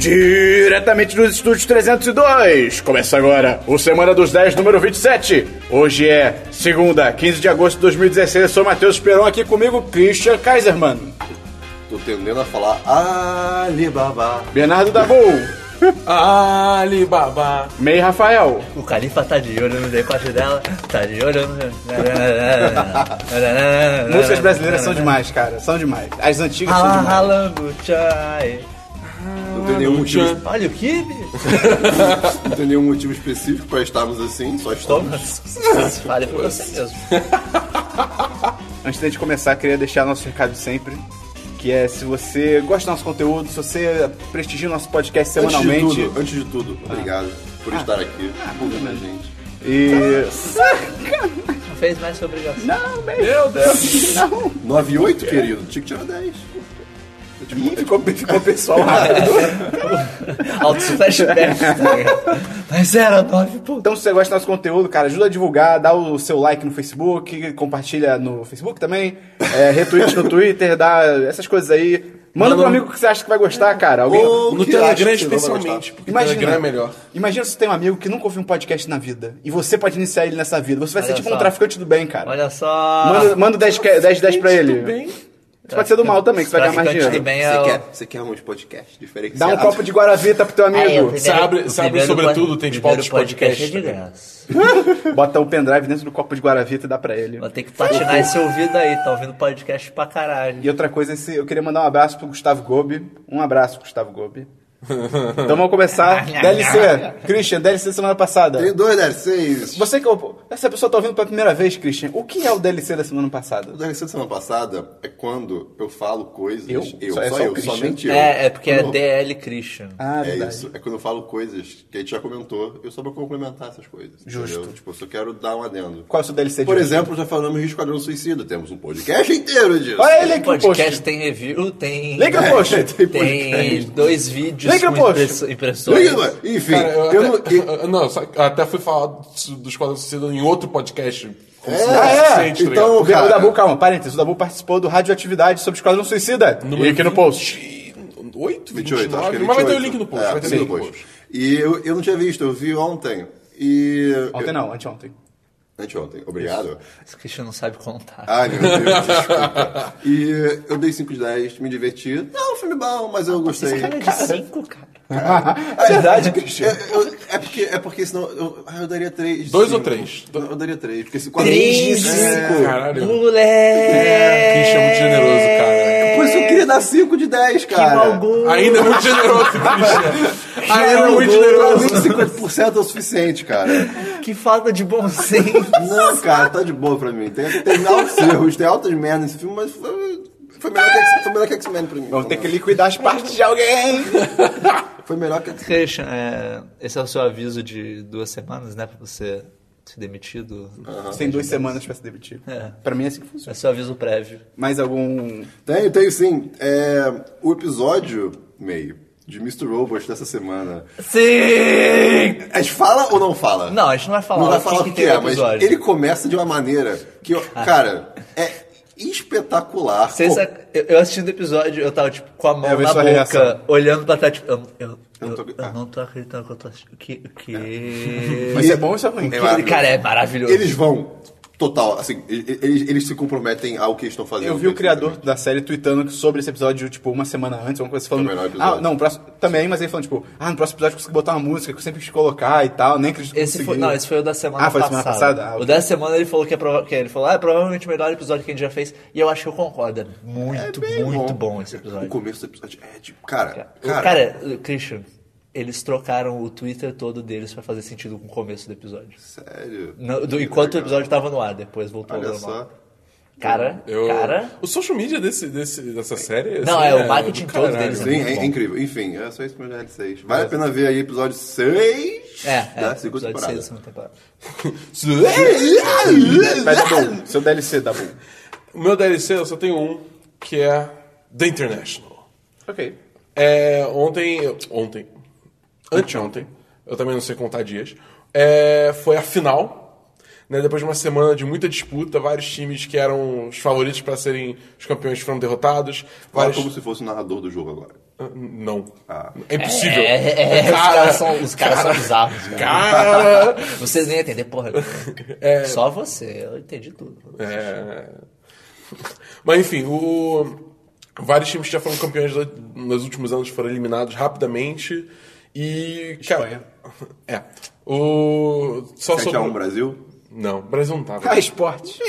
Diretamente dos estúdios 302. Começa agora o Semana dos 10, número 27. Hoje é segunda, 15 de agosto de 2016. Eu sou Matheus Peron, aqui comigo Christian Kaiserman, Tô tendendo a falar Alibaba. Bernardo Dabu, Alibaba. Mei Rafael. O Califa tá de olho no decote dela, tá de olho no. Músicas brasileiras são demais, cara, são demais. As antigas são Rala, demais. rala, buchai. Não tem nenhum motivo, Tchan. Olha o Kibe! não tem nenhum motivo específico pra estarmos assim, só estamos. assim? Fale por você mesmo. Antes da gente começar, queria deixar nosso recado de sempre. Que é se você gosta do nosso conteúdo, se você prestigia o nosso podcast Antes de semanalmente. Ah. é tudo, antes de tudo, obrigado por estar aqui, ouvindo a gente. E. Não fez mais sua obrigação. Não, bem. Meu Deus. 9 e É. 8, querido, tinha que tirar 10. Ih, Ficou, ficou pessoal rápido. Altos flashbacks, tá ligado? Mas era nove, pô. Então, se você gosta do nosso conteúdo, cara, ajuda a divulgar, dá o seu like no Facebook, compartilha no Facebook também, é, retweet no Twitter, dá essas coisas aí. Manda, Manda pro no- amigo que você acha que vai gostar, cara. Alguém... Ou- O No que acha Telegram que vocês vão especialmente, porque o Imagina, Telegram é melhor. imagina se você tem um amigo que nunca ouviu um podcast na vida e você pode iniciar ele nessa vida. Você vai ser Olha tipo um só. traficante do bem, cara. Olha só. Manda, manda 10, que- 10 10 pra ele. Tudo bem? Você pode ser do mal também, que você vai ganhar mais Traficante dinheiro. do bem é Você o- quer, você quer uns podcasts diferentes? Dá um copo de Guaravita pro teu Aí, o amigo. primeiro- Você abre- o você abre primeiro sobretudo, pod- tem, primeiro tipo, altos podcasts, podcast é de tá ligado? graça. Bota um pendrive dentro do copo de Guaravita e dá pra ele. Vou ter que platinar esse ouvido aí, tá ouvindo podcast pra caralho. E outra coisa, esse- eu queria mandar um abraço pro Gustavo Gobi. Um abraço, Gustavo Gobi. Então vamos começar. DLC. Christian, DLC semana passada. Tem dois DLCs. Você que é o- Essa pessoa tá ouvindo pela primeira vez, Christian. O que é o DLC da semana O passada? DLC da semana passada é quando eu falo coisas. Eu? Só- só, é só o eu, Christian. somente eu. É, é porque é Quando eu- DL Christian. Ah, É verdade. isso, é quando eu falo coisas que a gente já comentou, eu só vou complementar essas coisas. Justo. entendeu? Tipo, eu só quero dar um adendo. Qual é o seu DLC de Por hoje? exemplo, já falamos de Esquadrão Suicida, temos um podcast inteiro disso. Olha ele O aqui, podcast poxa. tem review, tem. Liga, poxa. Tem dois vídeos Liga, com poxa. impresso- impressões. Liga, Enfim, Cara, eu, eu até, não- eu- eu- não, só- até fui falar do- do Esquadrão Suicida em outro podcast. como se É, fosse é. suficiente, tá O Então, Da- o cara. Dabu, calma, parênteses. O Dabu participou do Radioatividade sobre Esquadrão Suicida. Número e aqui no post. 28, 28, 29, acho que é 28. mas vai ter o link no post. É, vai ter o sim, link no no post. E eu, eu não tinha visto, eu vi ontem. E. Ontem não, anteontem. Eu, anteontem, obrigado. Esse Christian não sabe contar. Ai, meu Deus, desculpa. E eu dei 5 de 10, me diverti. Não, filme bom, mas eu gostei. Esse cara é de cinco, cara. É verdade, Christian. É, eu- é porque, é porque senão eu, ah, eu daria 3. Dois ou três? Eu daria 3. Porque se Três de É, Caralho. Moleque! Christian é muito generoso, cara. Por isso eu queria dar 5 de 10, é. Que cara. bagulho! Ainda é muito generoso, Christian. Ainda é muito Pra generoso. mim, 50% é o suficiente, cara. Que falta de bom senso! Não, cara, tá de boa pra mim. Tem, tem altos erros, tem altas merdas nesse filme, mas foi, foi melhor que X- foi melhor que X-Men pra mim. Vamos ter que liquidar as partes de alguém. Foi melhor que Christian, é, esse é o seu aviso de duas semanas, né? Pra você ser demitido. Você tem duas semanas pra se demitir. É. Pra mim é assim que É funciona. seu aviso prévio. Mais algum Tenho, tenho sim. É, o episódio meio de Mr. Robot dessa semana. Sim! A gente fala ou não fala? Não, a gente não vai falar. Não vai o falar o que, que, que tem é, no mas episódio. Ah. ele começa de uma maneira que, eu- cara, é espetacular. Sem Pô, sac- eu- Eu assistindo o episódio, eu tava, tipo, com a mão É, eu vi na sua boca, reação. olhando pra trás, tipo, eu, eu, eu, não eu tô- não, tô... ah. acreditando que eu tô assistindo. Que, que... Mas é bom ou isso é ruim? Eu acho. Cara, é maravilhoso. Eles vão, total, assim, e- e- eles, eles se comprometem ao que estão fazendo. Eu vi o criador da série tweetando sobre esse episódio, tipo, uma semana antes, alguma coisa falando. Foi o melhor episódio. Ah, não, o próximo. Também, mas ele falando, tipo, ah, no próximo episódio eu consegui botar uma música que eu sempre quis colocar e tal, nem acredito que Esse foi, consegui. não, esse foi o da semana Ah, foi da passada. semana passada? Ah, O ok. da semana ele falou que é, prova- que ele falou, ah, é provavelmente o melhor episódio que a gente já fez. E eu acho que eu concordo. É muito, muito bom. O esse episódio. começo do episódio é tipo, cara, O cara, Cara, é- o Christian, eles trocaram o Twitter todo deles pra fazer sentido com o começo do episódio. sério. No- do- enquanto o episódio é tava no ar, depois voltou ao Olha normal. só. Cara, Eu- cara. O social media desse, desse- dessa série. Não, assim, é, o do marketing todo caralho. deles, né? Sim, muito é, bom. é incrível. Enfim, é só isso pro meu 6 Vale a pena ver aí episódio 6 É, é, da segunda temporada. episódio seis da segunda temporada. Mas Dabu, seu DLC, Dabu. O meu DLC eu só tenho um, que é The International. Ok. É, ontem. Ontem. Anteontem. Eu também não sei contar dias. é, foi a final. né, depois de uma semana de muita disputa, vários times que eram os favoritos para serem os campeões foram derrotados. Fala Vários... Ah, como se fosse o narrador do jogo agora. Não. É impossível. É, é, os caras são, os caras são bizarros, velho. Cara. Vocês nem entender, porra. Só você, eu entendi tudo. É. Mas enfim, o... vários times que já foram campeões do- nos últimos anos foram eliminados rapidamente. E. Cara, é. O. Só 7x1 sobrou- Brasil. Não, o Brasil não tava. Ah, esporte.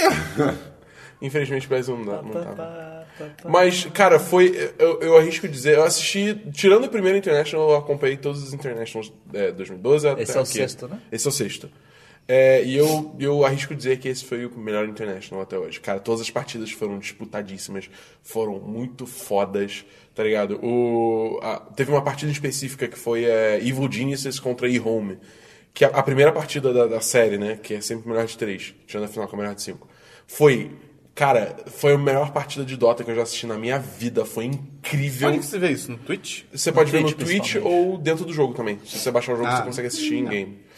Infelizmente o Brasil não, Tá, dá- não tava. Mas, cara, foi. Eu, eu arrisco dizer, eu assisti. Tirando o primeiro International, eu acompanhei todos os Internationals é, 2012 até Esse é o aqui. sexto, né? Esse é o sexto. É, e eu, eu arrisco dizer que esse foi o melhor International até hoje. Cara, todas as partidas foram disputadíssimas, foram muito fodas, tá ligado? O, a- teve uma partida específica que foi é, Evil Geniuses contra E-Home, que a, a primeira partida da, da série, né? Que é sempre melhor de três, tirando a final com a melhor de cinco. Foi, cara, foi a melhor partida de Dota que eu já assisti na minha vida, foi incrível. Onde que você vê isso? No Twitch? Você pode ver no Twitch, Twitch principalmente. ou dentro do jogo também. Se você baixar o jogo, Ah. Tá você consegue assistir em game.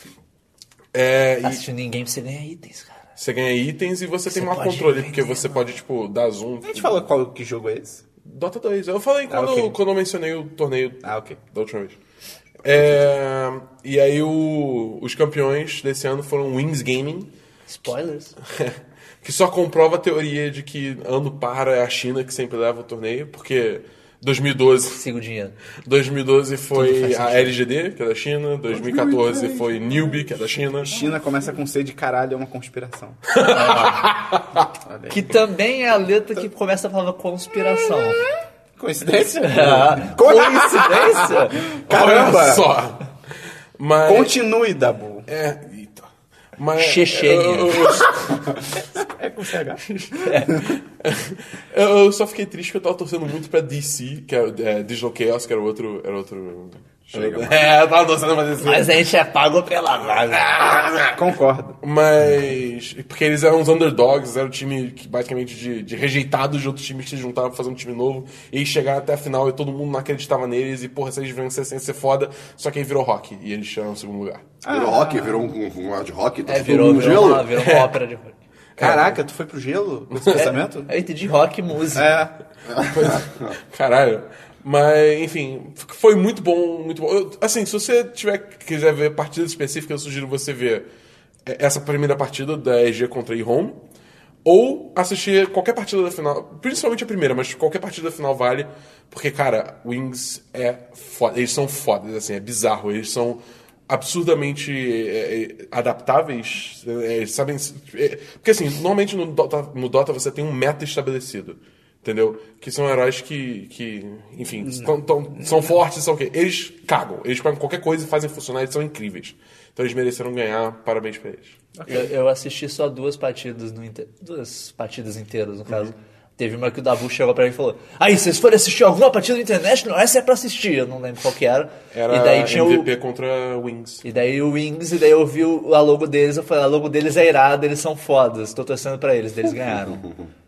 É, e Tá Assistindo em game, você ganha itens, cara. você ganha itens e você, Você tem maior pode controle, vender, porque você pode, tipo, dar zoom. né? A gente falou qual que jogo é esse? Dota 2. Eu falei quando, ok. quando eu mencionei o torneio Ah, ok. da última vez. É, e aí o- os campeões desse ano foram Wings Gaming, Spoilers. que só comprova a teoria de que ano para é a China que sempre leva o torneio, porque 2012 Siga o dinheiro. 2012 foi faz a LGD, que é da China. 2014 foi Newbie, que é da China. China começa com C de caralho, é uma conspiração. Olha aí. Que também é a letra que começa a palavra conspiração. coincidência? Ah, Coincidência? Caramba! Olha só! Mas. Continue, Dabu. É. Eita. Mas. Chechênia. Eu, eu- É com CH. eu- eu só fiquei triste porque eu tava torcendo muito pra DC, que é, é Digital Chaos, que era outro. Era outro... É, eu tava torcendo pra DC. Mas a gente é pago pela vaga. Ah! Concordo. Mas. Porque eles eram os underdogs, era um time que, basicamente de, de rejeitados de outros times que se juntavam pra fazer um time novo. E aí chegaram até a final e todo mundo não acreditava neles. E, porra, se eles vencessem ia ser foda. Só que aí virou rock e eles chegaram no segundo lugar. Ah. Virou rock, virou um, um, um de rock, tá É, todo virou, mundo virou, uma, gelo. virou uma ópera de rock. Caraca, tu foi pro gelo com esse pensamento? Eu entendi rock e música. É. Caralho. Mas, enfim, f- foi muito bom, muito bom. Eu- assim, se você tiver, quiser ver partidas específicas, eu sugiro você ver eh, essa primeira partida da EG contra a E-Home. Ou assistir qualquer partida da final, principalmente a primeira, mas qualquer partida da final vale, porque, cara, Wings é foda. Eles são fodas, assim, é bizarro. Eles são absurdamente eh, eh, adaptáveis, eh, eles sabem. eh, porque, assim, normalmente no Dota, no Dota você tem um meta estabelecido. Entendeu? Que são heróis que, que enfim, tão- tão- são fortes, são o quê? Eles cagam. Eles pegam qualquer coisa e fazem funcionar, eles são incríveis. Então eles mereceram ganhar, parabéns pra eles. Eu, eu assisti só duas partidas no inte- duas partidas inteiras, no caso. Teve uma que o Dabu chegou pra mim e falou: Aí, vocês forem assistir alguma partida do International, essa é pra assistir. Eu não lembro qual que era. Era e daí tinha MVP o. contra Wings. E daí o Wings, e daí eu vi o, a logo deles, eu falei, a logo deles é irada, eles são fodas, tô torcendo pra eles, eles ganharam.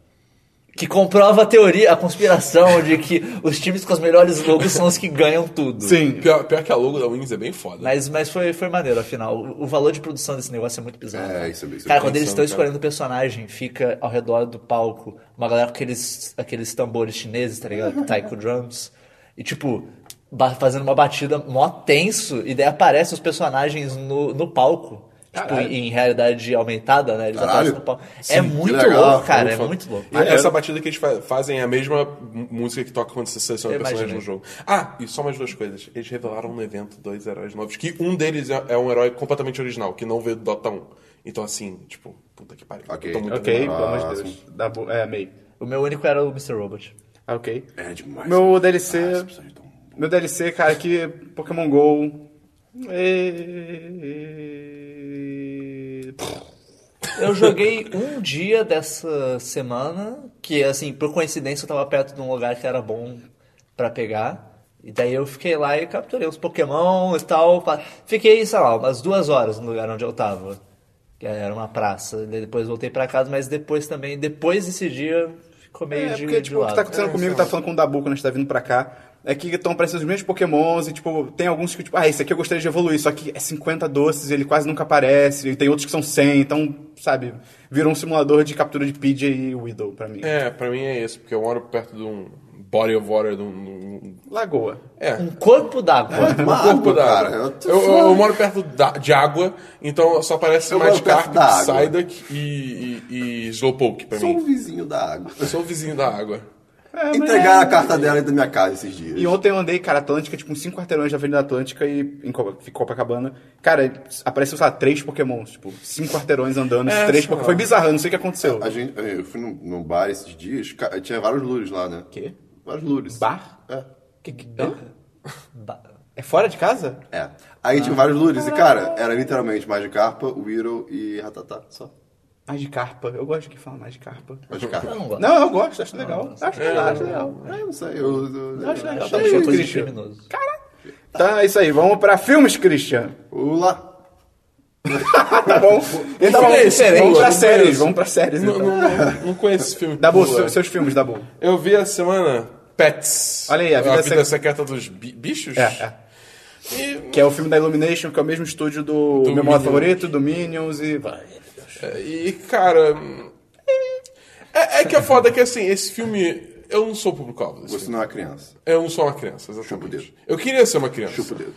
Que comprova a teoria, a conspiração de que os times com os melhores logos são os que ganham tudo. Sim. Pior, pior que a logo da Wings é bem foda. Mas, mas foi, foi maneiro, afinal. O, o valor de produção desse negócio é muito bizarro. É, cara. isso é bem- isso é Cara, bem quando eles insano, estão escolhendo o personagem, fica ao redor do palco uma galera com aqueles, aqueles tambores chineses, tá ligado? Taiko drums. E, tipo, ba- fazendo uma batida mó tenso. E daí aparecem os personagens no, no palco. Tipo, Caralho. em, em realidade aumentada, né? Eles Caralho. aparecem no palco. é muito legal, louco, cara. Muito É foda. muito louco. E essa batida que eles fa- fazem é a mesma m- música que toca quando você seleciona Eu personagens no imaginei. jogo. Ah, e só mais duas coisas. Eles revelaram no evento dois heróis novos, que um deles é, é um herói completamente original, que não veio do Dota 1. Então, assim, tipo, puta que pariu. Ok. Eu tô muito Ok, animado. pelo amor de Deus. Dabu, é, amei. O meu único era o Mr. Robot. Ah, Ok. É demais. Meu DLC. Ah, esse tão- Meu DLC, cara, que Pokémon GO. E- Eu joguei um dia dessa semana, que assim, por coincidência eu tava perto de um lugar que era bom pra pegar. E daí eu fiquei lá e capturei uns Pokémon e tal. pa- Fiquei, sei lá, umas duas horas no lugar onde eu tava. Que era uma praça. E daí depois voltei pra casa, mas depois também, depois desse dia, ficou meio É, de, porque, de tipo, o que lado. tá acontecendo comigo, tá falando com o Dabu quando a gente tá vindo pra cá, é que estão aparecendo os mesmos pokémons e, tipo, tem alguns que, tipo, ah, esse aqui eu gostaria de evoluir, só que é 50 doces, ele quase nunca aparece, e tem outros que são 100, então, sabe, virou um simulador de captura de Pidgey e Widow pra mim. É, pra mim é esse, porque eu moro perto de um body of water, de um, de um Lagoa. É. Um corpo d'água. É. Um corpo água, d'água. cara. Eu, Eu tô eu, fora. eu moro perto da- de água, então só aparece Eu mais moro perto Magikarp, da água. Psyduck e, e, e Slowpoke pra Sou um mim. vizinho da água. Eu sou o vizinho da água. É, mas Entregaram é. a carta dela dentro da minha casa esses dias. E ontem eu andei, cara, Atlântica, tipo, uns cinco quarteirões da Avenida Atlântica e em Copa- em Copacabana. Cara, apareceu, sei lá, três pokémons. Tipo, cinco quarteirões andando, três É, sei pokémons. lá. Foi bizarro, eu não sei o que aconteceu. A gente, eu fui num, num bar esses dias, ca- tinha vários lures lá, né? Quê? Vários lures. Bar? É. Que- que- hã? É fora de casa? É. Aí tinha vários Ah. lures e, cara, era literalmente Magikarpa, Weedle e Ratatá, só. Mais Ah, de carpa. Eu gosto que fala mais de carpa. Eu Magikarpa. não gosto. Não, eu gosto, acho legal. Acho legal, acho legal. É, não sei, eu... eu- Eu Acho legal. Acho que é coisa de criminoso. Tá, é isso aí. Vamos pra filmes, Christian. Olá. Tá bom. Então, Não vamos, conheço, vamos pra não séries. conheço. Vamos pra séries, Não, então. não, não, não conheço esse filme. Dabu, Pula. seu- seus filmes, Dabu. Eu vi essa semana Pets. Olha aí, a vida sec- secreta dos bi- bichos. É, é. E Que é o filme da Illumination, que é o mesmo estúdio do, Do Meu Modo Minions. Favorito, do Minions e... Vai. E, cara. hum, É, é que é foda que assim, esse filme. Eu não sou o público-alvo desse Você filme. não é criança. Eu não sou uma criança, Chupa o dedo. exatamente. Eu queria ser uma criança. Chupa o dedo.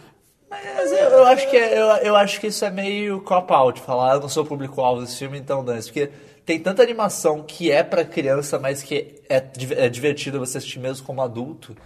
Mas eu, eu acho que é- eu, eu acho que isso é meio cop-out, falar "Ah, eu não sou público-alvo desse filme, então dane porque tem tanta animação que é pra criança, mas que é, div- é divertido você assistir mesmo como adulto,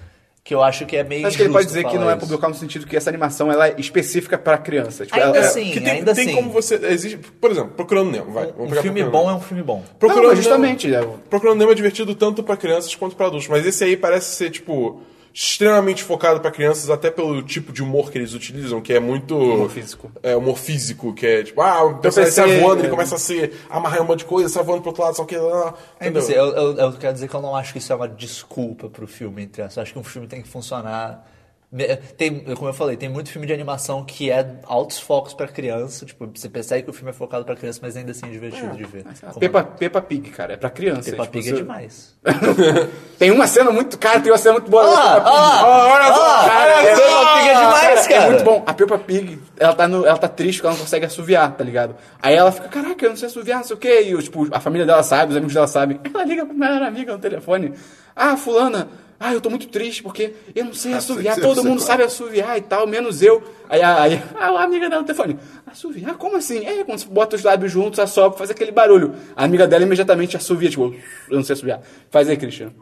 que eu acho que é meio Acho que ele injusto pode dizer que falar não é isso. publicar no sentido que essa animação ela é específica pra criança. Tipo, Ainda ela- assim, É, que tem, ainda tem assim. como você. Existe, por exemplo, Procurando Nemo, vai. vamos Um pegar filme bom Procurando é Nemo. um filme bom. Não, Procurando mas Nemo- justamente. é, Procurando Nemo é divertido tanto pra crianças quanto pra adultos, mas esse aí parece ser, tipo, extremamente focado pra crianças, até pelo tipo de humor que eles utilizam, que é muito. Humor físico. É, humor físico, que é tipo, ah, o personagem pensei, sai voando, ele é. começa a se amarrar um monte de coisa, sai voando pro outro lado, só que. ah, Ainda entendeu? assim, eu, eu- eu quero dizer que eu não acho que isso é uma desculpa pro filme, entre aspas. Eu acho que um filme tem que funcionar. Me- Tem, como eu falei, tem muito filme de animação que é altos focos pra criança. Tipo, você percebe que o filme é focado pra criança, mas ainda assim é divertido de ver. Como- Peppa, Peppa Pig, cara, é pra criança. Peppa tipo, Pig é você- demais. Tem uma cena muito. Cara, tem uma cena muito boa. Ah, Peppa Pig. ah, olha só! ah, cara, olha é- só, Peppa Pig é demais, cara. É muito bom. A Peppa Pig, ela tá, no- ela tá triste porque ela não consegue assoviar, tá ligado? Aí ela fica, caraca, eu não sei assoviar, não sei o quê. E os, tipo, a família dela sabe, os amigos dela sabem. Ela liga pra melhor amiga no telefone. Ah, fulana. Ah, eu tô muito triste porque eu não sei Ah, assoviar. sei- sei- Todo sei mundo qual é. sabe assoviar e tal, menos eu. Aí a, aí a amiga dela no telefone. Assoviar? Como assim? É, quando você bota os lábios juntos, assopra, faz aquele barulho. A amiga dela imediatamente assovia, tipo, eu não sei assoviar. Faz aí, Cristiano.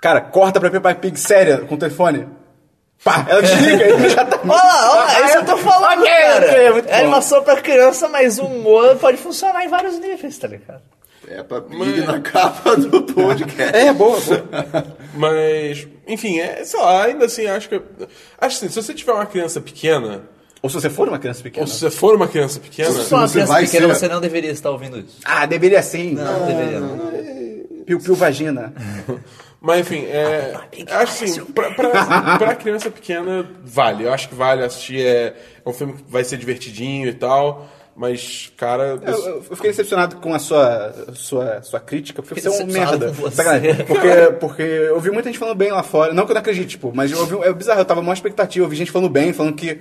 Cara, corta pra Peppa Pig séria com o telefone. Pá, ela desliga e já tá. Olha lá, olha lá, isso eu tô falando, Ok, cara. ok, é muito é bom. animação pra criança, mas o humor pode funcionar em vários níveis, tá ligado? É pra pig na capa do podcast. É, boa, boa. Mas, enfim, é, sei lá, ainda assim, acho que. Acho assim, se você tiver uma criança pequena, Ou se você for uma criança pequena. ou se você for uma criança pequena. Se for uma você criança vai assim, pequena, ser- você não deveria estar ouvindo isso. Ah, deveria sim. Não, deveria não. Piu-piu vagina. Mas enfim, é. Acho assim, pra, pra, pra criança pequena, vale. Eu acho que vale assistir. É, é um filme que vai ser divertidinho e tal. Mas, cara. Eu, isso- eu fiquei decepcionado com a sua, sua, sua crítica, porque você é um Decepcionado merda. com você. Sacanagem. Porque, porque eu vi muita gente falando bem lá fora. Não que eu não acredite, tipo, mas eu ouvi. É bizarro, eu tava com maior expectativa. Eu vi gente falando bem, falando que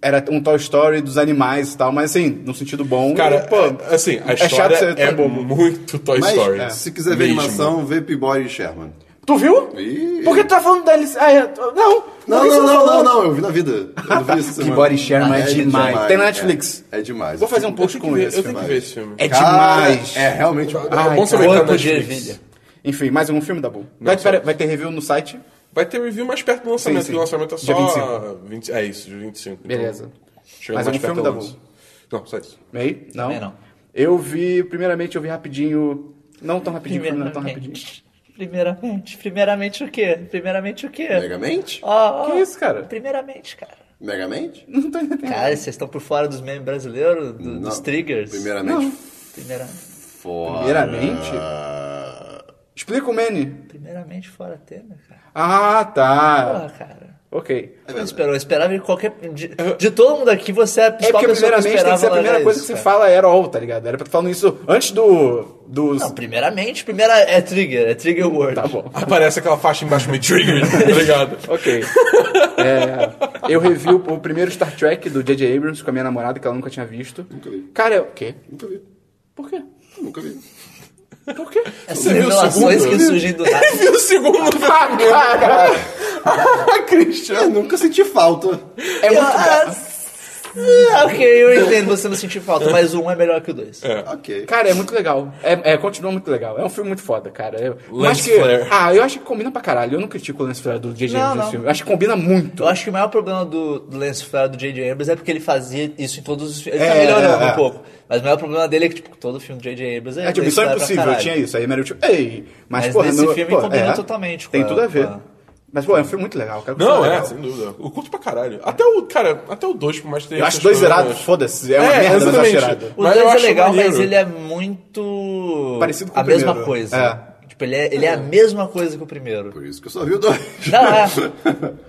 era um Toy Story dos animais e tal, mas assim, num sentido bom. Cara, e, pô, é- assim, a é chato história ser é tão bobo. muito Toy Mas, é, Story. é, se quiser ver mesmo. animação, vê Peabody e Sherman. Tu viu? Ih. Por que tu tá falando da LC? Ah, é, tu- não, Não, isso não, não, falou. não, não, eu vi na vida. Eu vi essa semana. Peabody e Sherman é Ah, demais. Tem na Netflix. É, é demais. Vou fazer um Eu post tenho com que ver- esse Eu filme. tenho que ver esse filme. É Cara, demais. É realmente. é bom saber que tá na Corpo de Netflix. ervilha. Enfim, mais algum filme, Dabu? Vai, só- pera- vai ter review no site? Vai ter review mais perto do lançamento. Sim, sim. que O lançamento é Dia só. 20, é isso, dia 25. então, Beleza. chegando Mas é um perto filme do da lança. Globo. Não, só isso. Meio? Não? Também não. Eu vi, primeiramente, eu vi rapidinho. Não tão rapidinho, porque não é tão rapidinho. Primeiramente. Primeiramente. Primeiramente o quê? Primeiramente o quê? Megamente? Ó, ó. Que isso, cara? Primeiramente, cara. Megamente? Não tô entendendo. Cara, vocês estão por fora dos memes brasileiros, do- dos Não. triggers. Primeiramente, Não. Primeira- fora. Primeiramente? Explica o Manny. primeiramente fora Temer, cara. Ah, tá. Porra, cara. Ok. É Eu não esperava, eu esperava em qualquer. De, de todo mundo aqui, você é a É principal porque pessoa que eu primeiramente tem esperava que ser a primeira largar coisa isso, que você cara. fala era all, tá ligado? Era pra tu falando isso antes do. do... Não, primeiramente, primeira é trigger, é trigger word. Tá bom. Aparece aquela faixa embaixo meio trigger, tá ligado? Ok. É, eu revi o, o primeiro Star Trek do J.J. Abrams com a minha namorada, que ela nunca tinha visto. é Nunca vi. Cara, eu... o quê? Nunca vi. Por quê? Nunca vi. Por quê? Essas Você viu o revelações segundo? que surgem do nada. É E o segundo Eu É, nunca senti falta. É muito Ah, ah, ok, eu entendo você não sentir falta, mas um é melhor que o dois. Ok. Cara, é muito legal. É, é, continua muito legal. É um filme muito foda, cara. É, mas que, Flair. Ah, eu acho que combina pra caralho. Eu não critico o Lance Flair do J.J. Não, Abrams nesse não. filme. Eu acho que combina muito. Eu acho que o maior problema do, do Lance Flair do J.J. Abrams é porque ele fazia isso em todos os filmes. Ele tá É, melhorando é, é. um pouco. Mas o maior problema dele é que, tipo, todo filme do J.J. Abrams é. É tipo, Lance Missão Flair pra Impossível, caralho. tinha isso. Aí Meryl tipo, ei! Mas, Mas porra, nesse no- filme pô, combina é. totalmente com Tem a- tudo a ver. com a- Mas, pô, é um filme muito legal. Cara, Não, é, legal. sem dúvida. O culto pra caralho. Até o, cara, até o 2, por mais que tenha. Eu acho essas dois coisas- zerados, foda-se. É uma merda, mas eu acho exatamente. irado. O Mas 2 eu é acho legal, mas maneiro. ele é muito. Parecido com A o mesma primeiro. coisa. É. Tipo, ele é, ele é a mesma coisa que o primeiro. Por isso que eu só vi o dois. Não, é.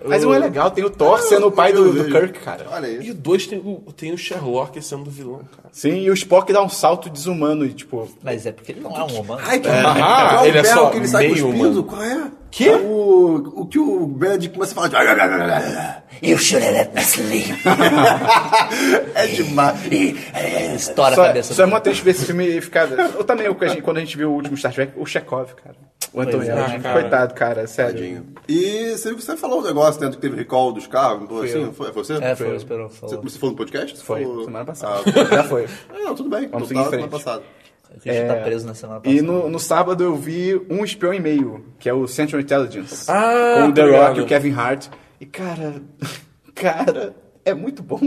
Mas um é legal, tem o Thor sendo o pai do, do Kirk, cara. Olha aí. E o 2 tem, o- tem o Sherlock sendo vilão, cara. Sim, e o Spock dá um salto desumano e, tipo, Mas é porque ele não é um humano. Ai, que Ah, Qual ele é Bell só que ele sai meio cuspindo? humano. Qual é? Quê? O, o que o Benedict começa a falar de... You should have let me sleep. É demais. Estoura Só, a cabeça só é do mó triste ver esse filme e ficar. Ou também o que a gente- quando a gente viu o último Star Trek, o Chekhov, cara. O Anthony é, Hopkins, cara. Coitado, cara, sério. E você, você falou um negócio dentro que teve recall dos carros? não foi assim? eu. Foi, foi você? É, foi o Esperão que Você, falou. você falou no podcast? Você Foi, falou- semana passada. Ah, Já foi. foi. não, tudo bem. Vamos Total, seguir em semana frente. passada. O Christian tá preso na semana passada. É. E no, no sábado eu vi Um Espião e Meio, que é o Central Intelligence. Ah, com o The tá Rock ligado. e o Kevin Hart. E, cara, cara, é muito bom.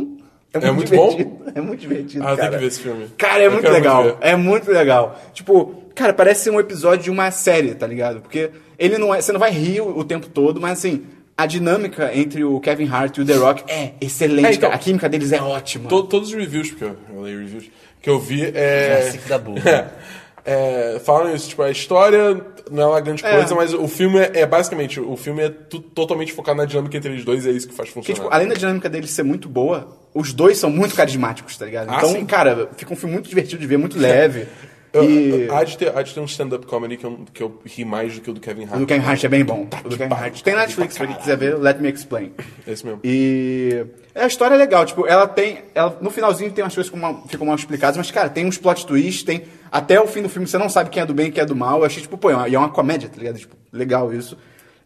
É muito bom? bom? É muito divertido, Ah, eu tenho cara. que ver esse filme. Cara, é Eu muito quero legal. muito ver. é muito legal. Tipo, cara, parece ser um episódio de uma série, tá ligado? Porque ele não é... Você não vai rir o, o tempo todo, mas, assim... A dinâmica entre o Kevin Hart e o The Rock é excelente, É, então, cara. A química deles é ótima. To- todos os reviews, porque eu, eu leio reviews, que eu vi é. Jurassic da burra. É, falam isso, tipo, a história não é uma grande É. coisa, mas o filme é, é basicamente, o filme é tu- totalmente focado na dinâmica entre eles dois e é isso que faz Porque, funcionar. tipo, além da dinâmica deles ser muito boa, os dois são muito carismáticos, tá ligado? Ah, então, sim. cara, fica um filme muito divertido de ver, muito leve. Eu- e eu- Há de ter, há de ter um stand-up comedy que eu, que eu ri mais do que o do o Kevin Hart. do Kevin Hart é bem bom. O do Kevin pariu, Hart. Tem cara, Netflix, pra pra quem quiser ver, Let Me Explain. É Esse mesmo. E é, a história é legal, tipo, ela tem. Ela, no finalzinho tem umas coisas que uma- ficam mal explicadas, mas, cara, tem uns plot twists, tem. Até o fim do filme você não sabe quem é do bem e quem é do mal. Eu achei, tipo, pô, é uma, e é uma comédia, tá ligado? Tipo, legal isso.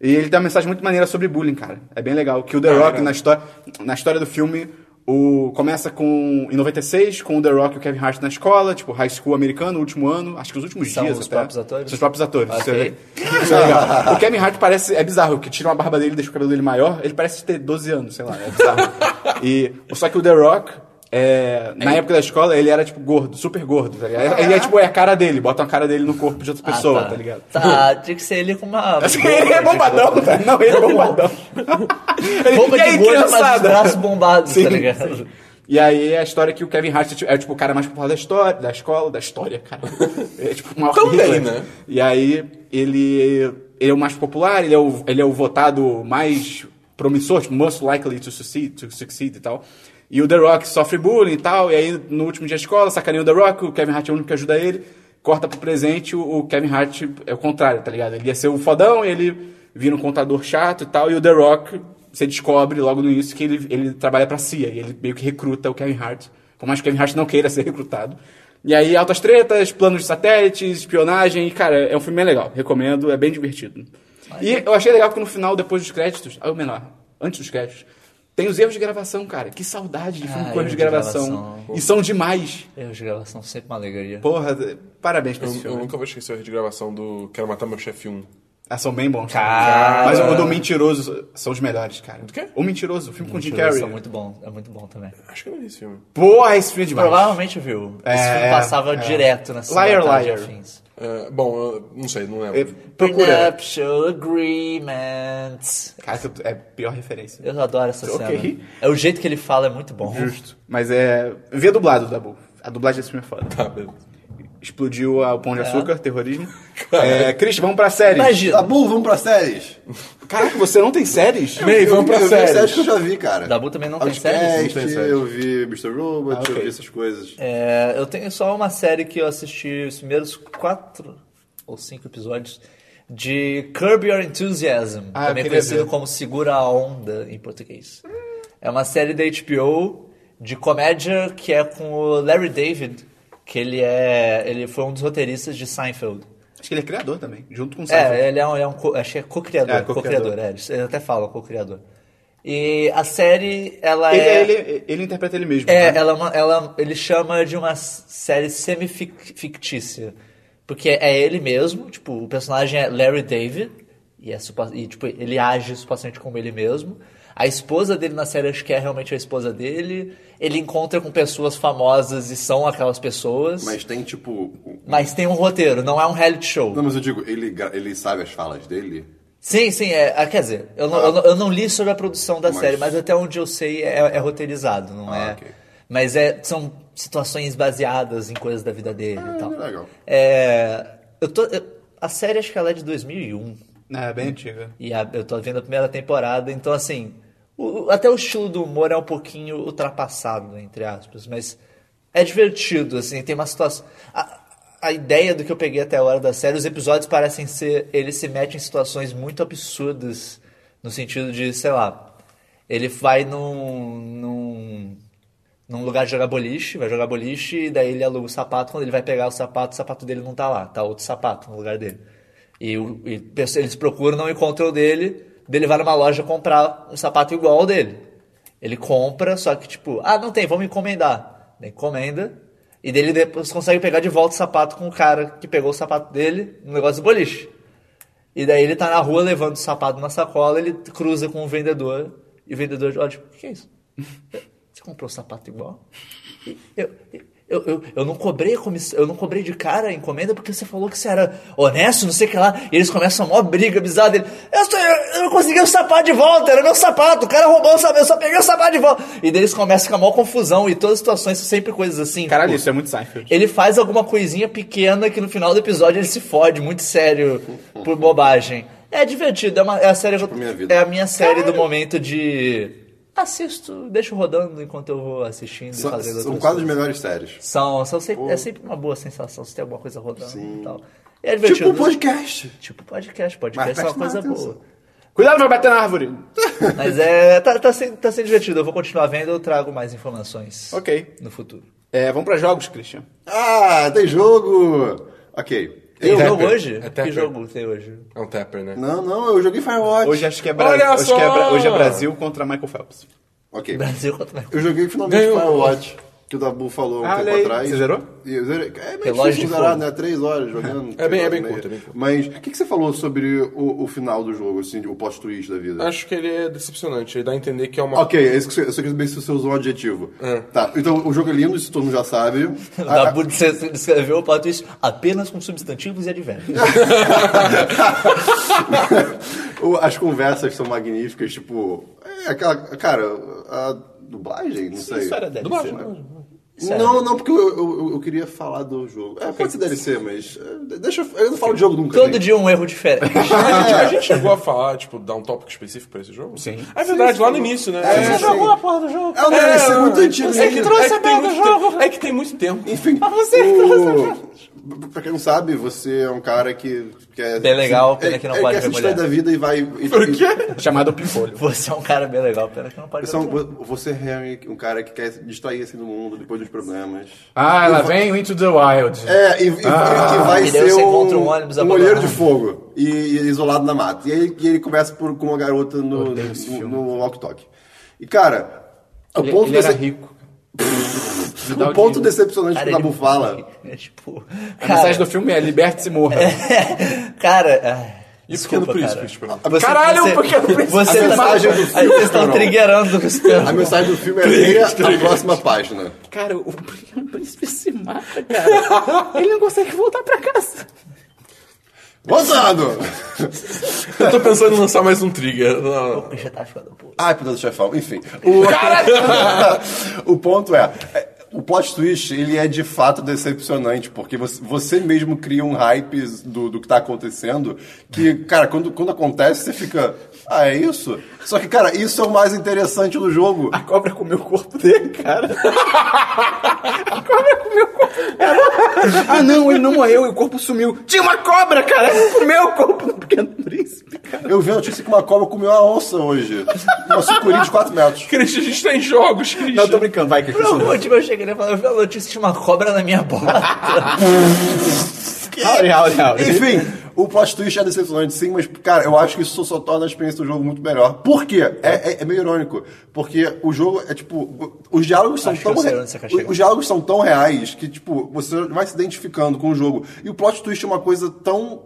E ele tem uma mensagem muito maneira sobre bullying, cara. É bem legal. Que o The Ah, Rock, é. na história, na história do filme, o, começa com. Em 96, com o The Rock e o Kevin Hart na escola, tipo, high school americano, último ano, acho que os últimos São dias os até. próprios atores? São os próprios atores. Ok. Você vê. Isso é legal. O Kevin Hart parece. É bizarro, que tira uma barba dele e deixa o cabelo dele maior. Ele parece ter 12 anos, sei lá. É bizarro. e, só que o The Rock. é, na época da escola, ele era, tipo, gordo, super gordo, tá ligado? Ele é, tipo, é a cara dele, bota a cara dele no corpo de outra Ah, pessoa, tá, ligado? Tá, tinha que ser ele com uma. Ele é bombadão, tá? Não, ele é bombadão. ele, Roupa e aí, de gordo, mas os criançada? braços bombados, Sim, tá ligado? sim. E aí a história que o Kevin Hart é, tipo, é, tipo, o cara mais popular da história, da escola, da história, cara. É tipo uma Também, né? E aí ele, ele é o mais popular, ele é o, ele é o votado mais promissor, tipo, most likely to succeed, to succeed e tal. E o The Rock sofre bullying e tal, e aí no último dia de escola, sacaneia o The Rock, o Kevin Hart é o único que ajuda ele, corta pro presente, o, o Kevin Hart é o contrário, tá ligado? Ele ia ser o fodão, ele vira um contador chato e tal, e o The Rock você descobre logo no início que ele, ele trabalha pra CIA e ele meio que recruta o Kevin Hart, por mais que o Kevin Hart não queira ser recrutado. E aí, altas tretas, planos de satélites, espionagem, e, cara, é um filme bem legal, recomendo, é bem divertido. E eu achei legal que no final, depois dos créditos, ou menor, antes dos créditos, tem os erros de gravação, cara. Que saudade de filme Ah, com erros erro de de gravação. gravação. E são demais. Eu de gravação sempre uma alegria. Porra, parabéns pra um, Eu, esse eu é filme. nunca vou esquecer a rede de gravação do Quero Matar Meu Chefe 1. Ah, são bem bons. Cara. Mas o do Mentiroso são os melhores, cara. Do quê? O Mentiroso, o filme com o Jim Eles Carrey. são muito bom, é muito bom também. Acho que eu não vi esse filme. Porra, esse filme é demais. Provavelmente viu. Esse É, filme passava é. direto na sessão Liar, da tarde, liar. afins. É, bom, eu não sei, não lembro. É, Procura. Prenuptial agreement. Cara, essa é a pior referência. Eu adoro essa Ok. cena. É o jeito que ele fala, é muito bom. Mas é. Vê dublado, Dabu. A dublagem desse filme é foda. Tá, beleza. Explodiu a o Pão de É. Açúcar, terrorismo. É, Cris, vamos pra séries. Tá Imagina. bom, vamos pra séries. Caraca, você não tem séries? Ney, vamos pra eu vi séries. séries que eu já vi, cara. Dabu também não tem séries? Outcast, Não tem séries. eu vi Mr. Robot, Ah, ok. eu vi essas coisas. É, eu tenho só uma série que eu assisti os primeiros quatro ou cinco episódios de Curb Your Enthusiasm, Ah, eu também queria conhecido ver. como Segura a Onda em português. É uma série da HBO de comédia que é com o Larry David, que ele é, ele foi um dos roteiristas de Seinfeld. Acho que ele é criador também, junto com o Seinfeld. É, ele é um, ele é um co- acho que é co-criador. É, co-criador. co-criador, é, eles eles até falam co-criador. E a série, ela Ele, é... ele, ele interpreta ele mesmo. É, né? ela, é uma- ela- ele chama de uma s- série semi-fictícia. Porque é ele mesmo, tipo, o personagem é Larry David, e, é supo- e, tipo, ele age supostamente como ele mesmo. A esposa dele na série acho que é realmente a esposa dele. Ele encontra com pessoas famosas e são aquelas pessoas. Mas, Mas tem, tipo... um- tem um roteiro, não é um reality show. Não, mas eu digo, ele, gra- ele sabe as falas dele? Sim, sim, é, ah, quer dizer, eu não, eu, não, eu não li sobre a produção da Mas- série, mas até onde eu sei é, é roteirizado, não Ah, é? ok. Mas é, são situações baseadas em coisas da vida dele e tal. Ah, legal. É, eu tô, eu- a série acho que ela é de 2001, É, bem antiga. e a- eu tô vendo a primeira temporada, então assim, o- o- até o estilo do humor é um pouquinho ultrapassado, entre aspas, mas é divertido, assim, tem uma situação... A, a ideia do que eu peguei até agora da série, os episódios parecem ser... Eles se metem em situações muito absurdas, no sentido de, sei lá, ele vai num... num num lugar de jogar boliche, vai jogar boliche, e daí ele aluga o sapato. Quando ele vai pegar o sapato, o sapato dele não tá lá, tá outro sapato no lugar dele. E, o- e pessoas- eles procuram, não encontram o dele, daí ele vai numa loja comprar um sapato igual ao dele. Ele compra, só que tipo, ah, não tem, vamos encomendar. Daí encomenda, e dele depois consegue pegar de volta o sapato com o cara que pegou o sapato dele no negócio do boliche. E daí ele tá na rua levando o sapato na sacola, ele cruza com o vendedor, e o vendedor olha, tipo, o que é isso? Você comprou sapato igual? Eu, eu, eu, eu não cobrei a comissão, eu não cobrei de cara a encomenda porque você falou que você era honesto, não sei o que lá. E eles começam a maior briga bizarra dele. Eu, só- eu, eu não consegui o sapato de volta, era meu sapato, o cara roubou o sapato, eu só peguei o sapato de volta. E daí eles começam com a maior confusão e todas as situações são sempre coisas assim. Caralho, tipo, isso é muito Seinfeld. ele faz alguma coisinha pequena que no final do episódio ele se fode, muito sério, por bobagem. É divertido, é, uma, é a série. Tipo minha vida. É a minha série do momento de. Assisto, deixo rodando enquanto eu vou assistindo e São, fazendo são outras quase as coisas. melhores séries. São, são sempre, é sempre uma boa sensação se tem alguma coisa rodando e tal. É Tipo divertido. um podcast. Tipo podcast, podcast é uma presta coisa atenção. boa. Cuidado, vai bater na árvore! Mas é. Tá, tá, sendo, tá sendo divertido, eu vou continuar vendo, eu trago mais informações ok. no futuro. É, vamos pra jogos, Christian. Ah, tem jogo! Ok. Tem Tem jogo rapper. hoje? É que rapper. jogo tem hoje? É um tapper, né? Não, não, eu joguei Firewatch. Hoje acho que é, Bra- Olha hoje, que é Bra- só! hoje é Brasil contra Michael Phelps. Ok. Brasil contra Eu joguei finalmente Ganhou. Firewatch, que o Dabu falou um Ah, olha tempo aí. atrás. Você zerou? E eu zerei. É meio Relógio difícil de zerar, fogo. né? Três horas jogando. É bem- é três horas e bem curto, meia. é bem curto. Mas o que, que você falou sobre o, o final do jogo, assim, o plot twist da vida? Acho que ele é decepcionante. Ele dá a entender que é uma. Ok, é isso que você, eu só queria saber se você usou um adjetivo. Tá, então o jogo é lindo, isso todo mundo já sabe. O Dabu disse- descreveu assim, o plot twist apenas com substantivos e advérbios. O- As conversas são magníficas, tipo. É aquela. Cara, a dublagem, não sei. Isso era DLC, Dublagem, né? dublagem. Sério. Não, não, porque eu, eu, eu queria falar do jogo. É, pode ser DLC, mas. é, Deixa eu. Eu não falo de jogo nunca. Todo né? dia um erro diferente. Ah, A gente, é. a gente chegou a falar, tipo, dar um tópico específico pra esse jogo? Sim. É verdade, lá no início, né? É, Você sim. jogou a porra do jogo? É um DLC muito antigo. É que, né? trouxe é que a tem merda muito do jogo. tempo. É que tem muito tempo. Enfim. Pra você que o... pra- Pra quem não sabe, você é um cara que. que é, Bem legal, pena é- que não é, pode quer ver se distrair mulher. da vida e vai. E, Por quê? Chamado Pimpolho. Você é um cara bem legal, pena que não pode ver tudo. você é realmente um cara que quer se distrair assim do mundo depois dos problemas. Ah, ela vem o Into the Wild. É, e, e- Ah. e vai E daí ser você encontra um, um ônibus um abandonado. olheiro de fogo e, e isolado na mata. E ele, e ele começa por- com uma garota no, Odeio esse no, filme. no walk-talk. E, cara, o Ele, ponto, ele era dece- rico. o ponto decepcionante que Cara, o Nabu ele- fala... É tipo. A mensagem do Cara. filme é liberte-se e morra. cara ai, E desculpa, Pequeno Príncipe, cara. tipo. Você- Caralho, você, porque eu não preciso- você A tá, mensagem do aí filme, Vocês estão Carol. triggerando com esse A termo. mensagem do filme é leia a próxima página. Cara, o Pequeno Príncipe se mata, cara. Ele não consegue voltar pra casa. Voltando! Eu tô pensando em lançar mais um trigger. Não, não. Já tá ficando puto. Ai, perdão do chefão. Enfim. O, o ponto é... é, O plot twist, ele é de fato decepcionante, porque você, você mesmo cria um hype do, do que tá acontecendo, que, cara, quando, quando acontece, você fica... Ah, é isso? Só que, cara, isso é o mais interessante do jogo. A cobra comeu o corpo dele, cara. Ah, não, ele não morreu e o corpo sumiu. Tinha uma cobra, cara. Ela comeu o corpo do Pequeno Príncipe, cara. Eu vi a notícia que uma cobra comeu uma onça hoje. Uma sucuri de 4 metros. Christian, a gente tá em jogos, Christian. Não, tô brincando, vai, Cristian. né? Não, tipo, eu cheguei e falei, eu vi a notícia de uma cobra na minha bota. Howdy, howdy, howdy. Enfim, o plot twist é decepcionante, sim, mas, cara, eu acho que isso só torna a experiência do jogo muito melhor. Por quê? É, é- é meio irônico. Porque o jogo é, tipo, os diálogos são Acho que tão. eu sei re- onde você quer chegar. Os diálogos são tão reais que, tipo, você vai se identificando com o jogo. E o plot twist é uma coisa tão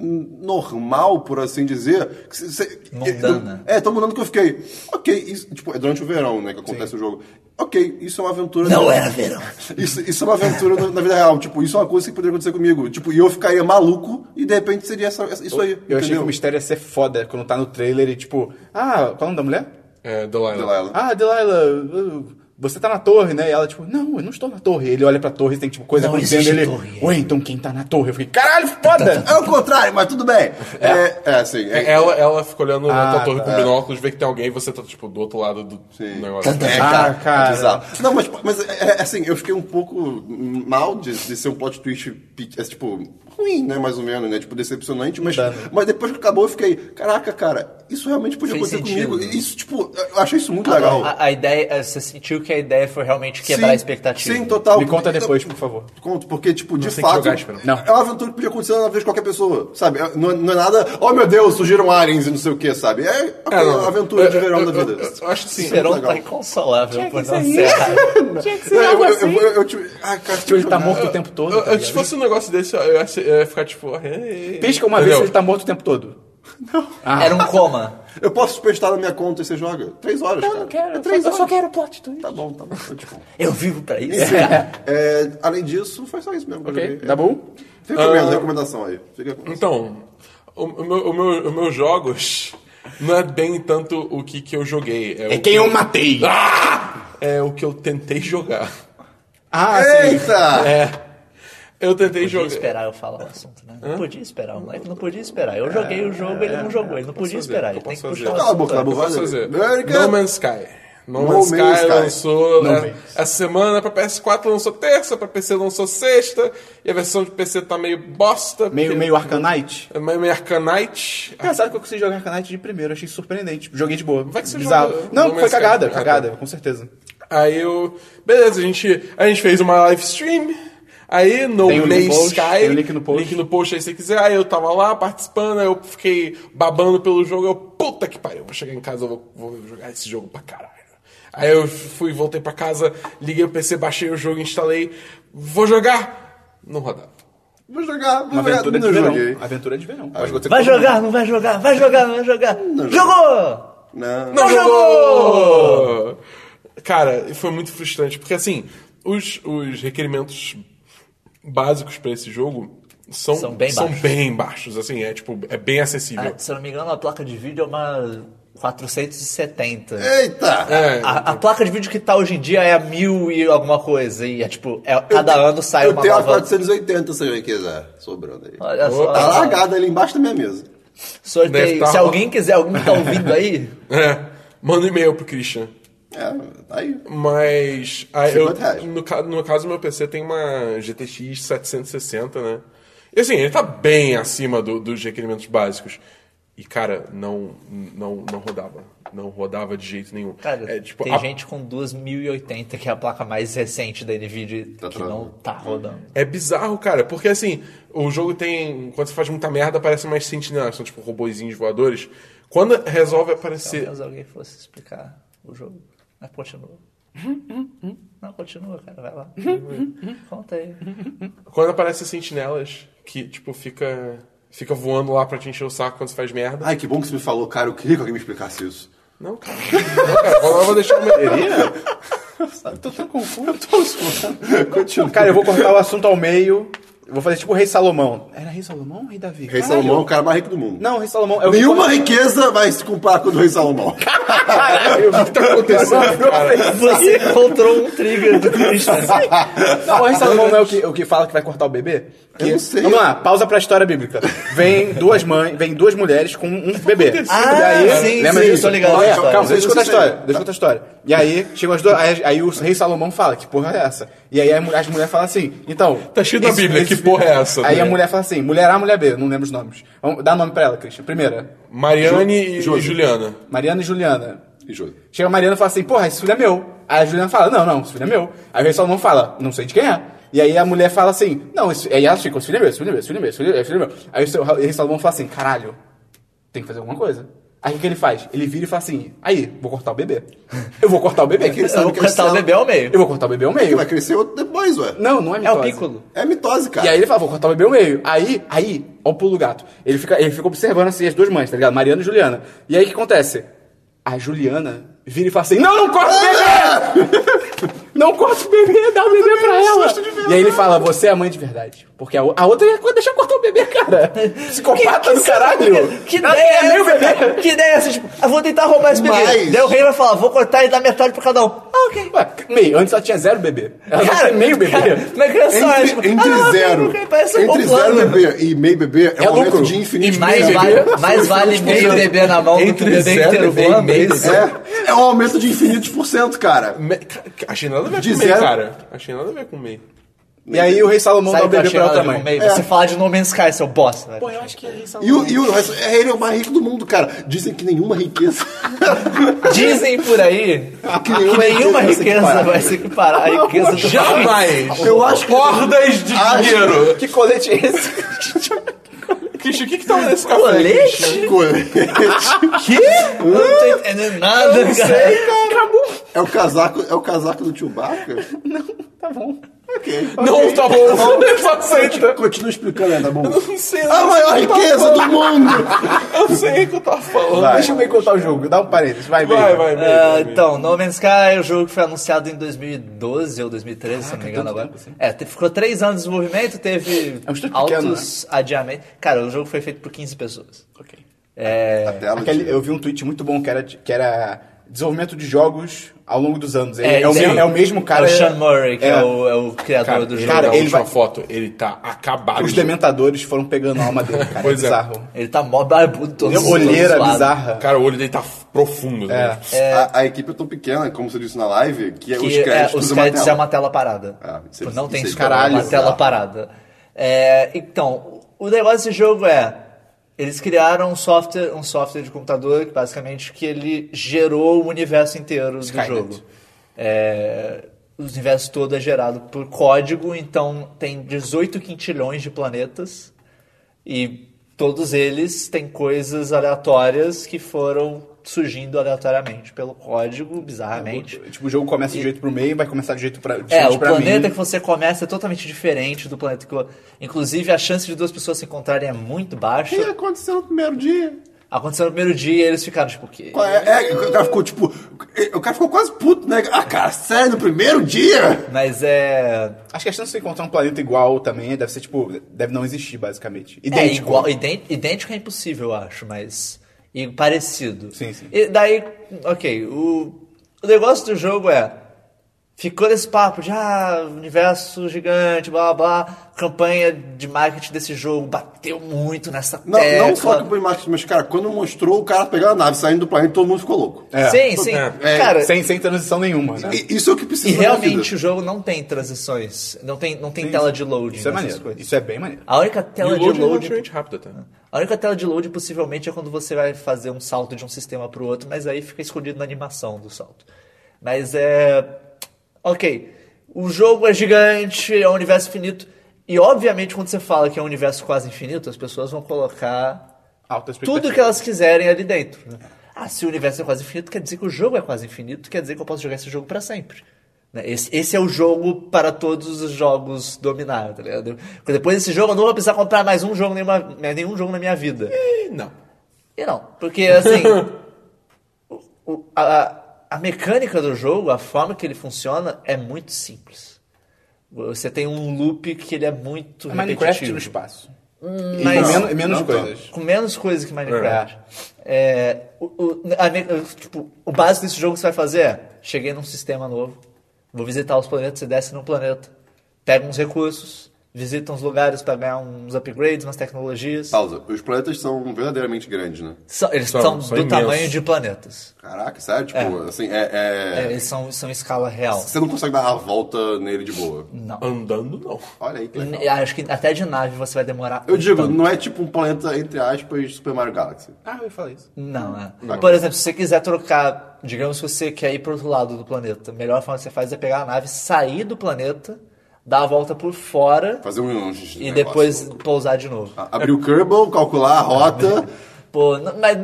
hum, normal, por assim dizer. Que cê- cê- Mundana. É, tão mudando que eu fiquei. Ok, isso, tipo, é durante o verão, né, que acontece o jogo. Ok, isso é uma aventura. Não era verão. Isso, isso é uma aventura na, na vida real. Tipo, isso é uma coisa que poderia acontecer comigo. Tipo, e eu ficaria maluco e de repente seria essa- essa- isso aí. Eu achei que entendeu? o mistério ia ser foda quando tá no trailer e tipo, ah, qual é o nome da mulher? É, Delilah. Delilah. Ah, Delilah, uh, você tá na torre, né? E ela, tipo, não, eu não estou na torre. Ele olha pra torre e tem, tipo, coisa Não acontecendo. existe Ele, é. torre. ué, então quem tá na torre? Eu fiquei, caralho, foda! É o contrário, mas tudo bem. É, é assim. É, É, Ela, ela fica olhando Ah, na tua torre tá. com binóculos, vê que tem alguém e você tá, tipo, do outro lado do Sim. negócio. Ah, É, cara, cara. é bizarro. Não, mas, mas é, é assim, eu fiquei um pouco mal de, de ser um plot twist, pe- é, tipo, ruim, né, mais ou menos, né, tipo, decepcionante, mas, Mudando. mas depois que acabou eu fiquei, caraca, cara, isso realmente podia Fez acontecer sentido, comigo. né? Isso, tipo, eu achei isso muito legal. A, a ideia, eh, você sentiu que a ideia foi realmente quebrar Sim, a expectativa. Sim, total. Me conta Então, depois, por favor. Conto, porque, tipo, de tem que fato, jogar, espera. Não. é uma aventura que podia acontecer na vida de qualquer pessoa, sabe? É- Não, é- não é nada, oh meu Deus, surgiram aliens e não sei o que, sabe? É, ok, não, uma aventura de eu- verão eu- da vida. eu- eu acho que sim. Verão legal. tá inconsolável por ser não ser errado. Tinha que Não, ser algo eu- eu- assim. eu- eu tive- ah, cara, Tipo, ele tá tive- morto o tempo todo. Eu- tá eu- ligado? se fosse um negócio desse, eu ia, ser- eu ia ficar tipo. "Ei". Pisca uma Entendeu? vez se ele tá morto o tempo todo. Era um coma. Eu posso testar na minha conta e você joga? Três horas, Eu cara. não quero, É eu só, três eu horas. só quero plot twist. Tá bom, tá bom. Eu te conto. Eu vivo pra isso. É. Enfim, é, além disso, foi só isso mesmo. que eu Ok, joguei. tá bom? Recomendo, Ah. recomendação aí. Fica com isso. Então, o, o meu, o meu- os meus jogos não é bem tanto o que, que eu joguei. É, o que eu, matei. é o que eu tentei jogar. Ah, sim. Eita! É. Eu tentei Podia jogar. esperar eu falar o assunto, né? Não podia esperar, o moleque não podia esperar. Eu joguei o jogo, ele não jogou, ele não podia fazer, esperar. É, eu Ele tem que posso puxar o fazer. Cala a boca, assunto. tá antes. bom? Eu posso fazer. No Man's Sky. No, é- No Man's Sky, Man's Sky. lançou No né, Man's. essa semana pra PS4 lançou terça, pra PC lançou sexta, e a versão de PC tá meio bosta. Meio, porque- meio Arcanite. É meio, meio Arcanite. Engraçado que eu consegui jogar Arcanite de primeiro, achei surpreendente. Joguei de boa. Vai que você Bizarro. joga- Não, joga foi Sky. cagada, Ah, tá. cagada, com certeza. Aí eu. Beleza, a gente, a gente fez uma live stream. Aí no Tem o link May no post, Sky. tem o link no post. Link no post aí se quiser. Aí eu tava lá participando, aí eu fiquei babando pelo jogo. Eu, puta que pariu, eu vou chegar em casa, eu vou, vou jogar esse jogo pra caralho. Aí eu fui, voltei pra casa, liguei o PC, baixei o jogo, instalei. Vou jogar! Não rodava. Vou jogar, vou Uma jogar. aventura de Não joguei. verão. Aventura de verão. Acho que eu vou ter que Vai jogar, não vai jogar, vai jogar, não vai jogar. Jogou! um- Não. Não jogou! Cara, e foi muito frustrante, porque assim, os, os requerimentos básicos pra esse jogo são, São bem baixos. bem baixos, assim, é tipo, é bem acessível. Ah, se eu não me engano, a placa de vídeo é uma 470. Eita! Ah, É, A, a placa de vídeo que tá hoje em dia é a mil e alguma coisa. E é tipo, é, cada tenho- ano sai eu uma tenho a nova. 480, se alguém quiser, sobrando aí. Olha só. Tá largada ali embaixo da minha mesa. Sorteio. Deve tá Se rolando. alguém quiser, alguém que tá ouvindo aí, é. manda um e-mail pro Christian. É, tá aí. Mas aí 50 reais. eu, no, ca- no caso, meu PC tem uma GTX 760, né? E assim, ele tá bem acima do- dos requerimentos básicos. E, cara, não, não, não rodava. Não rodava de jeito nenhum. cara, é, tipo, tem a- gente com 2080, que é a placa mais recente da NVIDIA, Tá que travando. não tá rodando. É bizarro, cara, porque assim, o jogo tem. Quando você faz muita merda, aparecem mais sentinelas, são tipo robozinhos voadores. Quando resolve aparecer. Talvez alguém fosse explicar o jogo. Mas continua. Não, continua, cara, vai lá. Conta aí. Quando aparecem sentinelas, que, tipo, fica. Fica voando lá pra te encher o saco quando você faz merda. Ai, que bom que você me falou, cara. Eu queria que alguém me explicasse isso. Não, cara. Não, cara. Eu vou deixar o meu. Ah, Tô tão confuso. Continua. Cara, eu vou cortar o assunto ao meio. Eu vou fazer tipo o Rei Salomão. Era Rei Salomão ou Rei Davi? Rei Caralho. Salomão é o cara mais rico do mundo. Não, Rei Salomão. É o Nenhuma riqueza vai se comparar com o do Rei Salomão. Caralho, o que tá acontecendo? cara? Você encontrou um trigger do Christian. Não, o Rei Salomão não é o que, o que fala que vai cortar o bebê? Que- Eu não sei. Vamos lá, pausa pra história bíblica. Vem duas mães, vem duas mulheres com um bebê. Ah, sim, sim, tô ligado Olha, na história. Calma, deixa eu Isso contar a eu sei. história. Deixa eu contar a história. E aí, chegam as duas. Aí, aí o Rei Salomão fala, que porra é essa? E aí as mu- as mulheres falam assim, então. Tá cheio da esse- Bíblia, esse- que porra é essa? Aí a Né? mulher fala assim, mulher A, mulher B, não lembro os nomes. Vamos- Dá nome pra ela, Christian. Primeira, Mariane Ju- e, e Ju- Juliana. Mariana e Juliana. E jogo. Chega a Mariana e fala assim, porra, esse filho é meu. Aí a Juliana fala, não, não, esse filho é meu. Aí o Rei Salomão fala, não sei de quem é. E aí a mulher fala assim, não, isso, aí ela fica, esse filho é meu, esse filho é meu, esse filho é meu, esse filho é meu, esse filho é meu. Aí o seu o Rei Salomão fala assim, caralho, tem que fazer alguma coisa. Aí o que ele faz? Ele vira e fala assim, aí, vou cortar o bebê. Eu vou cortar o bebê. que ele Eu sabe vou que eles cortar o são- bebê ao meio. Eu vou cortar o bebê ao Que meio. vai crescer outro depois, ué. Não, não é É mitose. o Piccolo. É mitose, cara. E aí ele fala, vou cortar o bebê ao meio. Aí, aí, ó o pulo do gato. Ele fica, ele fica observando assim as duas mães, tá ligado? Mariana e Juliana. E aí o que acontece? A Juliana vira e fala assim, não, não corta o bebê! não corta o bebê, dá o bebê pra ela. susto de verdade. E aí ele fala, você é a mãe de verdade. Porque a, o- a outra ia deixar cortar o bebê, cara. Psicopata do caralho. Que Ela ideia é quer meu essa? bebê. cara? Que ideia é essa? Tipo, eu vou tentar roubar esse bebê. Mas- Daí o rei vai falar, vou cortar e dar metade pra cada um. Ah, ok. Ué, meio, antes ela tinha zero bebê. Ela cara, tinha meio bebê. cara, Mas criança só é, tipo, Entre, entre ah, zero, ok, Parece um entre bom plano. zero bebê e meio bebê é, É um momento lucro. de E infinito. meio Mais prazer. vale, mais vale meio bebê na mão do que Entre o bebê zero inteiro bebê e voando. meio isso. bebê. É, é um aumento de infinitos por cento, cara. Me- ca- ca- Achei nada a ver De com o meio, zero. cara. Achei nada a ver com o meio. E aí o rei Salomão dá Sabe o o que eu bebê achei pra outra nada mãe. meio? Você fala de No Man's Sky, seu boss. velho. eu acho que é o rei Salomão. E o, e o resto- é, ele é o mais rico do mundo, cara. Dizem que nenhuma riqueza. Dizem por aí que que nenhuma riqueza vai se equiparar à riqueza do Jamais! Eu acho que- Hordas de Acho- dinheiro! Que colete é esse? Christian, o que que tá nesse café? Colete? Que? Eu não tô entendendo nada, cara. cara. Acabou. É o casaco, é o casaco do Chewbacca? Tá bom. Ok. Não, tá bom. Eu só aceita. Continua explicando, né, tá bom? Eu não sei. A maior riqueza do mundo! Eu não sei o que eu tava falando. Vai. Deixa eu meio contar o jogo. Dá um parênteses. Vai, Vai, meio. vai, meio, Ah, vai, meio. então, No Man's Sky é o jogo que foi anunciado em 2012 ou 2013, se não me engano agora. É, te- ficou três anos de desenvolvimento, teve É um estúdio altos pequeno, adiamentos. Cara, o jogo foi feito por 15 pessoas. Ok. É, A tela Aquele- de- eu vi um tweet muito bom que era, de- que era desenvolvimento de jogos ao longo dos anos. Ele- É, É, o, sim. mesmo, é o mesmo cara. é o Sean Murray, que é, é. o, é o criador Cara, do jogo. cara, na ele última vai- foto, ele tá acabado. Os dementadores foram pegando a alma dele, cara. É Pois é. bizarro. Ele tá mó barbudo, todo todo Olheira zoado. bizarra. Cara, o olho dele tá profundo. né? A, a equipe é tão pequena, como você disse na live, que, Que os é, créditos, os é créditos é tela. uma tela parada. Ah, isso é- Tipo, não isso tem é escolha, é uma caralho, tela tá. parada. É, então, o negócio desse jogo é... Eles criaram um software, um software de computador, que basicamente, que ele gerou o universo inteiro Skynet. do jogo. É, o universo todo é gerado por código, então tem 18 quintilhões de planetas. E todos eles têm coisas aleatórias que foram surgindo aleatoriamente pelo código, bizarramente. Tipo, o jogo começa de jeito pro meio, vai começar de jeito pra, de É, frente o pra planeta mim. que você começa é totalmente diferente do planeta que. eu- Inclusive, a chance de duas pessoas se encontrarem é muito O que baixa. aconteceu no primeiro dia? Aconteceu no primeiro dia e eles ficaram tipo, que. Qual É, é, o cara ficou tipo. O cara ficou quase puto, né? Ah, cara, sério, no primeiro dia? Mas é. Acho que a chance de você encontrar um planeta igual também deve ser, tipo, deve não existir, basicamente. É Idêntico. igual. idên- Idêntico é impossível, eu acho, mas. E parecido. Sim, sim. E daí, ok, o, o negócio do jogo é. Ficou nesse papo de, ah, universo gigante, blá blá, blá, campanha de marketing desse jogo bateu muito nessa Não, tecla. não só que foi marketing, mas, cara, quando mostrou o cara pegando a nave saindo do planeta, todo mundo ficou louco. É. Sim, sim. É, Cara, Sem, sem transição nenhuma, né? E- isso é o que precisa E na minha realmente né? vida. o jogo não tem transições, não tem, não tem Sim, tela sim. de loading. Isso é nessas maneiro. coisas. Isso é bem maneiro. A única E tela o um de né? load é loading, relativamente rápido até. a única tela de loading possivelmente é quando você vai fazer um salto de um sistema pro outro, mas aí fica escondido na animação do salto. Mas é OK. O jogo é gigante, é um universo infinito e obviamente quando você fala que é um universo quase infinito, as pessoas vão colocar Alta expectativa. tudo que elas quiserem ali dentro. né? Ah, se o universo é quase infinito, quer dizer que o jogo é quase infinito, quer dizer que eu posso jogar esse jogo pra sempre. né? Esse, esse é o jogo para todos os jogos dominar, tá ligado? Porque Depois desse jogo eu não vou precisar comprar mais um jogo, nenhuma, né, nenhum jogo na minha vida. Ih, Não. E não, porque assim. o- o- a, a mecânica do jogo, a forma que ele funciona, é muito simples. Você tem um loop que ele é muito É Minecraft repetitivo. no espaço. E Hum, mas- com menos, e menos não tanto. coisas. Com menos coisa que Minecraft. É, o, o, a me- o- tipo, o básico desse jogo que você vai fazer é: cheguei num sistema novo, vou visitar os planetas, você desce num planeta, pega uns recursos, visita uns lugares para ganhar uns upgrades, umas tecnologias. Pausa. Os planetas são verdadeiramente grandes, né? São- eles São- são, são do imensos. tamanho de planetas. Caraca, sério? Tipo, assim, é, É, é- eles são, são em escala real. Você não consegue dar a volta nele de boa. Não. Andando, não. Olha aí que legal. N- Acho que até de nave você vai demorar. Eu um digo, tanto. não é tipo um planeta, entre aspas, Super Mario Galaxy. Ah, eu ia falar isso. Não, é. Não. Por exemplo, se você quiser trocar, digamos que você quer ir pro outro lado do planeta, a melhor forma que você faz é pegar a nave, sair do planeta, dar a volta por fora Fazer um. um e depois pousar de novo. Abrir o Kerbal, calcular a rota. Pô, não- mas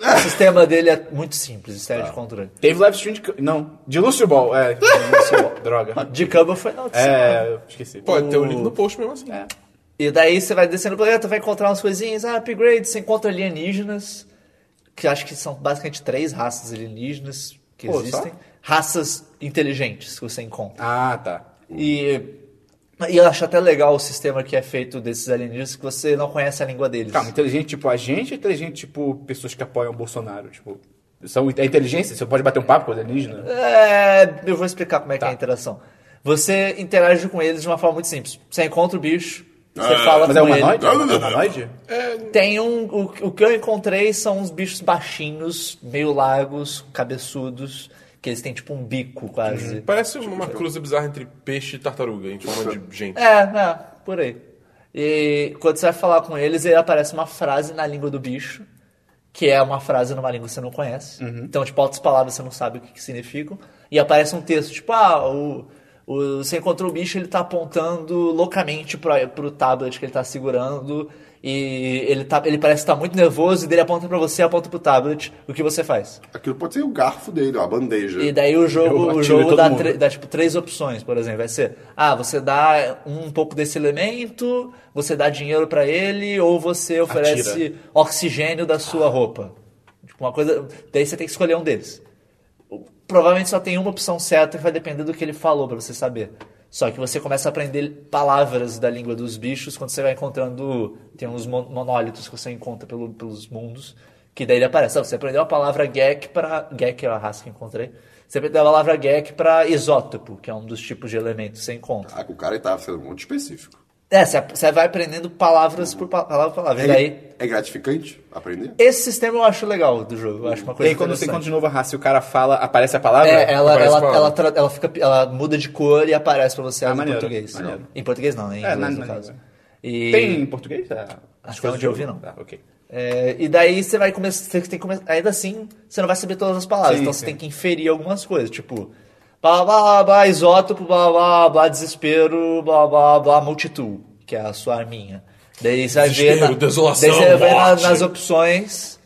o sistema dele é muito simples, o sistema Tá. de controle. Teve live stream de. cu- Não, de Lúcio Ball. É, de Lúcio Ball. Droga. De câmbio foi não. de cima. É, esqueci. É. Pode ter o link no post mesmo assim. E daí você vai descendo o planeta, vai encontrar umas coisinhas, ah, upgrade, você encontra alienígenas, que acho que são basicamente três raças alienígenas que Pô, existem. Raças inteligentes que você encontra. Ah, tá. E, e eu acho até legal o sistema que é feito desses alienígenas, que você não conhece a língua deles. Calma, inteligente tipo a gente ou inteligente tipo pessoas que apoiam o Bolsonaro? Tipo, são, é inteligência? Você pode bater um papo com os alienígenas? É, eu vou explicar como é Tá. que é a interação. Você interage com eles de uma forma muito simples. Você encontra o bicho, você fala Mas com é ele. humanoide? É humanoide? Tem um. O, o que eu encontrei são uns bichos baixinhos, meio largos, cabeçudos, que eles têm tipo um bico quase. Uhum. Parece uma cruza bizarra entre peixe e tartaruga, em forma de gente. É, é, por aí. E quando você vai falar com eles, aí aparece uma frase na língua do bicho, que é uma frase numa língua que você não conhece. Então, tipo, outras palavras você não sabe o que, que significam. E aparece um texto, tipo, ah, o, o- você encontrou o bicho, ele tá apontando loucamente pra, pro tablet que ele tá segurando. E ele, tá, ele parece estar muito nervoso, e dele aponta pra você, aponta pro tablet. O que você faz? Aquilo pode ser o garfo dele, ó, a bandeja. E daí o jogo, Eu o atiro em jogo todo dá, mundo. tre- dá, tipo três opções, por exemplo. Vai ser, ah, você dá um pouco desse elemento, você dá dinheiro pra ele, ou você oferece oxigênio da sua roupa. Tipo, uma coisa. Daí você tem que escolher um deles. O- Provavelmente só tem uma opção certa que vai depender do que ele falou pra você saber. Só que você começa a aprender palavras da língua dos bichos quando você vai encontrando. Tem uns mon- monólitos que você encontra pelo- pelos mundos. Que daí ele aparece. Ah, você aprendeu a palavra geck pra. Geck é a raça que eu encontrei. Você aprendeu a palavra geck pra isótopo, que é um dos tipos de elementos que você encontra. Ah, o cara tava sendo muito específico. É, você, você vai aprendendo palavras por pa- palavra por palavra. E daí. É gratificante aprender? Esse sistema eu acho legal do jogo. Eu acho uma E coisa aí, quando você interessante. encontra de novo a raça e o cara fala, aparece a palavra? É, ela, Aparece ela, pra- ela, tra- ela fica, ela muda de cor e aparece pra você Ah, ela em maneiro, português. maneiro. Em português não, né? em É, inglês na- no na caso. língua. E, Tem em português? É, Acho As que coisas onde eu vi, não. Tá, ok. é, e daí você vai começar, você tem que começar, ainda assim, você não vai saber todas as palavras, Sim, então você sim. tem que inferir algumas coisas, tipo, blá blá blá, blá isótopo, blá blá blá, desespero, blá blá blá, multitud, que é a sua arminha. Daí você vai ver, Desespero, na- desolação, daí você vai ver na- morte. nas opções,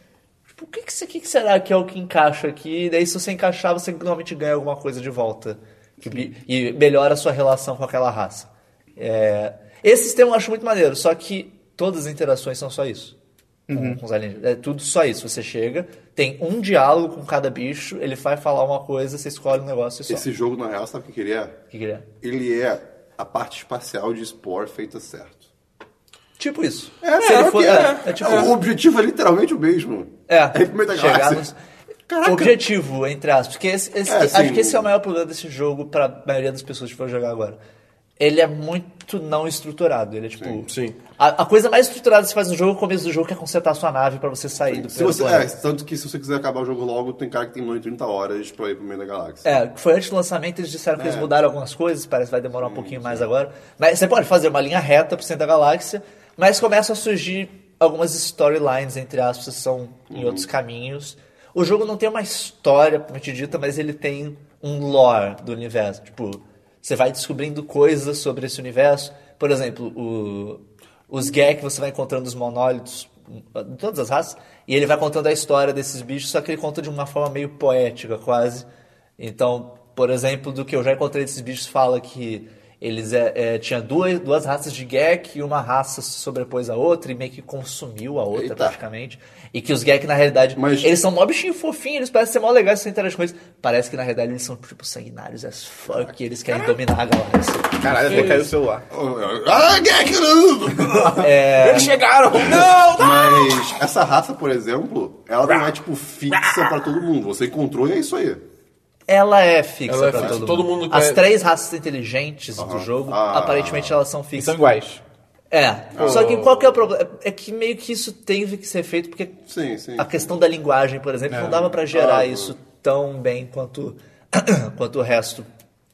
tipo, o que, que, se- que que será que é o que encaixa aqui? Daí se você encaixar, você normalmente ganha alguma coisa de volta. Que bi- E melhora a sua relação com aquela raça. É, Esse sistema eu acho muito maneiro, só que todas as interações são só isso. Com, Uhum. com os alienígenas. É tudo só isso. Você chega, tem um diálogo com cada bicho, ele vai falar uma coisa, você escolhe um negócio e só. Esse jogo, na real, sabe o que que ele é? O que que ele é? Ele é a parte espacial de Spore feita certo. Tipo isso. É, Se ele claro for- que é, é tipo O objetivo é literalmente o mesmo. É, É ir pro meio da chegar galáxia. nos... Caraca. Objetivo, entre aspas. Porque esse, esse- É, acho sim. que esse é o maior problema desse jogo pra maioria das pessoas que for jogar agora. Ele é muito não estruturado. Ele é tipo. Sim. A, a coisa mais estruturada que você faz no jogo, é o começo do jogo, que é consertar a sua nave pra você sair do Se primeiro você, é, planeta. tanto que se você quiser acabar o jogo logo, tem cara que tem menos de 30 horas pra ir pro meio da galáxia. É, foi antes do lançamento, eles disseram que eles mudaram algumas coisas, parece que vai demorar um pouquinho mais agora. Mas você pode fazer uma linha reta pro centro da galáxia, mas começam a surgir algumas storylines, entre aspas, que são em outros caminhos. O jogo não tem uma história propriamente dita, mas ele tem um lore do universo. Tipo, você vai descobrindo coisas sobre esse universo. Por exemplo, o, os Gek, você vai encontrando os monólitos de todas as raças, e ele vai contando a história desses bichos, só que ele conta de uma forma meio poética, quase. Então, por exemplo, do que eu já encontrei desses bichos fala que eles é, é, tinha duas, duas raças de Gek e uma raça se sobrepôs à outra e meio que consumiu a outra Eita. praticamente. E que os Gek, na realidade, Mas- eles são mó bichinho fofinho, eles parecem ser mó legais, você interage com eles. Parece que na realidade eles são tipo sanguinários as fuck, e eles querem dominar a galáxia. Caralho, até caiu o celular. Ah, Gekko! Eles chegaram! Não! tá- Mas essa raça, por exemplo, ela não é tipo fixa pra todo mundo. Você encontrou e é isso aí. Ela é fixa Ela é pra fixa. todo, Todo mundo. mundo As quer- três raças inteligentes do Aham. jogo, Ah. aparentemente elas são E fixas. são iguais. É, só que qual que é o problema? É que meio que isso teve que ser feito porque Sim, sim. a questão da linguagem, por exemplo, É. não dava pra gerar Ah, isso tão bem quanto, quanto o resto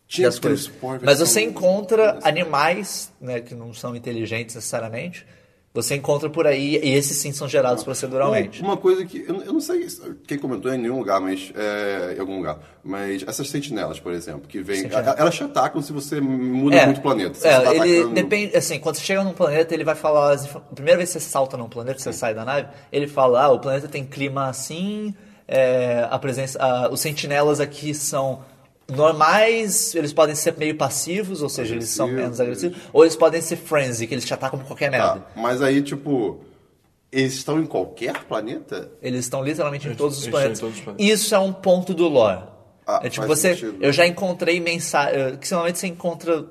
Tinha das que ter coisas. spoiler, Mas então, você não- encontra animais, né, que não são inteligentes necessariamente, Você encontra por aí, e esses sim são gerados proceduralmente. Uma, uma coisa que. Eu, eu não sei se- quem comentou em nenhum lugar, mas. É, em algum lugar. Mas essas sentinelas, por exemplo, que vêm. Sentinela. Elas te atacam se você muda muito o planeta. Se é, você tá ele atacando- depende, assim, quando você chega num planeta, ele vai falar. as inf- A primeira vez que você salta num planeta, você sai da nave, ele fala: ah, o planeta tem clima assim, é, a presença. ah, os sentinelas aqui são normais, eles podem ser meio passivos, ou seja, eles são menos agressivos, ou eles podem ser frenzy, que eles te atacam por qualquer merda. Tá, mas aí, tipo. Eles estão em qualquer planeta? Eles estão literalmente em todos os eles estão em planetas. todos os planetas. Isso é um ponto do lore. Ah, é tipo, faz você. sentido. Eu já encontrei mensagem. Que normalmente você encontra.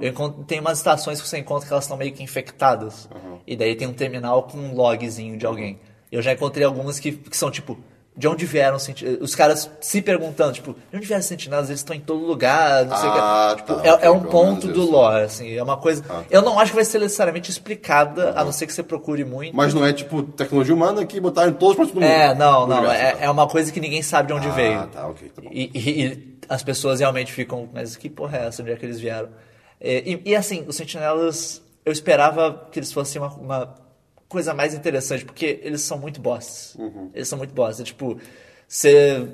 eu encont- tem umas estações que você encontra que elas estão meio que infectadas. E daí tem um terminal com um logzinho de alguém. Eu já encontrei algumas que, que são tipo. De onde vieram os senti- Os caras se perguntando, tipo, de onde vieram os sentinelas? Eles estão em todo lugar, não sei o que. Ah, Tipo, tá, é- é, ok, um pelo ponto menos do isso. lore, assim. É uma coisa. Ah, tá. Eu não acho que vai ser necessariamente explicada, a não ser que você procure muito. Mas não é, tipo, tecnologia humana que botaram em todos os planetas do mundo. É, não, Do não. universo, É, tá. é uma coisa que ninguém sabe de onde Ah, veio. tá, ok, tá bom. E, e- e as pessoas realmente ficam, mas que porra é essa? Onde é que eles vieram? E, e- e, assim, os sentinelas, eu esperava que eles fossem uma, uma coisa mais interessante, porque eles são muito bosses. Uhum. Eles são muito bosses. É Tipo, você.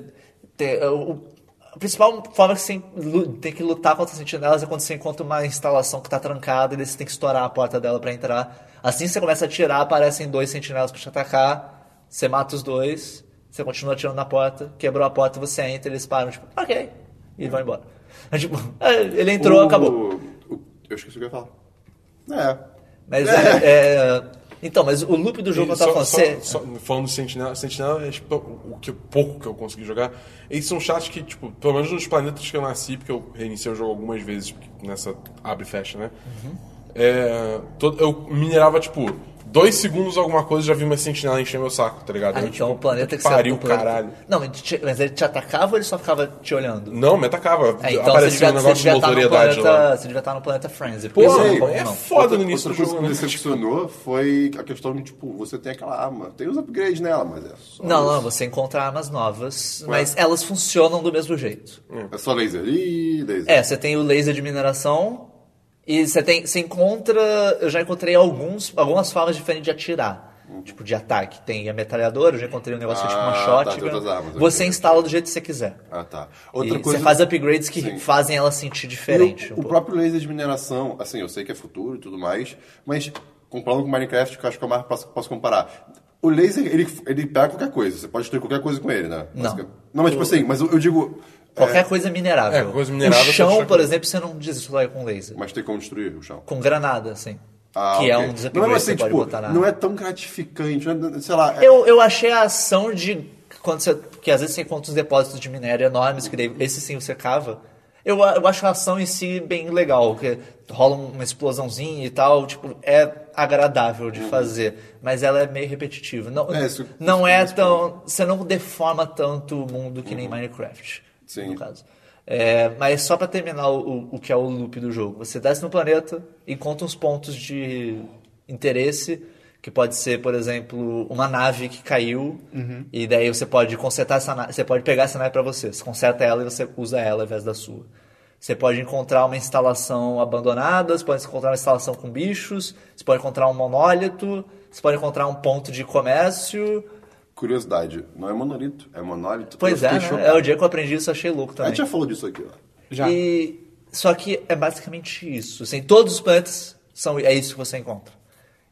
tem- é, o- o- a principal forma que você lu- tem que lutar contra as sentinelas é quando você encontra uma instalação que tá trancada e daí você tem que estourar a porta dela pra entrar. Assim que você começa a atirar, aparecem dois sentinelas pra te atacar. Você mata os dois, você continua atirando na porta, quebrou a porta, você entra, eles param, tipo, ok, e vão embora. É, tipo, é, ele entrou, O- acabou. o- Eu esqueci o que eu ia falar. É. Mas é, é, Então, mas o loop do jogo que eu tava Só- falando, só- você- só- falando de Sentinela, Sentinela é tipo, o que pouco que eu consegui jogar. Eles são chats que, tipo, pelo menos nos planetas que eu nasci, porque eu reiniciei o jogo algumas vezes nessa abre e fecha, né? Uhum. É, todo- eu minerava, tipo, dois segundos alguma coisa já vi uma sentinela encher meu saco, tá ligado? Ah, Eu, então tipo, o planeta que pariu, você o planeta- caralho. Não, mas, te- mas ele te atacava ou ele só ficava te olhando? Não, me atacava. É, então você Aparecia devia, um negócio de você devia estar no notoriedade lá. planeta. Você devia estar no planeta Frenzy. porque Porra, você Sim. não, é não. foda no outra, início do outra coisa jogo, que me né? decepcionou foi a questão de, tipo, você tem aquela arma, tem os upgrades nela, mas é só. Não, não, isso. você encontra armas novas, mas elas funcionam do mesmo jeito. É só laser e laser. É, você tem o laser de mineração e você tem, você encontra, eu já encontrei alguns, algumas formas diferentes de atirar, Hum. tipo de ataque. Tem a metralhadora, eu já encontrei um negócio que é tipo uma Ah, tá, tem shotgun. outras armas, você ok. instala do jeito que você quiser. Ah, tá. E Outra coisa. Você faz upgrades que Sim. fazem ela sentir E o- diferente. um o, pouco. próprio laser de mineração, assim, eu sei que é futuro e tudo mais, mas comparando com Minecraft, que eu acho que eu mais posso, posso comparar. O laser, ele, ele pega qualquer coisa, você pode ter qualquer coisa com ele, né? Não. Basicamente. Não, mas tipo assim, mas eu, eu digo. Qualquer coisa minerável. É, coisa minerável, O você chão, destrói por com- exemplo, você não destrói com laser. Mas tem como destruir o chão. Com granada, assim. Ah, que é ok. um dos não, upgrades mas, que você assim, pode tipo, botar na não é tão gratificante, não é- sei lá. é- Eu, eu achei a ação de. Quando você, porque às vezes você encontra uns depósitos de minério enormes, que daí esse sim você cava. Eu, a- eu acho a ação em si bem legal, porque rola um, uma explosãozinha e tal, tipo, é agradável de fazer, mas ela é meio repetitiva. Não Uhum. É, é, isso- não isso é mesmo. tão. Você não deforma tanto o mundo que nem Minecraft, Sim. no caso. É, mas só pra terminar o, o que é o loop do jogo. Você desce no planeta, encontra uns pontos de interesse, que pode ser, por exemplo, uma nave que caiu, e daí você pode consertar essa nave, você pode pegar essa nave pra você. Você conserta ela e você usa ela ao invés da sua. Você pode encontrar uma instalação abandonada, você pode encontrar uma instalação com bichos, você pode encontrar um monólito, você pode encontrar um ponto de comércio. Curiosidade, não é monolito, é monólito. Pois Eu é, fiquei né? chocado. É o dia que eu aprendi isso, eu achei louco A também. gente já falou disso aqui, ó. Já. E, só que é basicamente isso. Assim, todos os planetas são é isso que você encontra.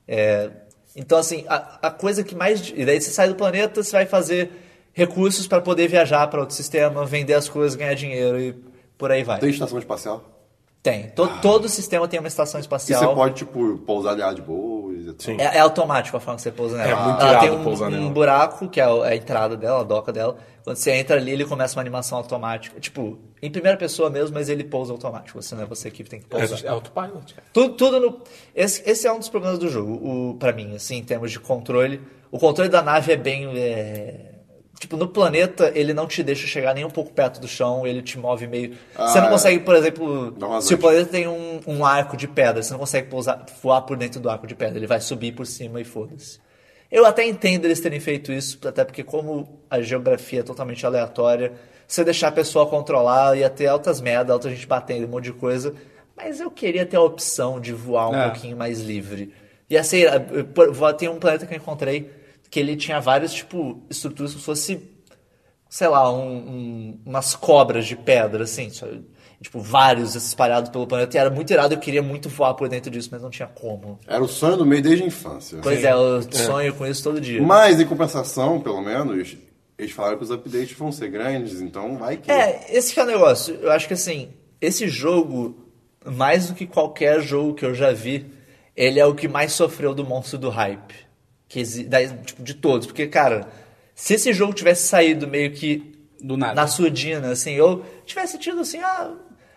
É, então, assim, a, a coisa que mais. E daí você sai do planeta, você vai fazer recursos para poder viajar para outro sistema, vender as coisas, ganhar dinheiro e por aí vai. Tem estação espacial. Tem. To- Todo sistema tem uma estação Ah. E você espacial. pode, tipo, pousar aliás de boas e tal. Sim. É, é automático a forma que você pousa nela. É muito ela irado tem um, pousar um nela. buraco, que é a a entrada dela, a doca dela. Quando você entra ali, ele começa uma animação automática. Tipo, em primeira pessoa mesmo, mas ele pousa automático. Você não é você que tem que pousar. É autopilot, cara. Tudo, tudo no. Esse, esse é um dos problemas do jogo, o, pra mim, assim, em termos de controle. O controle da nave é bem. é, Tipo, no planeta, ele não te deixa chegar nem um pouco perto do chão, ele te move meio. Ah, você não é. consegue, por exemplo. Dá uma Se o noite. planeta tem um, um arco de pedra, você não consegue pousar, voar por dentro do arco de pedra, ele vai subir por cima e foda-se. Eu até entendo eles terem feito isso, até porque, como a geografia é totalmente aleatória, você deixar a pessoa controlar ia ter altas merdas, alta gente batendo, um monte de coisa. Mas eu queria ter a opção de voar um É. pouquinho mais livre. E assim, a- por- vou- tem um planeta que eu encontrei que ele tinha várias, tipo, estruturas como se fosse, sei lá, um- um- umas cobras de pedra, assim, sabe? Tipo, vários espalhados pelo planeta. E era muito irado, eu queria muito voar por dentro disso, mas não tinha como. Era o sonho do meio desde a infância. Pois é, eu sonho com isso todo dia. Mas, em compensação, pelo menos, eles falaram que os updates vão ser grandes, então vai que... É, esse que é o negócio. Eu acho que assim, esse jogo, mais do que qualquer jogo que eu já vi, ele é o que mais sofreu do monstro do hype. Que exi- da- tipo, de todos. Porque, cara, se esse jogo tivesse saído meio que Do nada. na surdina, assim, ou tivesse tido assim, ah.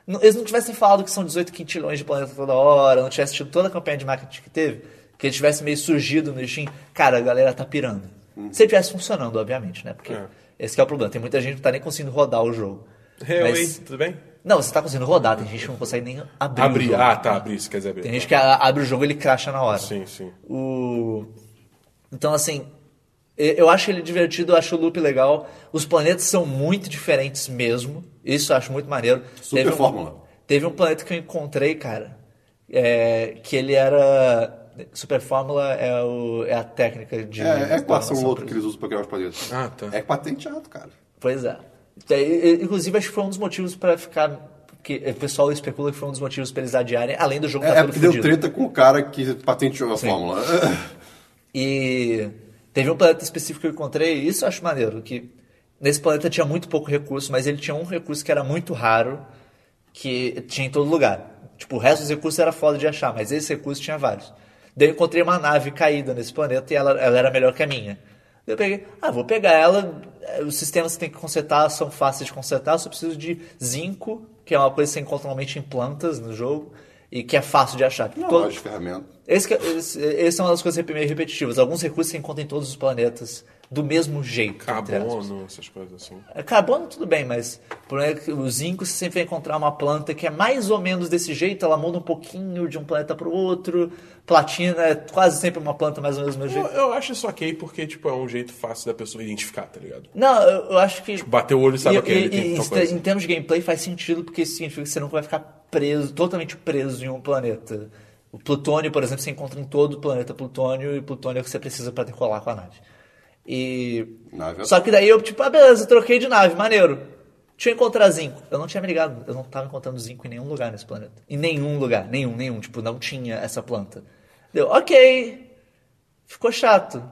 não- eles não tivessem falado que são 18 quintilhões de planeta toda hora, não tivesse tido toda a campanha de marketing que teve, que ele tivesse meio surgido no Steam, cara, a galera tá pirando. Se ele tivesse funcionando, obviamente, né? Porque Uhum. É. esse que é o problema. Tem muita gente que não tá nem conseguindo rodar o jogo. Hey, Mas- oi, tudo bem? Não, você tá conseguindo rodar, tem gente que não consegue nem abrir. o Abrir. um jogo. Ah, tá, abrir, isso quer dizer abrir. Tem gente que a- abre o jogo e ele cracha na hora. Sim, sim. O... Então, assim, e- eu acho ele divertido, eu acho o loop legal. Os planetas são muito diferentes mesmo. Isso eu acho muito maneiro. Super Teve um- fórmula. Teve um planeta que eu encontrei, cara, é, que ele era... Super Fórmula é, o- é a técnica de... É, é equação programação louca que eles usam pra criar os planetas. Ah, tá. É patenteado, cara. Pois é. E aí, e- Inclusive, acho que foi um dos motivos pra ficar. Que o pessoal especula que foi um dos motivos pra eles adiarem, além do jogo É, tá é todo porque deu fudido. treta com o cara que patenteou a fórmula. E teve um planeta específico que eu encontrei, e isso eu acho maneiro, que nesse planeta tinha muito pouco recurso, mas ele tinha um recurso que era muito raro, que tinha em todo lugar. Tipo, o resto dos recursos era foda de achar, mas esse recurso tinha vários. Daí eu encontrei uma nave caída nesse planeta e ela, ela era melhor que a minha. Daí Eu peguei, ah, vou pegar ela, eh, os sistemas que tem que consertar são fáceis de consertar, eu só preciso de zinco, que é uma coisa que você encontra normalmente em plantas no jogo, e que é fácil de achar. Porque todo- Todo... de ferramenta. esse, que- esse, esse é uma das coisas meio repetitivas. Alguns recursos você encontra em todos os planetas do mesmo jeito. entre aspas. Carbono, essas coisas assim. É, Carbono, tudo bem, mas o problema é que o zinco você sempre vai encontrar uma planta que é mais ou menos desse jeito, ela muda um pouquinho de um planeta para o outro. Platina é quase sempre uma planta mais ou menos do mesmo Eu, jeito. eu acho isso ok porque, tipo, é um jeito fácil da pessoa identificar, tá ligado? Não, eu, eu acho que. Bater o olho e sabe e, ok, ele e- tem e tal isso coisa. Em termos de gameplay faz sentido, porque isso significa que você não vai ficar preso, totalmente preso em um planeta. O plutônio, por exemplo, você encontra em todo o planeta plutônio, e plutônio é o que você precisa pra decolar com a nave. E. Nave é- Só que daí eu, tipo, ah, beleza, troquei de nave, maneiro. Deixa eu encontrar zinco. Eu não tinha me ligado, eu não tava encontrando zinco em nenhum lugar nesse planeta. Em nenhum lugar, nenhum, nenhum. Tipo, não tinha essa planta. Deu, ok, Ficou chato.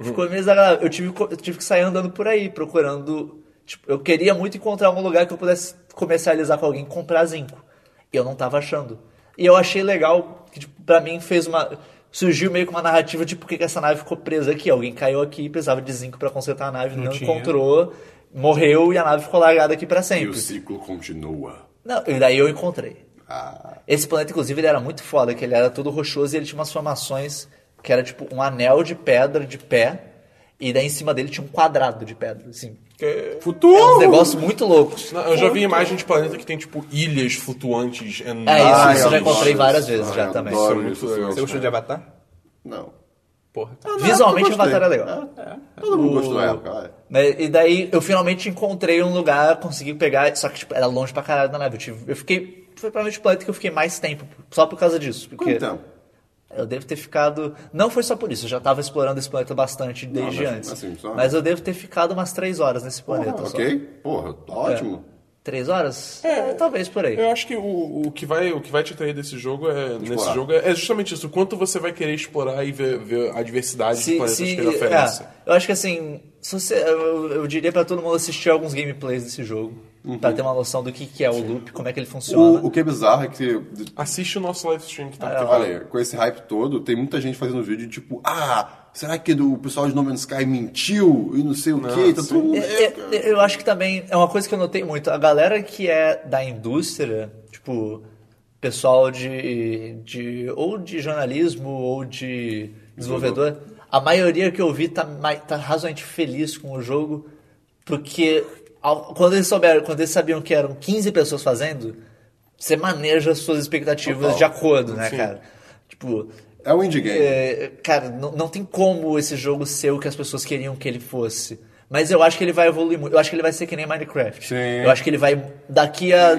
Ficou meio desagradável. Eu tive, co- eu tive que sair andando por aí, procurando. Tipo, eu queria muito encontrar um lugar que eu pudesse comercializar com alguém e comprar zinco. E eu não tava achando. E eu achei legal, que tipo, pra mim fez uma. Surgiu meio que uma narrativa de por que que essa nave ficou presa aqui. Alguém caiu aqui e precisava de zinco pra consertar a nave, não, tinha. encontrou, morreu e a nave ficou largada aqui pra E o sempre. ciclo continua. Não, e daí eu encontrei. Ah, Esse planeta, inclusive, ele era muito foda, que ele era todo rochoso e ele tinha umas formações que era tipo um anel de pedra de pé, e daí em cima dele tinha um quadrado de pedra, assim. Porque- É um negócio muito louco. Não, eu já vi imagem de planeta que tem, tipo, ilhas flutuantes enormes. É isso, isso eu já adoro encontrei várias vezes Ah, já eu também. adoro Isso é isso, muito legal. isso Você é gostou de Avatar? Não. Porra. tá. Visualmente, eu gostei. Avatar é legal. É, Todo mundo gostou da época, vai. Né, E daí eu finalmente encontrei um lugar, consegui pegar, só que tipo, era longe pra caralho da nave. Eu, tive- eu fiquei. Foi provavelmente o planeta que eu fiquei mais tempo, só por causa disso. Porque Quanto tempo? Eu devo ter ficado. Não foi só por isso, eu já tava explorando esse planeta bastante desde mas, antes. assim, só- Mas eu devo ter ficado umas três horas nesse planeta. Porra, só. É. ok. Porra, tá ótimo. Três horas? É, talvez por aí. Eu acho que o, o, que vai, o que vai te atrair desse jogo é, nesse Explorar. jogo é, é justamente isso. O quanto você vai querer explorar e ver, ver a diversidade de Se, planetas se, que ele oferece. é, eu acho que assim, se você- eu, eu diria pra todo mundo assistir alguns gameplays desse jogo, pra Uhum. ter uma noção do que, que é o loop, como é que ele funciona. Ah, O, o que é bizarro é que, Assiste o nosso live stream que tá É, aqui. olha, aí, com esse hype todo, tem muita gente fazendo vídeo tipo, ah, será que do, o pessoal de No Man's Sky mentiu e não sei o quê? Tá todo mundo... É, é, é, eu acho que também é uma coisa que eu notei muito. A galera que é da indústria, tipo, pessoal de, de ou de jornalismo ou de desenvolvedor, a maioria que eu vi tá, mai- tá razoavelmente feliz com o jogo, porque ao- quando eles souberam, quando eles sabiam que eram 15 pessoas fazendo, você maneja as suas expectativas Total. de acordo, né, Sim. cara? Tipo, É um indie game. é, cara, não, não tem como esse jogo ser o que as pessoas queriam que ele fosse. Mas eu acho que ele vai evoluir muito. Eu acho que ele vai ser que nem Minecraft. Sim. Eu acho que ele vai. Daqui a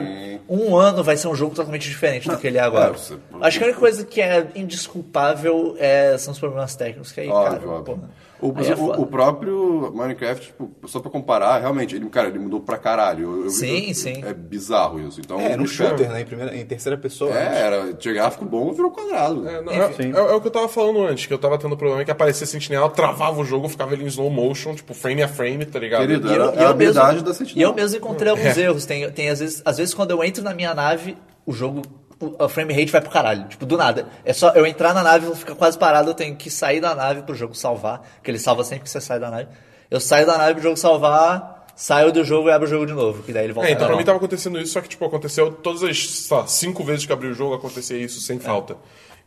um ano vai ser um jogo totalmente diferente do que ele é agora. é, você- Acho que a única coisa que é indesculpável é- são os problemas técnicos, que aí, Óbvio, cara, óbvio. porra. O, aí é o- foda. o próprio Minecraft, tipo, só pra comparar, realmente, ele, cara, ele mudou pra caralho. Eu- eu- Sim, eu- sim. É bizarro isso. Então, É, era um espero- shooter, né? Em, primeira, em terceira pessoa. É, né? era, tinha gráfico bom, virou quadrado. É, não, é- Enfim. é- é o que eu tava falando antes, que eu tava tendo problema é que aparecia sentinela, travava o jogo, ficava ele em slow motion, tipo frame a frame, tá ligado? Querido, E era eu- era e eu a habilidade mesmo- da E sentinela. eu mesmo encontrei É. alguns erros. Tem, tem às, vezes, às vezes, quando eu entro na minha nave, o jogo. o- A frame rate vai pro caralho, tipo, do nada. É só eu entrar na nave, ela fica quase parado, eu tenho que sair da nave pro jogo salvar. Porque ele salva sempre que você sai da nave. Eu saio da nave pro jogo salvar, saio do jogo e abro o jogo de novo. Que daí ele volta É, então ao pra mim normal. tava acontecendo isso, só que tipo, aconteceu todas as, sei lá, cinco vezes que abri o jogo, acontecia isso sem falta.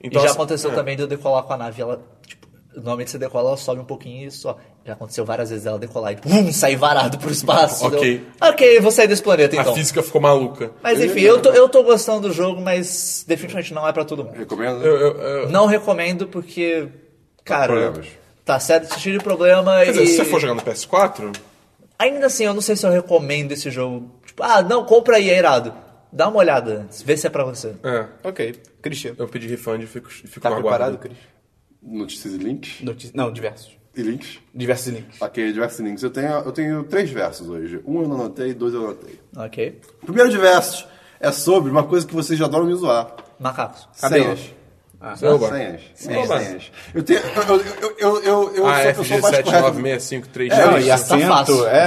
Então, E já assim, aconteceu é. também de eu decolar com a nave, ela, tipo, normalmente você decola, ela sobe um pouquinho e só. Já aconteceu várias vezes ela decolar e pum, sair varado pro espaço. Ok. Eu, ok, vou sair desse planeta A então. física ficou maluca. Mas enfim, eu tô, eu tô gostando do jogo, mas definitivamente não é pra todo mundo. Recomendo? Eu- eu- eu- Não recomendo porque, cara, Problemas. tá certo, cheio de problema quer e... dizer, se você for jogar no PS4, Ainda assim, eu não sei se eu recomendo esse jogo. Tipo, ah, não, compra aí, é irado. Dá uma olhada antes, vê se é pra você. é, Ok. Cristian, eu pedi refund e fico, fico tá na preparado, guarda. Cris? Notícias e links? Notícia- Não, diversos. E links? Diversos links. Ok, é diversos links. Eu tenho, eu tenho três versos hoje. Um eu não anotei, dois eu anotei. Ok? Primeiro de versos é sobre uma coisa que vocês já adoram me zoar. Macacos. Cabelo. Senhas. Ah. Oba. Senhas. Oba. Senhas. Eu tenho... Eu, eu, eu, eu, eu, Ah, eu sou, eu sou mais correto. Não, e FG796533. isso tá acento, fácil. é.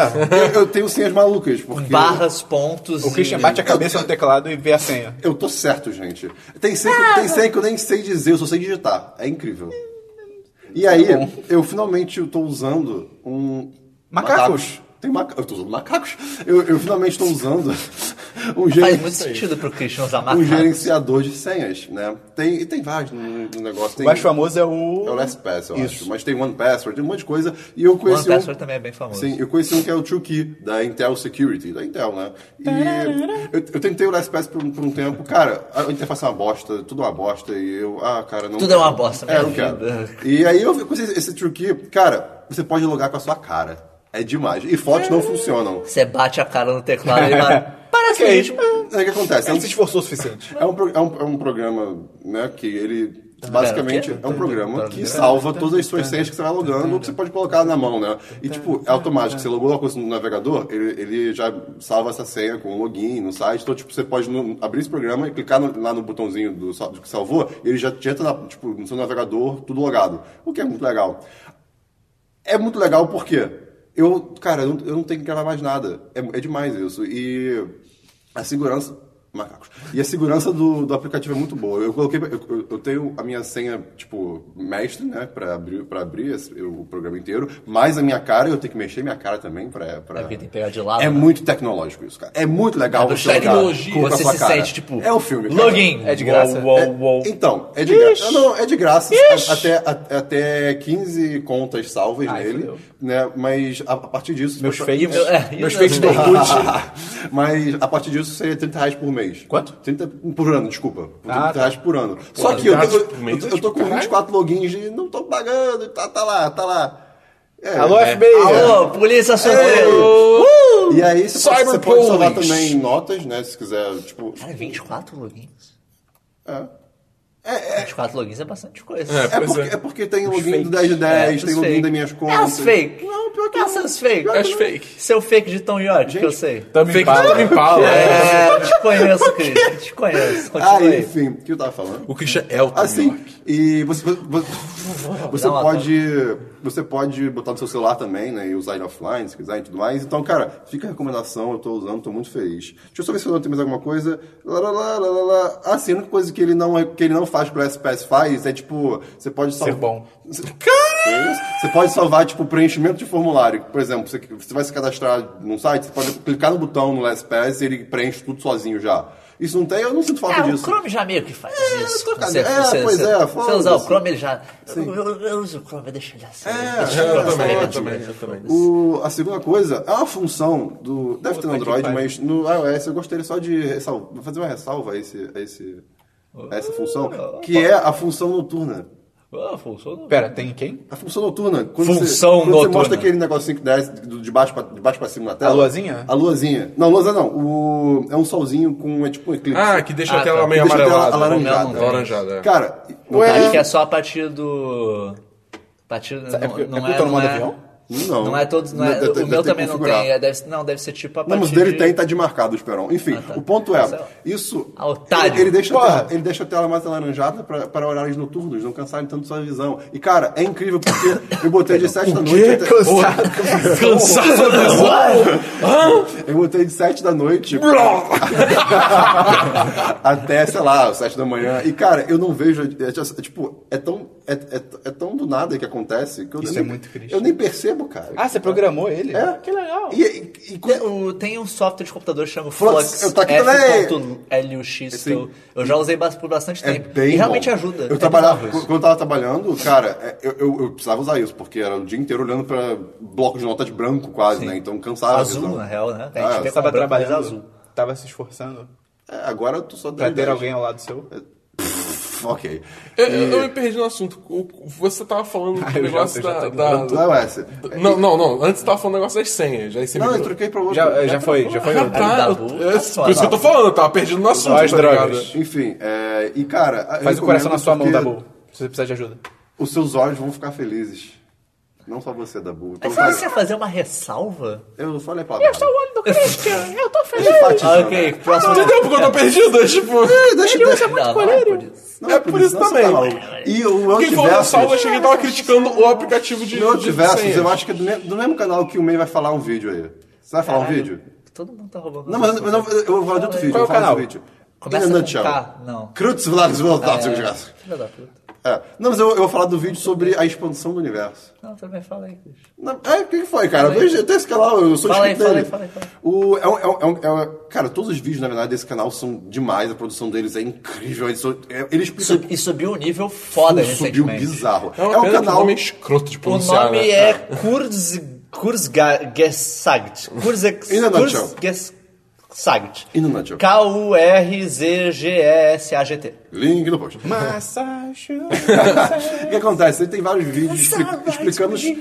Eu, eu tenho senhas malucas, porque... Barras, pontos O Christian bate a cabeça no teclado e vê a senha. Eu tô certo, gente. Tem senha, que, tem senha que eu nem sei dizer, eu só sei digitar. É incrível. E aí, Tá eu finalmente eu tô usando um... Macacos. Tem maca... Eu tô usando macacos. Eu, eu finalmente tô usando um e... Faz geren- muito sentido pro Christian usar um macacos. gerenciador de senhas, né? Tem, e tem vários no, no negócio. O Tem... mais famoso é o. É o Last Pass, eu Isso. acho. Mas tem One Password, tem um monte de coisa. E eu One conheci um... Password também é bem famoso. Sim, eu conheci um que é o 2Key, da Intel Security, da Intel, né? E eu, eu tentei o LastPass por, um- por um tempo, cara, a interface é uma bosta, tudo é uma bosta, e eu, ah, cara, não. Tudo quero. é uma bosta, é, minha não quero. vida. E aí eu conheci esse 2Key, cara, você pode logar com a sua cara. É demais. E fotos não funcionam. Você bate a cara no teclado e fala, parece Ok. legítimo. Aí o que acontece? É um- Ele se esforçou o suficiente. é um, pro- é um, é um programa, né, que ele. Basicamente, o quê? é um programa que salva todas as suas senhas que você vai logando, que você pode colocar na mão, né? E, tipo, é automático. Você logou uma coisa no navegador, ele, ele já salva essa senha com o login no site. Então, tipo, você pode no- abrir esse programa e clicar no- lá no botãozinho do, sal- do que salvou, e ele já te entra na- tipo, no seu navegador, tudo logado. O que é muito legal. É muito legal porque eu, cara, eu não, eu não tenho que gravar mais nada. É, é demais isso. E a segurança. Macacos. E a segurança do, do aplicativo é muito boa. Eu coloquei. Eu, eu- eu tenho a minha senha, tipo, mestre, né? Pra abrir, pra abrir esse- o programa inteiro. Mais a minha cara, eu tenho que mexer minha cara também pra. pra... É porque tem que pegar de lado, É né? muito tecnológico isso, cara. É muito legal. É você olhar tecnologia. com a Você sua se cara. sente, tipo, É o filme. cara. login. É de graça. Uou, É, uou, uou. Então, é de graça. Não, é de graça. a- Até, a- até 15 contas salvas Ai, nele. fudeu. Né? Mas a, a partir disso. Meus você- fakes. Meu- é, meus eu fakes do também. Orkut. Mas a partir disso seria 30 reais por mês. Quanto? 30 por ano, desculpa. 30 Ah, tá. reais por ano. Só que eu, 30 tô- reais por mês, eu, eu tô com caralho. 24 logins e não tô pagando. Tá, tá lá, tá lá. É, Alô, é. FBI. Alô, polícia surpresa! Ei! E aí, você pode, você pode salvar Cyberpolice. também notas, né? Se quiser, tipo. Cara, 24 logins? É. 24 logins é bastante coisa. É, É Pois porque, é porque tem o login fakes. do 10 de 10, É, os tem o login fake. das minhas É contas. as fake. Não, pior que um- é as fake. pior É as fake. Seu fake de Tom York, que eu sei. Tamo em Fake do Tame pala. Impala. É, te conheço, Cris. Te conheço. Continua Ah, aí. enfim, o que eu tava falando? O Christian é o Tom Assim, York. e você, você, você Dá uma- pode você pode botar no seu celular também, né, e usar ele offline, se quiser e tudo mais. Então, cara, fica a recomendação, eu tô usando, tô muito feliz. Deixa eu só ver se eu não tenho mais alguma coisa. Lá, lá, lá, lá, lá, lá. Ah, Assim, a única coisa que ele não, é- que ele não faz que o SPS faz é, tipo, você pode salvar... bom. Você pode salvar, tipo, preenchimento de formulário. Por exemplo, você, você vai se cadastrar num site, você pode clicar no botão no LastPass e ele preenche tudo sozinho já. Isso não tem, eu não sinto falta É, o disso. Chrome já meio que faz É, isso. eu tô cagando. É, pois é, Se você foda-se. usar o Chrome, ele já... Sim. Eu, eu- eu uso o Chrome, deixa ele assim. É, deixa ele Eu assim. também, eu também, eu também. O- a segunda coisa é uma função do. Deve ter no que Android, pariu. mas no iOS eu gostaria só de ressal- Ah, fazer uma ressalva a, esse, a, esse, a essa função, que é a função noturna. Ah, funcionou. Pera, tem quem? A função noturna. Quando você- Função quando noturna. Você mostra aquele negocinho que desce do- de baixo pra, de baixo pra cima na tela. A luazinha? A luazinha. Não, luazinha não. O, é um solzinho com. É tipo um eclipse. Ah, que deixa Ah, a tela tá. meio Deixa a tela amarelada. alaranjada. Não, não tem. Alaranjada, é. Cara, não Ué. tem? Acho que é só a partir do. a Partir, não, É porque- é não porque tá no não modo é- avião? Não. Não é todos. Não Não, é, deve- o deve ter meu que também não configurar. tem. é, deve- não, deve ser tipo a partir. Não, mas o dele de- tem, tá desmarcado, Esperão. Enfim, Ah, tá. o ponto é, Sei lá. isso. Ah, otário. Ele, ele deixa a Porra. tela, ele deixa a tela mais alaranjada pra- para horários noturnos, não cansarem tanto sua visão. E, cara, é incrível porque eu botei de 7 da noite. até- assim? Cansado da visão. Eu botei de 7 da noite até, sei lá, 7 da manhã. E, cara, eu não vejo. é just- é, tipo, é tão, é, é- é tão do nada que acontece que eu, Isso nem, é muito triste. eu nem percebo, cara. Ah, você programou ele? É? Que legal. É, E, e, e Tem, quando- o- tem um software de computador que chama Flux, Flux, eu tô aqui também. F.LUX, que eu, Sim. eu já usei bas- por bastante É tempo. bem e realmente bom. ajuda. Eu É trabalhava, bizarro isso. quando eu tava trabalhando, cara, é, eu, eu- eu precisava usar isso, porque era o dia inteiro olhando pra bloco de notas branco quase, né? Então cansava. a Azul, visão. na real, Ah, né? A gente vê você Você com tava branco, mas trabalhando azul. Tava se esforçando É, agora eu tô só pra dando ter ideia. alguém ao lado seu? Ok. Eu, eu- eu me perdi no assunto. O- Você tava falando do eu já- negócio eu já da, tô da- Não é essa. Não, não, não. Antes você tava falando do negócio das senhas. Aí você Não, me eu troquei pra outro. Já, já foi, já foi. Ah, outro. tá. Dabu, eu- tá eu- suave. por isso que eu tô falando, eu tava perdido no assunto. as tá drogas. ligado? Enfim, é, e cara. eu Faz o coração na recomendo sua mão, Dabu. porque Se você precisar de ajuda. Os seus olhos vão ficar felizes. Não só você, Dabu. Então, Mas você cara, quer fazer uma ressalva? eu falei pra Eu sou o olho do Christian, eu tô feliz. ok, próximo. Entendeu porque eu tô perdido? É Tipo, Deixa eu deixa. Não, não é por isso. Não, é por isso não, também. você tá e o quem falou da antiverso. salva, eu achei que tava criticando o aplicativo de, No de Multiversos, senhas. eu acho que é do, me- do mesmo canal que o May vai falar um vídeo aí. Você vai falar um Caralho, vídeo? Todo mundo tá roubando. Não, mas as eu, mas eu- eu vou falar de outro vídeo. Qual é eu o vou falar canal? desse vídeo. Começa In a com nutshell. K, não. Krutz Vlax Voltax, eu É, digo. Filha da puta. É. Não, mas eu, eu vou falar do vídeo sobre a expansão do universo. Não, também fala aí, Cristian. Não, é, o que que foi, cara? Eu Fala aí. vejo até esse canal, eu sou Fala aí, inscrito fala aí, dele. fala aí, fala aí. O, é um- é um- é um- é um- cara, todos os vídeos, na verdade, desse canal são demais, a produção deles é incrível. Eles, são- é- ele explica Sub- E subiu um nível foda subiu recentemente. bizarro. É, uma é um pena que o canal. nome é escroto de O pronunciar, nome né? é Kurz, Kurzgesagt. Kurzex- In a nutshell. Kurzgesagt. In a nutshell. K-U-R-Z-G-E-S-A-G-T. Link no post. Massachusetts. O que acontece? Ele tem vários vídeos expli- explicando, eh,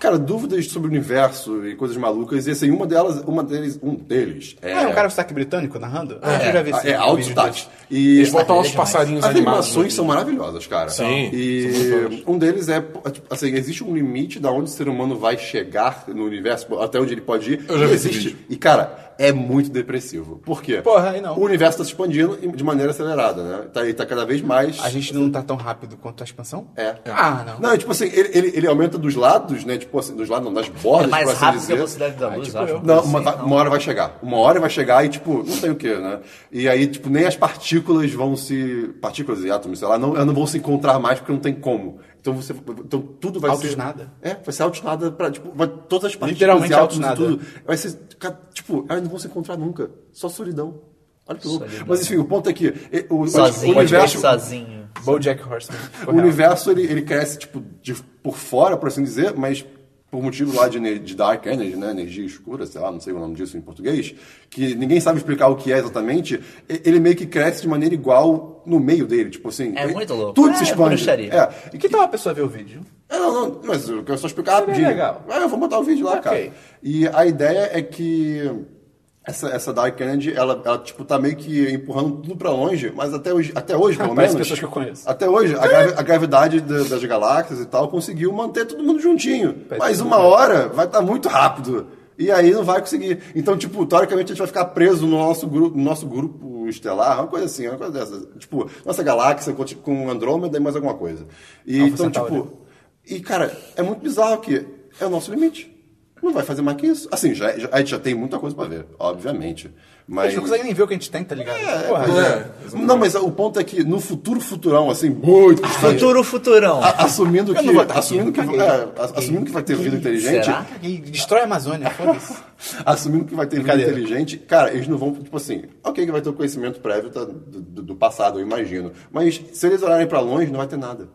cara, dúvidas sobre o universo e coisas malucas. E assim, uma delas, uma deles, um deles é, Ah, é um cara com sotaque britânico narrando? Ah, eu já vi esse é, é vídeo alto dele. tax. E Eles botam Ah, uns é demais. passarinhos as animados. animações são maravilhosas, cara. Sim, são E um deles é, pô, tipo, assim, existe um limite da onde o ser humano vai chegar no universo, até onde ele pode ir. Eu já E vi esse existe. vídeo. E, cara, é muito depressivo. Por quê? Porra, aí não. O universo está se expandindo de maneira acelerada, né? Tá, ele tá cada vez mais. A gente não tá tão rápido quanto a expansão? É. Ah, não. Não, tipo assim, ele, ele, ele aumenta dos lados, né? Tipo assim, dos lados não, das bordas, É mais por assim rápido que dizer. a velocidade da luz, eu acho. uma Não, coisa uma, assim, vai- uma hora vai chegar. Uma hora vai chegar e, tipo, não sei o que, né? E aí, tipo, nem as partículas vão se. Partículas e átomos, sei lá, não, elas não vão se encontrar mais porque não tem como. Então você. Então tudo vai Altos ser. nada. É, vai ser altos nada pra, tipo, vai- todas as partículas Literalmente e átomos altos e nada. tudo. Vai ser. cara, Tipo, elas não vão se encontrar nunca. Só solidão. Olha que louco. Solidão. Mas enfim, o ponto é que. eh, O, Sozinho, tipo, o universo, sozinho. BoJack Horseman. o universo ele, ele cresce tipo de- por fora, por assim dizer, mas por motivo lá de, ener- de dark energy, né, energia escura, sei lá, não sei o nome disso em português, que ninguém sabe explicar o que é exatamente, e- ele meio que cresce de maneira igual no meio dele, tipo assim. É ele- muito louco. Tudo É, se expande. bruxaria. É. E que tal a pessoa ver o vídeo? É, não, não, mas eu quero só explicar rapidinho. legal. É, eu vou botar o vídeo lá, Ok. cara. E a ideia é que essa, essa Dark Energy, ela, ela, tipo, tá meio que empurrando tudo pra longe, mas até hoje, até hoje pelo Parece menos... pessoas que eu conheço. Até hoje, a, gravi- a gravidade da- das galáxias e tal conseguiu manter todo mundo juntinho. Parece mas tudo uma bem. hora vai estar muito rápido. E aí não vai conseguir. Então, tipo, teoricamente a gente vai ficar preso no nosso grupo, no nosso grupo estelar, uma coisa assim, uma coisa dessa. Tipo, nossa galáxia com- com Andrômeda e mais alguma coisa. E Alpha então, Centauri. tipo, e, cara, é muito bizarro que é o nosso limite. Não vai fazer mais que isso. Assim, já, já- a gente já tem muita coisa pra ver, obviamente. A Mas. gente não consegue nem ver o que a gente tem, tá ligado? Porra, Pois né? é. Não, mas o ponto é que no futuro futurão, assim, muito distante, Futuro futurão. a- assumindo Eu que, não vou estar aqui, assumindo, que, caguei. é, a- assumindo que vai ter vida inteligente, Será? Caguei, Destrói a Amazônia, foda-se. assumindo que vai ter vida Brincadeira. inteligente, cara, eles não vão, tipo assim, ok que vai ter o conhecimento prévio da- do, do- do passado, eu imagino, mas se eles olharem pra longe, não vai ter nada.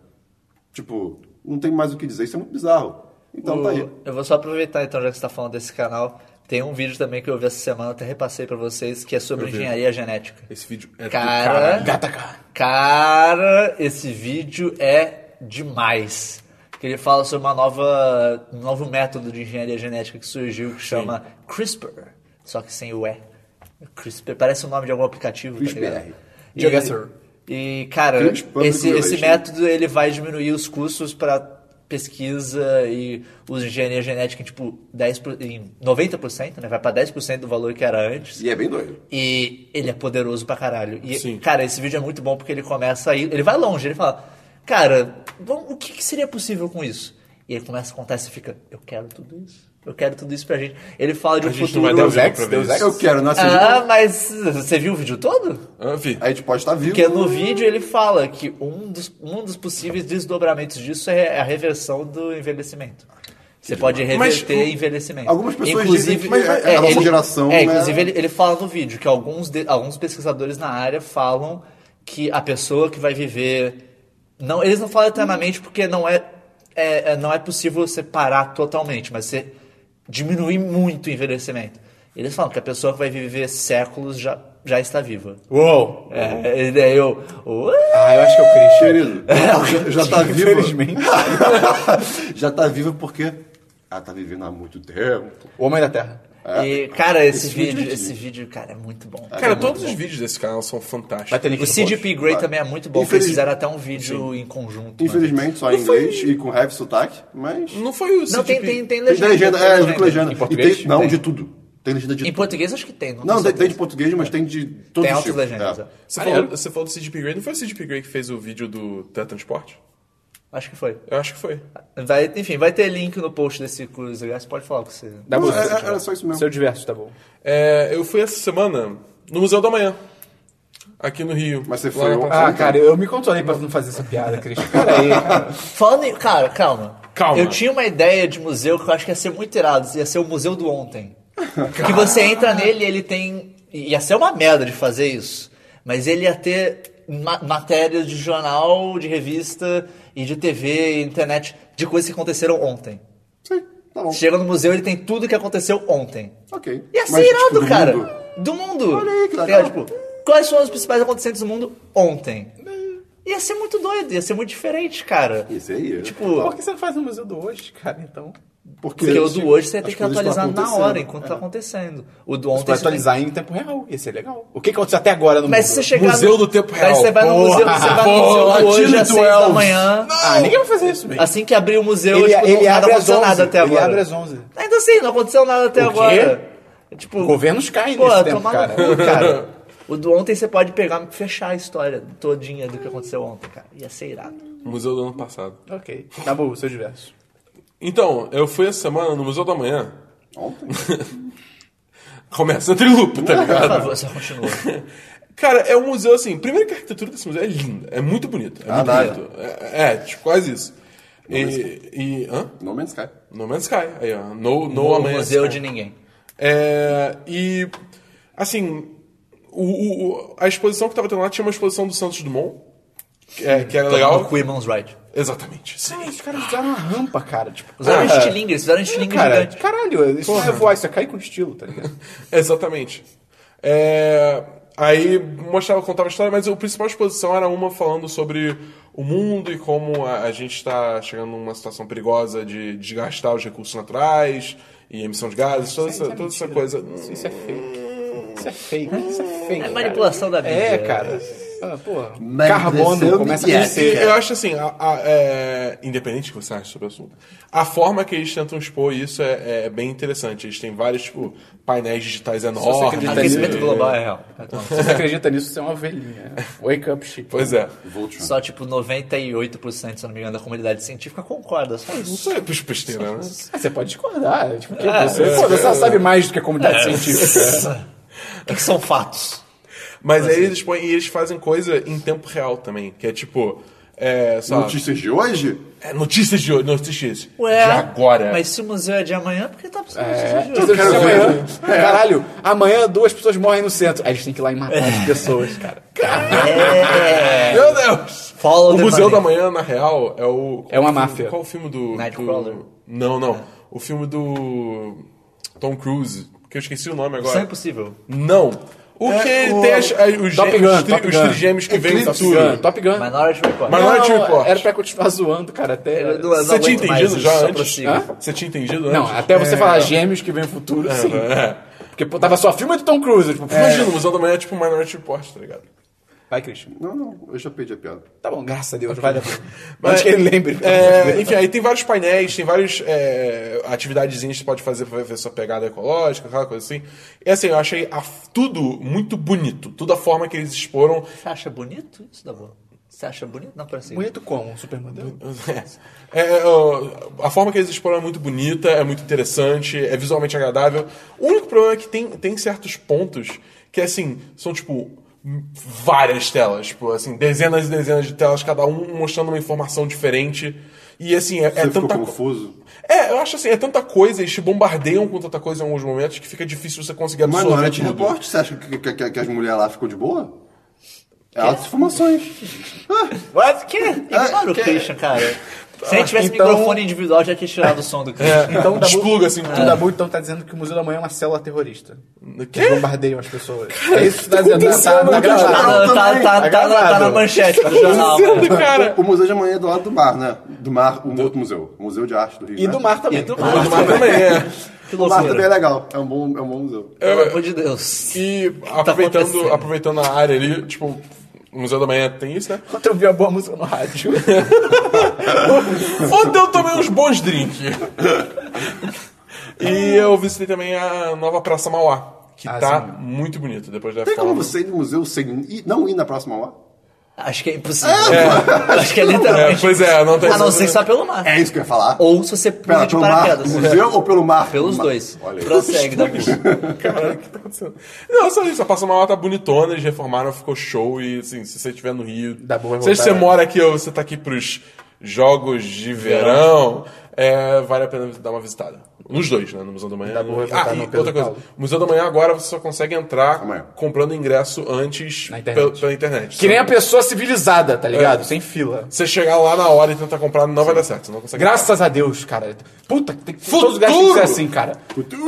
Tipo, não tem mais o que dizer, isso é muito bizarro. Então tá aí. Eu vou só aproveitar então, já que você tá falando desse canal. Tem um vídeo também que eu vi essa semana, até repassei pra vocês, que é sobre engenharia genética. Esse vídeo é do Cara, caralho. Gataca. cara, esse vídeo é demais. Que ele fala sobre uma nova, um novo método de engenharia genética que surgiu que chama CRISPR, só que sem o E. CRISPR parece o nome de algum aplicativo, CRISPR. tá ligado? E, Diga, sir. e, cara, Cringe Public esse, esse Relations. método ele vai diminuir os custos para pesquisa e uso de engenharia genética em, tipo, 10 em 90%, né? Vai para 10% do valor que era antes. E é bem doido. E ele é poderoso pra caralho. E, Sim. cara, esse vídeo é muito bom porque ele começa aí. Ele vai longe, ele fala, cara, vamos- o que, que seria possível com isso? E ele começa a contar e você fica, eu quero tudo isso. Eu quero tudo isso pra gente. Ele fala de um A gente não futuro. vai dar o né? Deus jeito Ex, pra ver Deus isso. Ex. Eu quero, não assisti. Ah, mas você viu o vídeo todo? Ah, vi. A gente pode estar vivo. Porque é no vídeo ele fala que um dos, um dos possíveis desdobramentos disso é a reversão do envelhecimento. Você pode demais. reverter Mas, envelhecimento. algumas pessoas dizem que mas a- a nossa geração, É, né? inclusive ele, ele fala no vídeo que alguns, de- alguns pesquisadores na área falam que a pessoa que vai viver. Não, eles não falam eternamente porque não é, é, é- não é possível você parar totalmente, mas você diminuir muito o envelhecimento. Eles falam que a pessoa que vai viver séculos já, já está viva. Uou! É, e daí eu. Ué? Ah, eu acho que é o Christian. Querido, já, É, já tá vivo. Infelizmente. já tá vivo porque ela tá vivendo há muito tempo. O Homem da Terra. E, cara, esse, esse vídeo, vídeo é esse vídeo, cara, é muito bom. Cara, todos os vídeos desse canal são fantásticos. Vai ter link o no post. CGP Grey vai. também é muito bom, porque Infeliz- eles fizeram até um vídeo em conjunto. né? Infelizmente, só em Não foi- inglês e com heavy sotaque, mas. Não foi o Não, tem, CGP. tem, tem Tem legenda. da legenda, tem é, eu legenda. vi com legenda. Em E português? tem- não, Tem. de tudo. Tem legenda de Em tudo. português acho que tem, não Não, tem, tem tem de certeza. português, mas tem de todo tipo. Tem altas legendas. É. é. Você Maneiro. falou, você falou do CGP Grey, não foi o CGP Grey que fez o vídeo do Teletransporte? Acho que foi. Eu acho que foi. Vai, enfim, vai ter link no post desse curso. Aliás, pode falar o que você. Dá Não, pra era, você. É, era só isso mesmo. Seu diverso, tá bom. É, eu fui essa semana no Museu da Manhã, aqui no Rio. Mas você Lá foi na ontem? Praça- Ah, cara, eu me controlei pra não fazer essa piada, Christian. Pera aí, cara. Falando em. Cara, calma. Calma. Eu tinha uma ideia de museu que eu acho que ia ser muito irado. Ia ser o museu do ontem. que você entra nele e ele tem. Ia ser uma merda de fazer isso. Mas ele ia ter ma- matérias de jornal, de revista e de TV e internet de coisas que aconteceram ontem. Sim, tá bom. Chega no museu, ele tem tudo que aconteceu ontem. Ok. Ia ser Mas, tipo, assim, irado, do cara. mundo? Do mundo. Olha aí, que Tá legal. ligado? Tipo, quais foram os principais acontecimentos do mundo ontem? Ia ser muito doido, ia ser muito diferente, cara. Isso aí. é. Tipo, Por que você não faz o museu do hoje, cara, então? Porque, porque o do hoje você as tem que coisas estão atualizar na hora, acontecendo. É. enquanto tá acontecendo. O do Você ontem vai você tem- atualizar em tempo real. Ia ser legal. O que que aconteceu até agora no Mas se mundo? você chegar Museu no... do Tempo Aí Real. você vai no Porra. museu, você vai no museu Porra, do hoje Latino às seis da 12. manhã. Ah, ninguém vai fazer isso, bem. Assim que abrir o museu, ele tipo, ele não abre às aconteceu 11. nada até Ele agora. abre às 11. Ainda assim, não aconteceu nada até O quê? agora. Tipo, Governos caem Pô, nesse tomar tempo, cara. no cu, cara. O do ontem você pode pegar e fechar a história todinha do que aconteceu ontem, cara. Ia ser irado. Museu do ano passado. ok. Tá bom, seu diverso. Então, eu fui essa semana no Museu da Manhã. Ontem? Começa a trilupa, tá Por ligado? favor, só continua. Cara, é um museu assim. Primeiro que a arquitetura desse museu é linda, é muito bonita. É muito nada. bonito. É, é, tipo, quase isso. E, e. Hã? No Man's Sky. No Man's Sky. Aí, ó. No, no, O Man's museu Sky. de ninguém. É, e, assim, o, o- o- a exposição que tava tendo lá tinha uma exposição do Santos Dumont, que, é, que era legal. O Women's Right. Exatamente, sim. Os caras usaram uma rampa, cara. Tipo, Usaram ah, um estilingue, eles fizeram um estilingue Cara, gigante. caralho, isso não é voar, isso é cair com estilo, tá ligado? Exatamente. É, aí mostrava, contava a história, mas o principal exposição era uma falando sobre o mundo e como a, a gente está chegando numa situação perigosa de desgastar os recursos naturais e emissão de gases, toda, Isso essa, é toda essa mentira. coisa. Isso, isso é fake. Isso é fake. Isso é fake. É cara. manipulação da mídia. É, cara. Ah, porra. Mas Carbono desceu começa a Miguel. crescer. Eu acho assim, a- a- é, independente do que você acha sobre o assunto, a forma que eles tentam expor isso é, é bem interessante. Eles têm vários, tipo, painéis digitais enormes. acredita Aquecimento É. global é real. Se você acredita nisso, você é uma velhinha. Wake up, shit. Pois é. Voltron. Só tipo 98%, se eu não me engano, da comunidade científica concorda. Só Não isso. sei, pros besteira, né? Ah, você pode discordar. Tipo, que É, você, pô, você já sabe mais do que a comunidade científica. O que, que são fatos? Mas aí eles expõem e eles fazem coisa em tempo real também, que é tipo. É, sei lá, Notícias de hoje? é, notícias de hoje, notícias Ué, de agora. mas se o museu é de amanhã, por que tá precisando É, disso de hoje? quero ver amanhã. É. Caralho, amanhã duas pessoas morrem no centro. Aí eles têm que ir lá e matar as pessoas, cara. É. Meu Deus! Follow o the Museu money. da Manhã, na real, é o. É uma qual o filme- máfia. Qual o filme do. Nightcrawler? do- Não, não. O filme do. Tom Cruise, que eu esqueci o nome agora. Isso é impossível. Não. O É, que o- tem as, as- os, Top gêmeos, Gun, os, tri- Top os Gun. trigêmeos que vêm do Eclipse. futuro. Gun, Top Gun. Minority Report. Mas- Minority Report. Era pra continuar zoando, cara, até... Eu não- Você tinha aguento mais entendido isso, já só antes? prossiga. Hã? Você tinha entendido antes? Não, até você falar gêmeos que vem o futuro, sim. É. Porque pô, tava só filme do Tom Cruise. eu, Tipo, Imagina, o Museu da Manhã é tipo Minority Report, tá ligado? Vai, Christian. Não, não, eu já perdi a piada. Tá bom, graças a Deus. Vai, Dabu. Antes que ele lembre. É, enfim, aí tem vários painéis, tem várias é, atividadezinhas que você pode fazer pra ver sua pegada ecológica, aquela coisa assim. E assim, eu achei a- tudo muito bonito. Toda a forma que eles exporam. Você acha bonito isso, Dabu? Você acha bonito? Não, peraí. Bonito como? Um supermodelo? É, ó, a forma que eles exploram é muito bonita, é muito interessante, é visualmente agradável. O único problema é que tem, tem certos pontos que, assim, são tipo várias telas, tipo, assim, dezenas e dezenas de telas, cada um mostrando uma informação diferente. E assim, é, é Você ficou tanta co- confuso? É, eu acho assim, é tanta coisa, eles te bombardeiam com tanta coisa em alguns momentos que fica difícil você conseguir Mas absorver não né, tipo, era de tudo. repórter? Você acha que, que- que- que as mulheres lá ficam de boa? É altas informações. What? Que? Ignora o que- Christian, cara. Se a gente tivesse Então- microfone individual, já tinha tirado o som do Christian. Então, despluga assim O tudo. Dabu, então, tá dizendo que o Museu da Manhã é uma célula terrorista. Quê? Eles bombardeiam as pessoas. é isso que tá dizendo. Tá, tá, tá Tá, gravado. tá, tá, tá, tá na- tá na manchete do jornal. Sendo, cara. O Museu de Amanhã é do lado do mar, né? Do mar, um outro museu. O Museu de Arte do Rio. E né? do mar também. E do O mar. do mar também é. Que O mar também é loucura. legal. É um bom, é um bom museu. Pelo amor de Deus. E acontecendo? aproveitando, aproveitando a área ali, tipo, o Museu da Manhã tem isso, né? Enquanto eu vi a boa música no rádio. Ontem eu tomei uns bons drinks. e eu visitei também a nova Praça Mauá, que Ah, tá muito bonita depois da Tem como reforma. você ir no museu sem ir- não ir na próxima hora? Acho que é impossível. Acho que é literalmente. É, pois é, não tem A não ser só pelo mar. É isso que eu ia falar. Ou se você pula Pera, de pelo mar, do paraquedas. museu ou pelo mar? Pelos Mar- dois. um Olha aí. Prossegue, Dabu. Caralho, o que tá acontecendo? Não, só isso. A Praça Mauá tá bonitona, eles reformaram, ficou show. E assim, se você estiver no Rio. Dá boa, vai se você voltar. né? mora aqui ou você tá aqui pros Jogos de Verão, é, vale a pena dar uma visitada. Nos dois, né? No Museu da Manhã. Dá boa, vai ah, voltar e no Pedro outra coisa. Paulo. Museu da Manhã agora você só consegue entrar Amanhã. comprando ingresso antes Na internet. pe- pela internet. Que nem a pessoa civilizada, tá ligado? É, Sem fila. Você chegar lá na hora e tentar comprar, não vai dar certo. Você não consegue. Graças a Deus, cara. Puta, tem que Futuro! todos os lugares tem que ser assim, cara.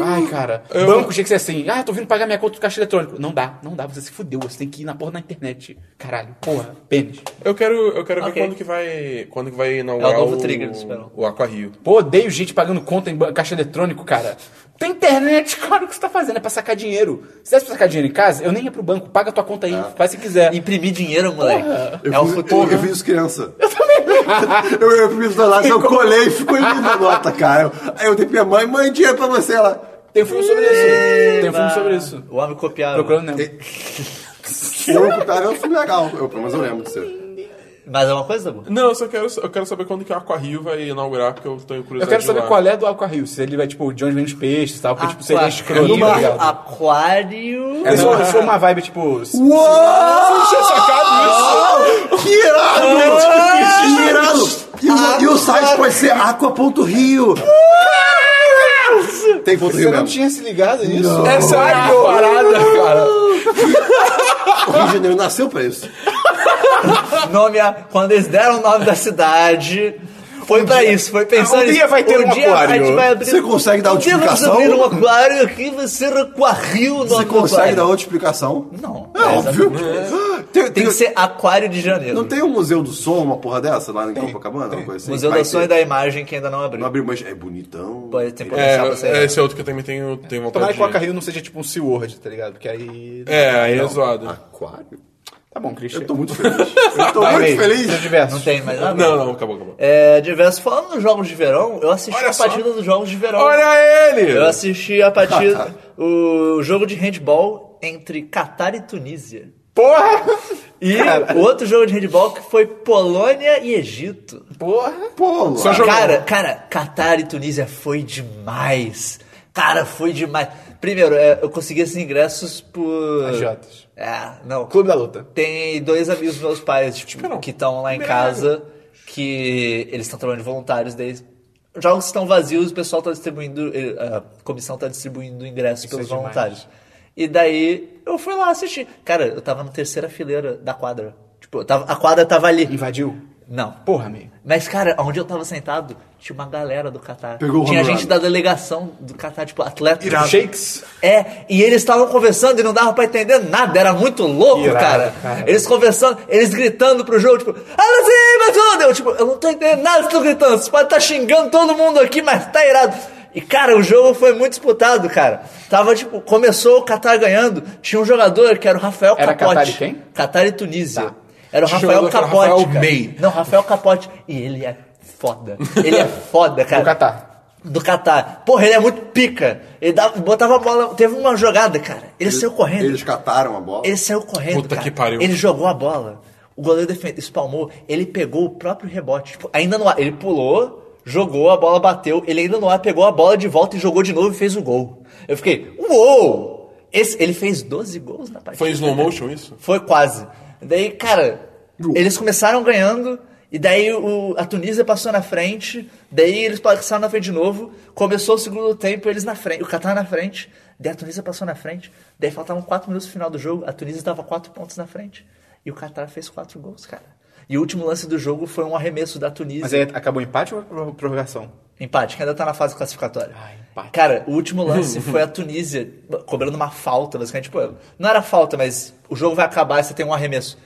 Ai, cara. É Banco tinha que ser assim. Ah, tô vindo pagar minha conta do caixa eletrônico. Não dá, não dá. Você se fudeu. Você tem que ir na porra na internet. Caralho, porra, pênis. Eu quero, eu quero Ok. ver quando que vai. Quando que vai inaugurar É o novo trigger do Esperão. o Aqua Rio. Pô, odeio gente pagando conta em ba- caixa eletrônico, cara. Tem internet, cara, o que você tá fazendo? É pra sacar dinheiro. Se desse pra sacar dinheiro em casa, eu nem ia pro banco. Paga tua conta aí, Ah. faz se quiser. Imprimir dinheiro, moleque. Eu É o fiz, futuro. Eu fiz isso criança. Eu também. eu, eu fiz isso lá, eu colei e ficou lindo a nota, cara. Eu- Aí eu dei pra minha mãe, mãe, dinheiro pra você lá. Tem um filme sobre isso. Tem um filme Eba. sobre isso. Ah, O homem copiaram. Procurando Nemo. O Homem com Pérola é um filme legal. Eu, pelo menos eu lembro de ser. Mas é uma coisa, Dabu? Não, eu só quero, eu quero saber quando que a Aqua Rio vai inaugurar, porque eu tenho Eu curiosidade. quero de saber lá. qual é do Aquarrio. Se ele vai, tipo, de onde vem os peixes e tal. Ah, Porque, tipo, seria É escroto, no tá mar. ligado? Aquário. É só, só uma vibe, tipo... Uou! Tinha sacado Que irado! Que irado! E o, e o site pode ser aqua.rio. Tem ponto Você rio não mesmo. tinha se ligado nisso? isso? Essa é a parada, cara. O Rio de Janeiro nasceu pra isso. Nome a... Quando eles deram o nome da cidade, foi pra isso. Foi pensando Um dia nisso. vai ter um dia aquário. a gente vai abrir- Você consegue dar Um dia vamos multiplicação? abrir um aquário aqui, vai ser aquário. o Você nome do consegue aquário. dar outra explicação? Não. É óbvio. Ah, Tem, Tem tem- que ser aquário de janeiro. Não tem um Museu do Som, uma porra dessa, lá em Copacabana? Uma coisa assim? Museu Vai da Sonho e ter. da Imagem que ainda não Não abriu. abriu, mas é bonitão. Pode ter potencial pra É, sair. esse é outro que eu também tenho, tenho vontade Tomara de que o Aquarrio não seja, tipo, um SeaWorld, tá ligado? Porque aí... É, aí é Ah. zoado. um Aquário? Tá bom, Christian. Tá Eu tô muito feliz. Eu tô Parei. muito feliz. Seus diversos. Não tem mais nada? Não, não, acabou, acabou. É, diverso. Falando nos jogos de verão, eu assisti Olha a só. partida dos jogos de verão. Olha ele! Eu assisti a partida, o jogo de handball entre Catar e Tunísia. Porra! E o outro jogo de handball que foi Polônia e Egito. Porra! Pô, lá. Só jogou. um. Cara, cara, Catar e Tunísia foi demais. Cara, foi demais. Primeiro, é, eu consegui esses ingressos por... Agiotas. É, não. Clube da Luta. Tem dois amigos meus pais tipo, Esperão. que estão lá em Merda. casa, que eles estão trabalhando de voluntários, daí os jogos estão vazios, o pessoal está distribuindo, eh, a comissão está distribuindo ingressos pelos é demais. voluntários. E daí eu fui lá assistir. Cara, eu tava na terceira fileira da quadra. Tipo, eu tava- a quadra tava ali. Invadiu? Não. Porra, meio. Mas, cara, onde eu tava sentado, tinha uma galera do Catar. Pegou o tinha home gente run. da delegação do Catar, tipo, atleta. Irado. Shakes? É, e eles estavam conversando e não dava pra entender nada, era muito louco, Irado, cara. cara. Eles conversando, eles gritando pro jogo, tipo, Alazima tudo! Eu, tipo, eu não tô entendendo nada que estão gritando, vocês podem estar xingando todo mundo aqui, mas tá irado. E, cara, o jogo foi muito disputado, cara. Tava, tipo, começou o Catar ganhando, tinha um jogador que era o Rafael Era Capote. Catar e quem? Catar e Tunísia. Era o Tinha um Rafael jogador que era Capote. Rafael cara. May. Não, Rafael Capote. E ele é foda. Ele é foda, cara. Do Catar. Do Catar. Porra, ele é muito pica. Ele dava- botava a bola. Teve uma jogada, cara. Ele saiu correndo. Eles cataram a bola. Ele saiu correndo. Puta cara. que pariu. Ele jogou a bola. O goleiro defendeu, espalmou. Ele pegou o próprio rebote. Tipo, ainda no ar. Ele pulou, jogou, a bola bateu. Ele ainda no ar pegou a bola de volta e jogou de novo e fez o gol. Eu fiquei, uou! Esse, ele fez 12 gols na partida. Foi slow motion isso? Foi quase. Daí, cara, eles começaram ganhando, e daí o- a Tunísia passou na frente, daí eles passaram na frente de novo, começou o segundo tempo, eles na frente, o Catar na frente, daí a Tunísia passou na frente, daí faltavam 4 minutos pro final do jogo, a Tunísia estava 4 pontos na frente, e o Catar fez 4 gols, cara. E o último lance do jogo foi um arremesso da Tunísia. Mas aí acabou o empate ou pro- prorrogação? Empate, que ainda tá na fase classificatória. empate. Cara, o último lance foi a Tunísia cobrando uma falta, basicamente. Tipo, não era falta, mas o jogo vai acabar e você tem um arremesso.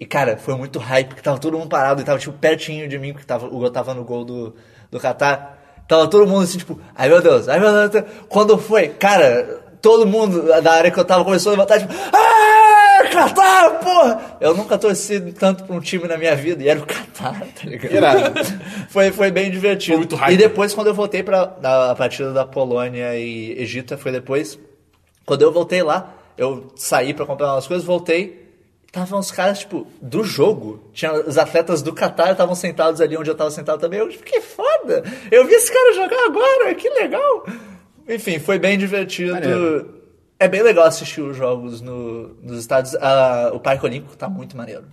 E, cara, foi muito hype, porque tava todo mundo parado e tava, tipo, pertinho de mim, porque tava, o gol tava no gol do, do Qatar. Tava todo mundo assim, tipo, ai meu Deus, ai meu Deus. Quando foi, cara, todo mundo da área que eu tava começou a levantar, tipo, ah, Qatar, porra! Eu nunca torci tanto pra um time na minha vida, e era o Qatar, tá ligado? Irado. foi, foi bem divertido. Foi muito hype. E depois, quando eu voltei pra da- a partida da Polônia e Egito, foi depois. Quando eu voltei lá, eu saí pra comprar umas coisas, voltei. Estavam os caras, tipo, do jogo. Tinha os atletas do Qatar estavam sentados ali onde eu tava sentado também. Eu, tipo, que foda! Eu vi esse cara jogar agora, que legal! Enfim, foi bem divertido. Maneiro. É bem legal assistir os jogos no- nos Estados Ah, O Parque Olímpico tá muito maneiro.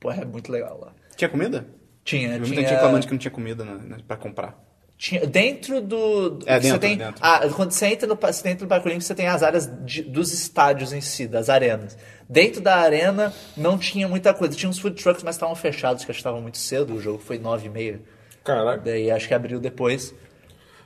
Porra, é muito legal lá. Tinha comida? Tinha, Eu vi muita tinha... gente reclamando que não tinha comida né, né, pra comprar. Tinha- dentro do. do- É, você dentro, tem, dentro. Ah, quando você entra no, pa- você entra no Parque Olímpico, você tem as áreas de- dos estádios em si, das arenas. Dentro da arena não tinha muita coisa. Tinha uns food trucks, mas estavam fechados, que acho que estavam muito cedo. O jogo foi 9 e meia. Caraca. Daí acho que abriu depois.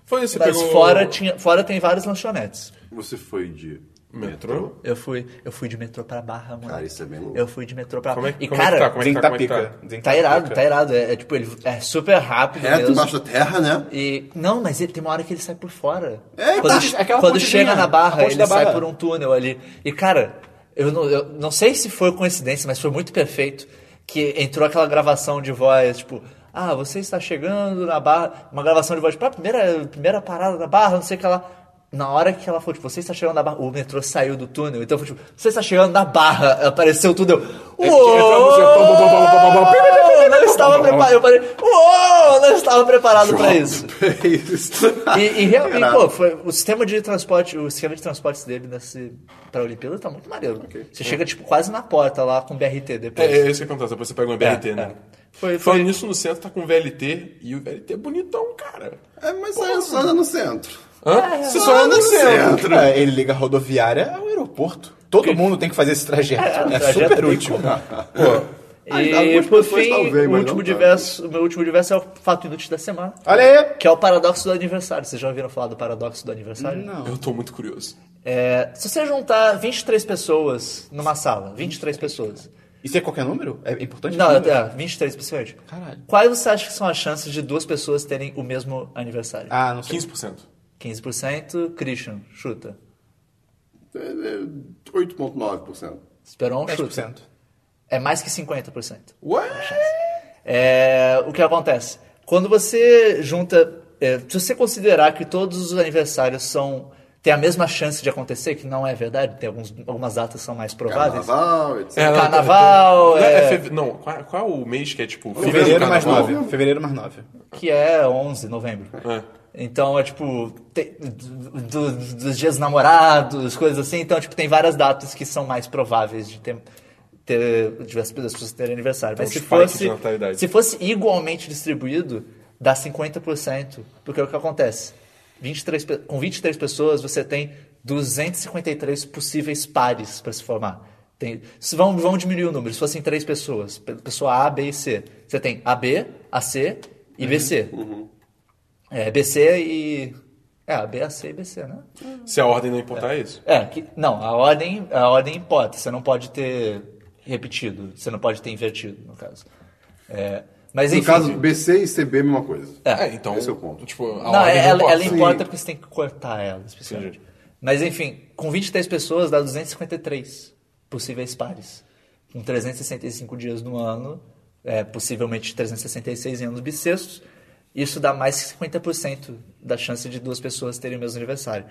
Foi isso, você mas pegou... fora, tinha, fora tem vários lanchonetes. Você foi de Metrô? Eu fui, eu fui de metrô pra barra, mano. Cara, isso é bem louco. Eu fui de metrô pra Como é, barra. Ah, que- E como é que cara, tá? Como é que Dizem que tá tá? Como é que pica. tá? Dizem que tá irado, pica. tá irado. É, é tipo, ele é super rápido. Reto mesmo. embaixo da terra, né? E, não, mas ele, tem uma hora que ele sai por fora. É, quando ponte- aquela quando pontezinha, chega na a barra, ponte ele da sai Barra. por um túnel ali. E, cara, eu não, eu não sei se foi coincidência, mas foi muito perfeito que entrou aquela gravação de voz, tipo, ah, você está chegando na barra. Uma gravação de voz, tipo, ah, primeira, primeira parada da barra, não sei o que lá. Na hora que ela falou, tipo, você está chegando na barra, o metrô saiu do túnel, então foi tipo, você está chegando na barra, apareceu o túnel. Uou! Não estava preparado, eu falei, uou! Não estava preparado pra isso. É isso. E, e realmente, Irado. pô, foi, o sistema de transporte, o esquema de transportes dele nesse, pra Olimpíada tá muito maneiro. Você chega, tipo, quase na porta lá com o BRT É, depois. é isso que eu ia perguntar, depois você pega um BRT, É, né? é. Foi, Falando foi, nisso, no centro tá com o VLT, e o VLT é bonitão, cara. É, mas é só anda no centro. É, Hã? Você só anda no centro. Ah, ele liga a rodoviária ao aeroporto. Todo mundo tem que fazer esse trajeto. É, É, o trajeto super tem útil. E, algumas por pessoas fim, talvez, o mas último não tanto. diverso, o meu último diverso é o fato inútil da semana, Olha que é o paradoxo do aniversário. Vocês já ouviram falar do paradoxo do aniversário? aí! Não. Eu tô muito curioso. É, se você juntar 23 pessoas numa sala, 23 pessoas. Isso é qualquer número? É importante? Não, número? é, 23 pessoas. Caralho. Quais você acha que são as chances de duas pessoas terem o mesmo aniversário? Ah, não sei. 15%. 15%, Christian, chuta. É, é 8,9%. Esperou um chuta. 10%. É mais que 50%. What? É, o que acontece? Quando você junta. é, se você considerar que todos os aniversários são. têm a mesma chance de acontecer, que não é verdade, tem alguns, algumas datas que são mais prováveis. Carnaval, etc. É, Carnaval, não, tem- é- é feve- Não, qual, qual é o mês que é tipo. Fevereiro do mais carnaval? 9. Fevereiro mais 9. que é 11 de novembro. É. Então é tipo. tem- do- do- dos dias namorados, coisas assim. Então, tipo, tem várias datas que são mais prováveis de ter. ter de as pessoas terem aniversário. Mas um se spike de fosse, natalidade. se fosse igualmente distribuído, dá 50%. Porque é o que acontece? 23, pe- com 23 pessoas, você tem 253 possíveis pares para se formar. Tem, se vão, vão diminuir o número. Se fossem três pessoas, pe- pessoa A, B e C. Você tem AB, AC e BC. É, BC e. É, AB, AC e BC, né? Se a ordem não importar, é isso. É, que, não, a ordem, a ordem importa. Você não pode ter repetido. Você não pode ter invertido, no caso. É, mas No enfim. caso, BC e CB é a mesma coisa. É, então. Esse é o ponto. Tipo, a não, é, ordem ela, importa. ela importa porque você tem que cortar ela, especialmente. Entendi. Mas enfim, com 23 pessoas dá 253 possíveis pares. Com 365 dias no ano, é, possivelmente 366 em anos bissextos, isso dá mais que 50% da chance de duas pessoas terem o mesmo aniversário.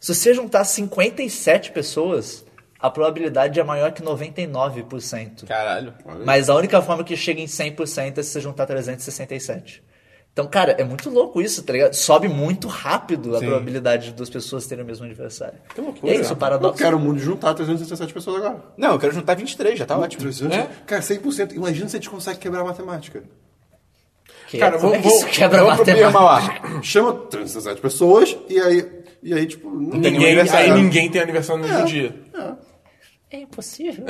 Se você juntar 57 pessoas, a probabilidade é maior que 99%. Caralho. Mas a única forma que chega em 100% é se você juntar 367. Então, cara, é muito louco isso, tá ligado? Sobe muito rápido a probabilidade de duas pessoas terem o mesmo aniversário. Que loucura. E é isso, o Eu paradoxo. quero o mundo juntar 367 pessoas agora. Não, eu quero juntar 23, já tá ótimo. 300? É? Cara, 100%. Imagina se a gente consegue quebrar a matemática. Que- Cara, como é que vou- isso Então, quebra a Vamos pro Bia matemática? Mauá. Chama 367 pessoas e aí, e aí tipo, não tem Ninguém, aí aniversário. ninguém tem aniversário no mesmo dia. É impossível.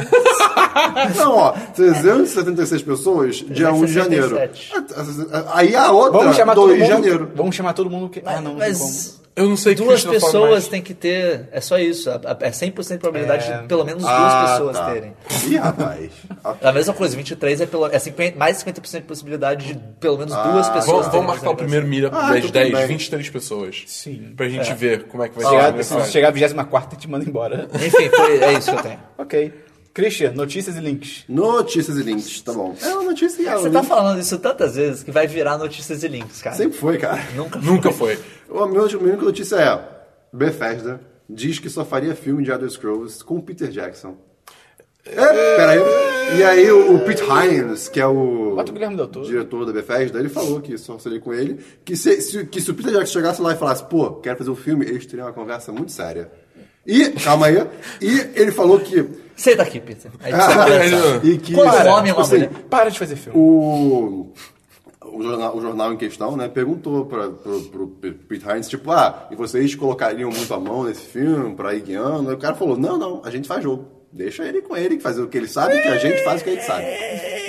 Não, ó, 376 pessoas, dia 1 de janeiro. 367. Aí a outra, Tá, Vamos chamar 2 todo de mundo. janeiro. Vamos chamar todo mundo que. Ah, não, não tem como. Mas Eu não sei o que duas que eu tô falando pessoas mais. tem que ter. É só isso. a- a- É 100% de probabilidade É. de pelo menos duas Ah, pessoas tá. terem. Ih, rapaz. Ah, A mesma coisa, 23 é, pelo, é 50, mais 50% de possibilidade de pelo menos duas pessoas Ah, Vamos, terem vamos marcar mesmo o primeiro mira Ah, das tudo 10, bem. 23 pessoas. Sim. Pra gente ver como é que vai ser. o Chegar, aniversário. se chegar a 24 e te manda embora. aniversário. Enfim, foi- é isso que eu tenho. ok. Christian, notícias e links. Notícias e links, tá bom. É uma notícia e é um Você tá link. falando isso tantas vezes que vai virar notícias e links, cara. Sempre foi, cara. Nunca. Nunca foi. A minha única minha única notícia é: Bethesda diz que só faria filme de Elder Scrolls com o Peter Jackson. É, peraí. E aí o, o Pete Hines, que é o Bota o Guilherme Del Toro. diretor da Bethesda, ele falou que só seria com ele, que se, se- que se o Peter Jackson chegasse lá e falasse, pô, quero fazer um filme, eles teriam uma conversa muito séria. E, calma aí, e ele falou que... Senta aqui, Peter. A gente vai conversar. e que Quando um homem e tipo uma assim, mulher. Para de fazer filme. o, o, jornal, o jornal em questão, né, perguntou para pro, pro Pete Hines, tipo, ah, e vocês colocariam muito a mão nesse filme pra ir guiando? Aí o cara falou, não, não, a gente faz jogo. Deixa ele com ele, que fazer o que ele sabe, que a gente faz o que a gente sabe.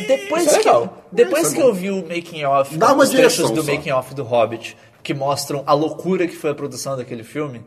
Depois Isso é que, legal. depois Isso é que bom. eu vi o making off, Dá uma os trechos direção do só. making off do Hobbit, que mostram a loucura que foi a produção daquele filme,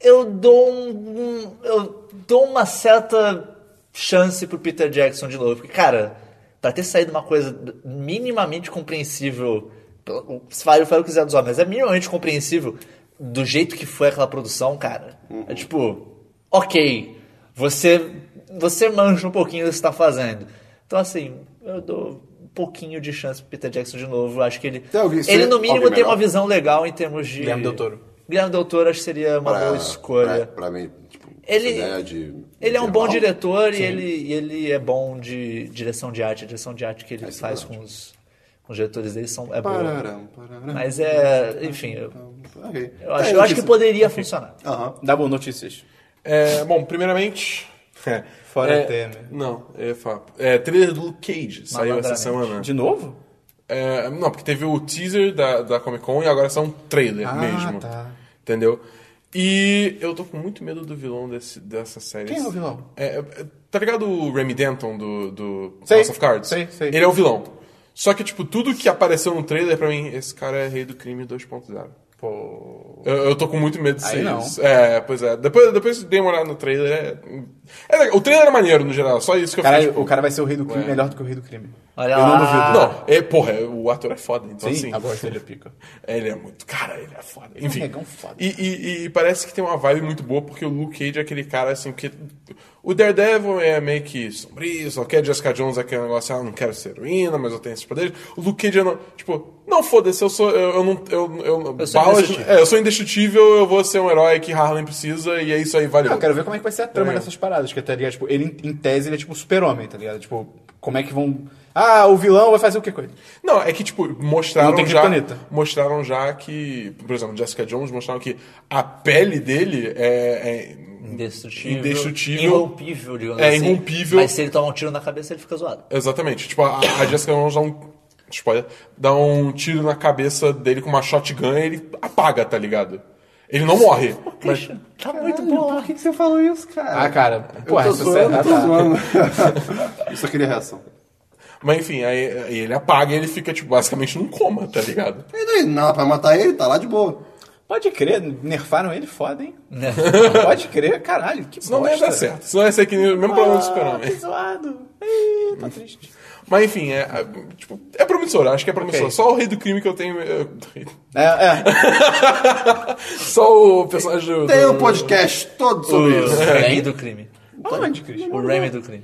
eu dou um, um- eu dou uma certa chance pro Peter Jackson de novo, porque cara, pra ter saído uma coisa minimamente compreensível, pelo- se fala o que quiser dos homens, mas é minimamente compreensível do jeito que foi aquela produção, cara. É tipo, ok, você você manja um pouquinho do que está fazendo. Então assim, eu dou um pouquinho de chance pro Peter Jackson de novo. Acho que ele Tem alguém- ele no alguém mínimo tem melhor? uma visão legal em termos de Guilherme Del Toro. Guilherme Del Toro acho que seria uma boa escolha. Pra, pra mim, tipo, Ele- essa ideia de... Ele é um bom geral. diretor e ele, e ele é bom de direção de arte. A direção de arte que ele isso é faz com os, com os diretores dele são, é boa. Pararam, pararam. Mas é. Enfim, eu, Ok. eu É, acho, eu acho que notícia. poderia funcionar. Aham. Dá bom notícias. É, bom, primeiramente. Fora é, Temer. Não, é fato. É, trailer do Luke Cage saiu essa Malandramente. semana. De novo? É, não, porque teve o teaser da, da Comic Con e agora são um trailer mesmo. tá. Entendeu? E eu tô com muito medo do vilão desse, dessa série. Quem é o vilão? É, é, tá ligado o Remy Denton do, do Sei, House of Cards? sei, sei. Ele é o vilão. Só que, tipo, tudo que apareceu no trailer, pra mim, esse cara é rei do crime 2.0. Pô. Eu, eu tô com muito medo de Aí ser não. isso. É, pois é. Depois, depois dei uma olhada no trailer. É... é legal. o trailer é maneiro, no geral. Só isso que eu Cara, fiz. o cara vai ser o rei do crime melhor do que o rei do crime. Olha eu lá. não duvido. Não, é, porra, é, o ator é foda. Então, Sim, assim, a voz dele é pica. Ele é muito. Cara, ele é foda. Enfim. negão foda. E, e- e parece que tem uma vibe muito boa, porque o Luke Cage é aquele cara assim, porque. O Daredevil é meio que sombrio, só quer Jessica Jones é aquele negócio, ah, não quero ser heroína, mas eu tenho esses poderes. O Luke Cage é não, tipo, não foda-se, eu sou. Eu, eu não. Eu, eu, Eu sou balas- indestrutível. é, eu sou indestrutível, eu vou ser um herói que Harlem precisa, e é isso aí, valeu. Ah, eu quero ver como é que vai ser a trama É. dessas paradas. Que tá ligado? Tipo, ele, em- em tese, ele é tipo um super-homem, tá ligado? Tipo, como é que vão. Ah, o vilão vai fazer o que com ele? Não, é que, tipo, mostraram Não tem já. criptonita. Mostraram já que. Por exemplo, Jessica Jones mostraram que a pele dele é. é Indestrutível. Indestrutível. Irrompível, digamos É, assim. irrompível. Mas se ele tomar um tiro na cabeça, ele fica zoado. Exatamente. Tipo, a, a Jessica Jones dá um. Spoiler. Dá um tiro na cabeça dele com uma shotgun e ele apaga, tá ligado? Ele não morre. Mas, Christian, tá muito bom. que, que você falou isso, cara? Ah, cara. Pô, essa eu tô zoando, cena- eu tô ah, tá. zoando. eu só queria reação. mas enfim, aí, aí ele apaga e ele fica, tipo, basicamente num coma, tá ligado? E daí, não, pra matar ele, tá lá de boa. Pode crer, nerfaram ele, foda, hein? Né? Pode crer, caralho, que Senão não é ia bosta. dar certo. Senão ia ser que nem o mesmo problema do Ah, super-homem. que zoado. Ih, tá triste. Mas enfim, é, é, tipo, é promissor, acho que é promissor. Ok. Só o rei do crime que eu tenho. é, do rei- É, é. Só o personagem do. Tem um do- podcast todo sobre isso. O Remy do crime. Aonde, Cris? O Remy do crime.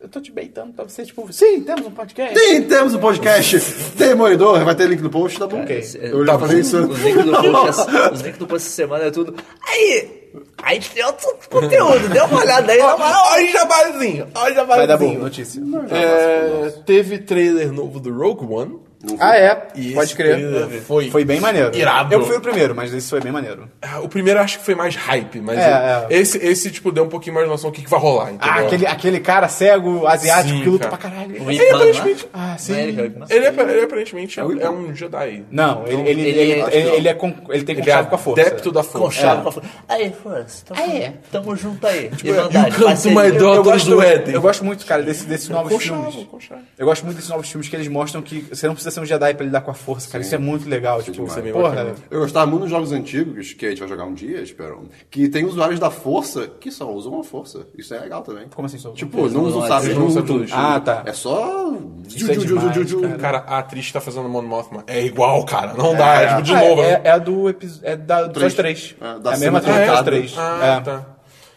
Eu tô te beitando pra você, tipo, sim, temos um podcast. Tem, temos um podcast Demolidor, vai ter link no post, tá bom? Eu já Tá falei bom. isso. Os links do post, essa- os links do post essa semana é tudo. Aí! A gente tem outro conteúdo, dê uma olhada aí na moral. Olha o jabazinho! Olha o Vai dar bom, jabazinho! notícia. É, teve trailer novo do Rogue One. Ah, é, E pode esse crer. trailer Foi, Foi bem maneiro. Irado. Eu fui o primeiro, mas esse foi bem maneiro. Ah, O primeiro acho que foi mais hype, mas É, o- Esse, esse, tipo, deu um pouquinho mais noção do que, que vai rolar, entendeu? Ah, aquele, aquele cara cego, asiático, Tá Sim, que luta cara. Um pra caralho. O Ip Man, né? aparentemente- Ah, sim. Não é ele que é o Ip Man? Ele, é, ele é aparentemente é, o Ivan. um Jedi. Não, ele, ele, ele, Ele- ele, ele, é con- ele tem Ele é contato com a força. adepto da Com força. chave, com a força. Aí, força, tamo, tamo junto aí. Tipo, you come to my door. Eu Todos gosto, do Éden. eu gosto muito, cara, desse, desses É. novos filmes. Conchavo, conchavo. Eu gosto muito desses novos filmes que eles mostram que você não precisa ser um Jedi pra lidar com a força, cara. Isso é muito legal. tipo, demais. é porra, Eu gostava muito dos jogos antigos, que a gente vai jogar um dia, espero, que tem usuários da força que só usam a força. Isso é legal também. como assim? Sou... Tipo, não usam usam sabres, eles não não usam usam tudo. Ah, tá. É só... Isso é Ju, ju, ju, ju, ju, demais, ju. cara. Cara, a atriz tá fazendo Mon Mothma. É igual, cara. Não dá. É, tipo, de Ah, novo. É, né? é a do episódio. É da, dos Três. três. É, É da a mesma atriz segunda dos temporada. três. Ah, É. tá.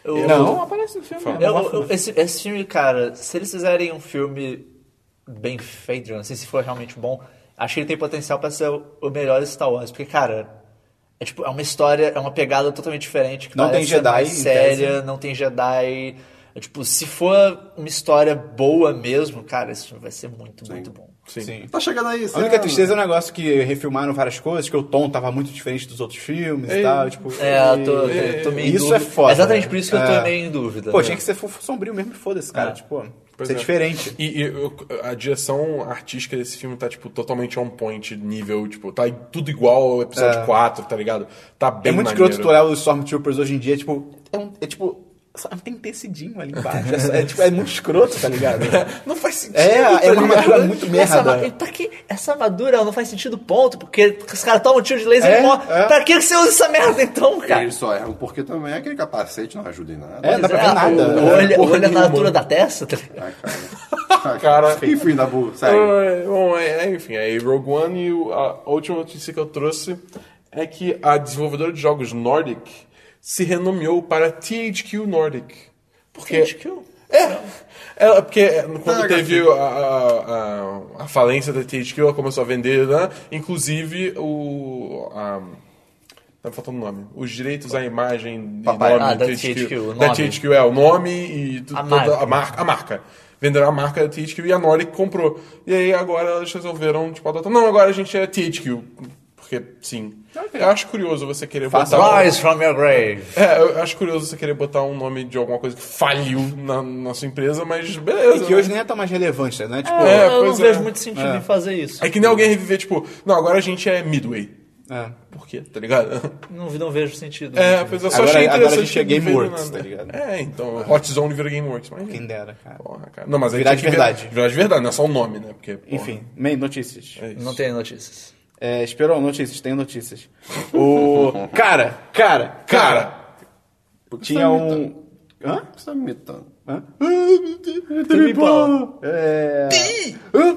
Eu- Não, aparece no filme. Eu- né? eu- esse, esse filme, cara, se eles fizerem um filme bem feito, eu não sei se for realmente bom, acho que ele tem potencial pra ser o, o melhor Star Wars, porque, cara, é tipo, é uma história, é uma pegada totalmente diferente, que Não tem parece ser Jedi, mais em séria, não tem Jedi. É, tipo, se for uma história boa mesmo, cara, esse filme vai ser muito, muito bom. Sim. Sim. Tá chegando aí. A única tristeza é um negócio que refilmaram várias coisas, que o tom tava muito diferente dos outros filmes e tal. Tipo, É, eu tô, e- eu tô meio em Isso dúvida. é foda. Exatamente por isso que eu tô É. meio em dúvida. Pô, né? tinha que ser fofo sombrio mesmo e foda-se, cara. É. Tipo, Pois ser é. diferente. E, e eu- a direção artística desse filme tá, tipo, totalmente on point, nível, tipo, tá tudo igual ao episódio 4, tá ligado? Tá bem é muito maneiro. escroto tu olhar os Stormtroopers hoje em dia, tipo, é, um, é tipo, sabe, tem tecidinho ali embaixo. É, só- é, tipo, é muito escroto, tá ligado? Não faz sentido. É, tá é uma ligado? armadura muito Essa, merda. ma- pra que, tá essa armadura ela não faz sentido, ponto, porque os caras tomam um tiro de laser É, e morrem. é. Pra que que você usa essa merda então, cara? Eles só erram porque também é aquele capacete não ajuda em nada. É, dá pra ver nada. Ah, O olho, Porra olho na nenhuma. altura da testa, tá ligado? Ai, cara. Cara. Enfim, Dabu, segue. Ah. É, Bom, é, é, enfim, aí Rogue One e o- a última notícia que eu trouxe é que a desenvolvedora de jogos Nordic se renomeou para THQ Nordic. Porque... THQ? É! Ela, porque é, quando Ah, teve a, a, a, a falência da THQ, ela começou a vender, né? Inclusive o... a- tá me faltando o nome. Os direitos à imagem e Papai. nome Ah, da THQ, o da nome. THQ, é, o nome e tu- A toda marca. a marca. A marca. Venderam a marca da THQ e a Nordic comprou. E aí agora elas resolveram, tipo, adotar. Não, agora a gente é THQ. Porque, sim. Eu acho curioso você querer Faça botar... um Rise from your grave. É, eu acho curioso você querer botar um nome de alguma coisa que faliu na, na sua empresa, mas beleza. E que hoje né? nem é tão mais relevante, né? Tipo, É, eu não pois é. vejo muito sentido em fazer isso. É que nem alguém reviver, tipo, não, agora a gente é Midway. é. Por quê? Tá ligado? Não, vi- não vejo sentido. É, muito. pois eu só Agora- achei agora a interessante. gente é que não veio do Gameworks, nada. tá ligado? É, então, Hot Zone virou Gameworks, mas. Quem dera, cara. Porra, cara. Não, mas aí Virar tem de que ver- verdade. Virar de verdade, não é só o nome, né? Porque, porra, Enfim, main notícias. é isso. Não tenho notícias. É, esperou notícias, tem notícias. O. Cara, cara, cara! Cara! Tinha um. Hã? Você tá me imitando. Hã? É.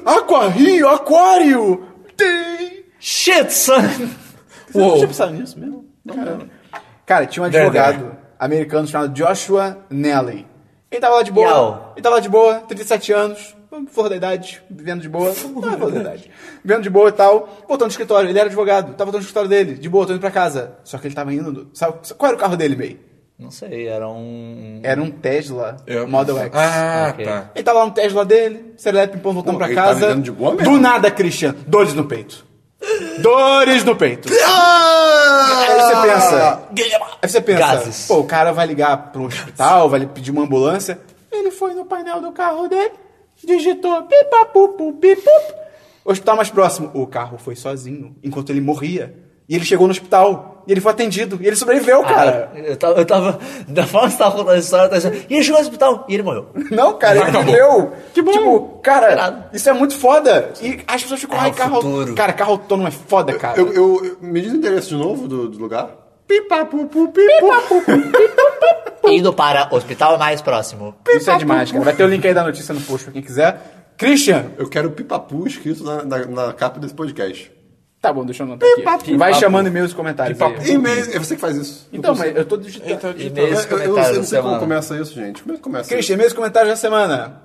Aquarrio, aquário! Tem! Shit, son! Você não Uou. tinha pensado nisso mesmo? Caramba. Cara, tinha um There, advogado americano chamado Joshua Nelly. Ele tava lá de boa. Yau. Ele tava lá de boa, 37 anos, flor da idade, vivendo de boa. Não é flor da idade. Vivendo de boa e tal. Voltando do escritório. Ele era advogado, tava voltando do escritório dele, de boa, tô indo pra casa. Só que ele tava indo. Sabe, qual era o carro dele, May? Não sei, era um. Era um Tesla Eu- Model X. É. Ah, Ok. tá. Ele tava lá no Tesla dele, serelepe pimpão, voltando Pô, pra ele tava casa. andando de boa mesmo? Do nada, Christian, dores no peito. Dores no peito. Ah! Aí você pensa. Aí você pensa, Gases. pô, o cara vai ligar pro hospital, vai pedir uma ambulância. Ele foi no painel do carro dele, digitou pipapupu, pipup. Hospital mais próximo. O carro foi sozinho, enquanto ele morria. E ele chegou no hospital. E ele foi atendido. E ele sobreviveu, cara. Eu tava, eu tava. Da forma que você tava contando a história, eu tava dizendo, e ele chegou no hospital e ele morreu. Não, cara, ele Acabou. viveu. Que bom. Tipo, cara, Irado. isso é muito foda. E as pessoas ficam, É ai, o carro. futuro. Cara, carro autônomo é foda, cara. Eu, eu, eu- me diz o endereço de novo do, do lugar. Pipapupu, pipapupu. Indo para o hospital mais próximo. Isso é demais, cara. Vai ter o link aí da notícia no post pra quem quiser. Christian! Eu quero pipapu escrito na, na, na capa desse podcast. Tá bom, deixa eu anotar aqui. Vai chamando e-mails e comentários. Pipapo. aí. E-mail, é você que faz isso. Então, mas eu tô digitando. Então, E então, nesse Eu, eu não sei, comentário da não sei como semana. começa isso, gente. Como é que começa isso? Christian, e-mails e comentários da semana.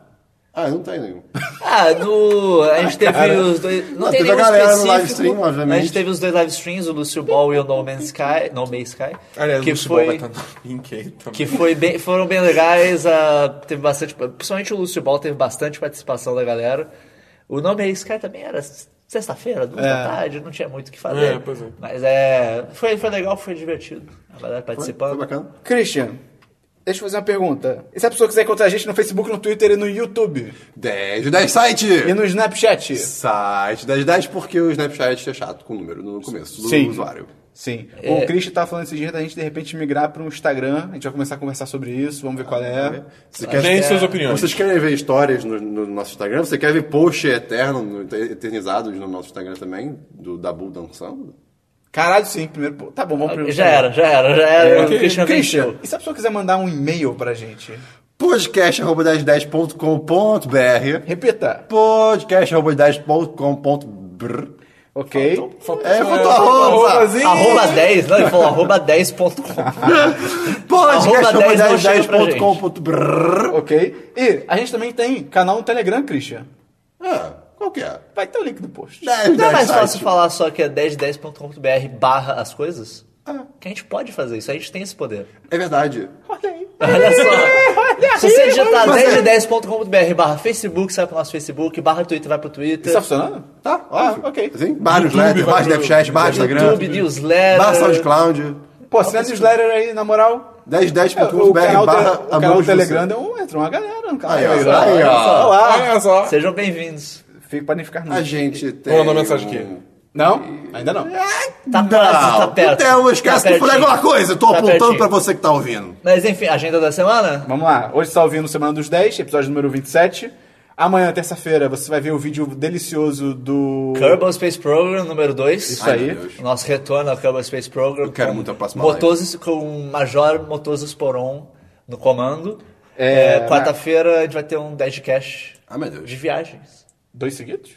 Ah, não tem nenhum. Ah, do. A gente teve os dois. Não, Ah, tem teve a nenhum galera no específico. live stream, obviamente. A gente teve os dois live streams, o Lucio Ball e o No Man's Sky. No Man's Sky. Aliás, que o futebol vai foi. estar no link aí também. Que foi bem, foram bem legais, ah, teve bastante. Principalmente o Lúcio Ball teve bastante participação da galera. O nome aí, esse cara também era sexta-feira, duas da tarde, não tinha muito o que fazer. É, pois é. Mas é. Foi, foi legal, foi divertido. A galera Foi, participando. foi bacana. Christian, deixa eu fazer uma pergunta. E se a pessoa quiser encontrar a gente no Facebook, no Twitter e no YouTube? 10 de 10 site! E no Snapchat? Site 10 de 10 porque o Snapchat é chato com o número no começo do Sim. usuário. Sim. É. O Christian tá falando esses dias da gente, de repente, migrar para um Instagram. A gente vai começar a conversar sobre isso, vamos ver qual é. Você Deem suas opiniões. Vocês querem ver histórias no, no nosso Instagram? Você quer ver post eterno, no- eternizados no nosso Instagram também? Do Dabu dançando? Caralho, sim. Primeiro, pô, tá bom, vamos primeiro. Ah, Já era, já era, já era. Ok. O Christian venceu. É. Christian, e se a pessoa quiser mandar um e-mail pra gente? podcast.com.br Repita. podcast.com.br Ah, Ok. então É, faltou Faltou arroba! arrobazinho. Arroba 10, não, ele falou arroba 10.com. Arroba 10 não chega pra gente. podcast.com.br Ok. E a gente também tem canal no Telegram, Christian. Ah, qual que é? Vai ter o link no post. 10 Não é mais fácil site. falar só que é 1010.com.br barra as coisas? Que a gente pode fazer isso, a gente tem esse poder. É verdade. Olha aí. Olha Ah, só. Se você digitar Mas é- 1010.com.br barra Facebook, sai pro nosso Facebook, barra Twitter, vai pro Twitter. Isso tá funcionando? Tá, óbvio. Ah, ok. Sim, vários letters, vai mais pro- Snapchat, mais Instagram. YouTube, newsletter. Barra SoundCloud. Tá Pô, assina a newsletter aí, na moral. É, O 1010.com.br canal, barra te, o canal amamos do Telegram você. deu, um- entrou uma galera no canal. Aí, ó. Olha só. Aí, ó. Olá. Olha só. Sejam bem-vindos. Fico, podem ficar no. A gente tem... Vou mandar mensagem aqui. um- Não? Ainda não. Tá Não, quase, tá perto. Então, esquece Tá de fazer pertinho. alguma coisa. Eu tô Tá apontando pertinho. pra você que tá ouvindo. Mas enfim, agenda da semana? Vamos lá. Hoje você tá ouvindo Semana dos 10, episódio número 27. Amanhã, terça-feira, você vai ver o vídeo delicioso do. Kerbal Space Program número 2. Isso aí. meu Deus. O Nosso retorno ao Kerbal Space Program. Eu quero com muito a próxima Motozes, Com o Major Motozes Poron no comando. É, É, Quarta-feira a gente vai ter um 10 de cash Ah, meu Deus. de viagens. Dois seguidos?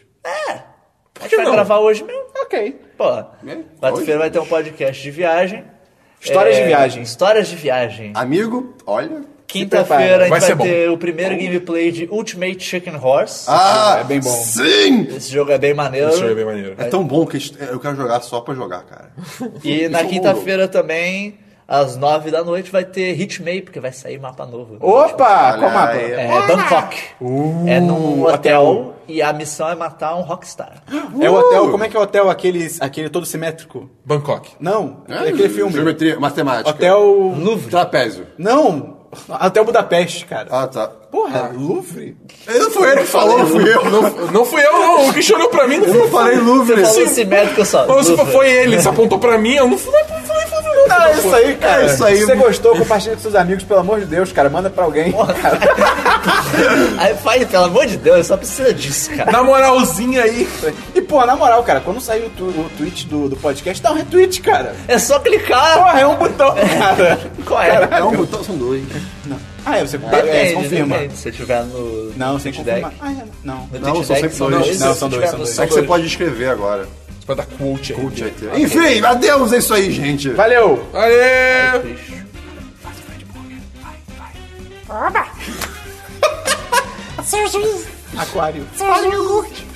A gente vai não? gravar hoje mesmo. Ok. Pô, hoje? quarta-feira vai ter um podcast de viagem. É, Histórias de viagem. Histórias de viagem. Ah, Amigo, olha... Quinta-feira a Vai gente ser vai, bom. ter o primeiro gameplay de Ultimate Chicken Horse. Ah, é bem bom. sim! Esse jogo é bem maneiro. Isso é bem maneiro. É tão bom que eu quero jogar só pra jogar, cara. E é na um quinta-feira também, às nove da noite, vai ter Hitmay, porque vai sair mapa novo. Opa! Qual Olha mapa? aí. É Bangkok. Uh, é num hotel e a missão é matar um rockstar. É o Uh! hotel. Como é que é o hotel aquele, aquele todo simétrico? Bangkok. Não, é É, aquele filme. Geometria, matemática. Hotel. Louvre. Trapézio. Não! Hotel Budapeste, cara. Ah, tá. Porra, é Louvre? Eu, foi ele que falou, não fui eu. Não, Não fui eu, não. O que chorou pra mim não eu fui não falei Louvre. Falou simétrico só. Ou se Louvre. foi ele, se apontou pra mim, eu não fui. Tá, Não, é isso aí, cara. É isso aí. Se você gostou, compartilha com seus amigos, pelo amor de Deus, cara. Manda pra alguém. Aí faz, pelo amor de Deus, só precisa disso, cara. Na moralzinha aí. E, pô, na moral, cara, quando sair o, tu, o tweet do, do podcast, dá um retweet, cara. É só clicar. Porra, é um botão, cara. Qual é? É um botão, são dois. Ah, é, você, é, você Depende, confirma. depende. Se tiver no. Não, no sem deck. confirmar. Ah, é, não. No Não, Twitch são deck sempre são dois. dois. Não, Se são tiver dois, são no- dois. É que você dois. pode escrever agora. Vai dar quote aí. Coach aí. Enfim, adeus, é isso aí, gente. Valeu! Aê! Oba! Seu juiz, Aquário. seu iogurte.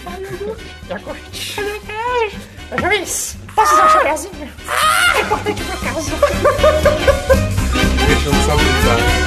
Iogurte. Meu Deus. Juiz, posso usar o chapéuzinho? Ah, é importante pro caso. Deixa eu não saber usar.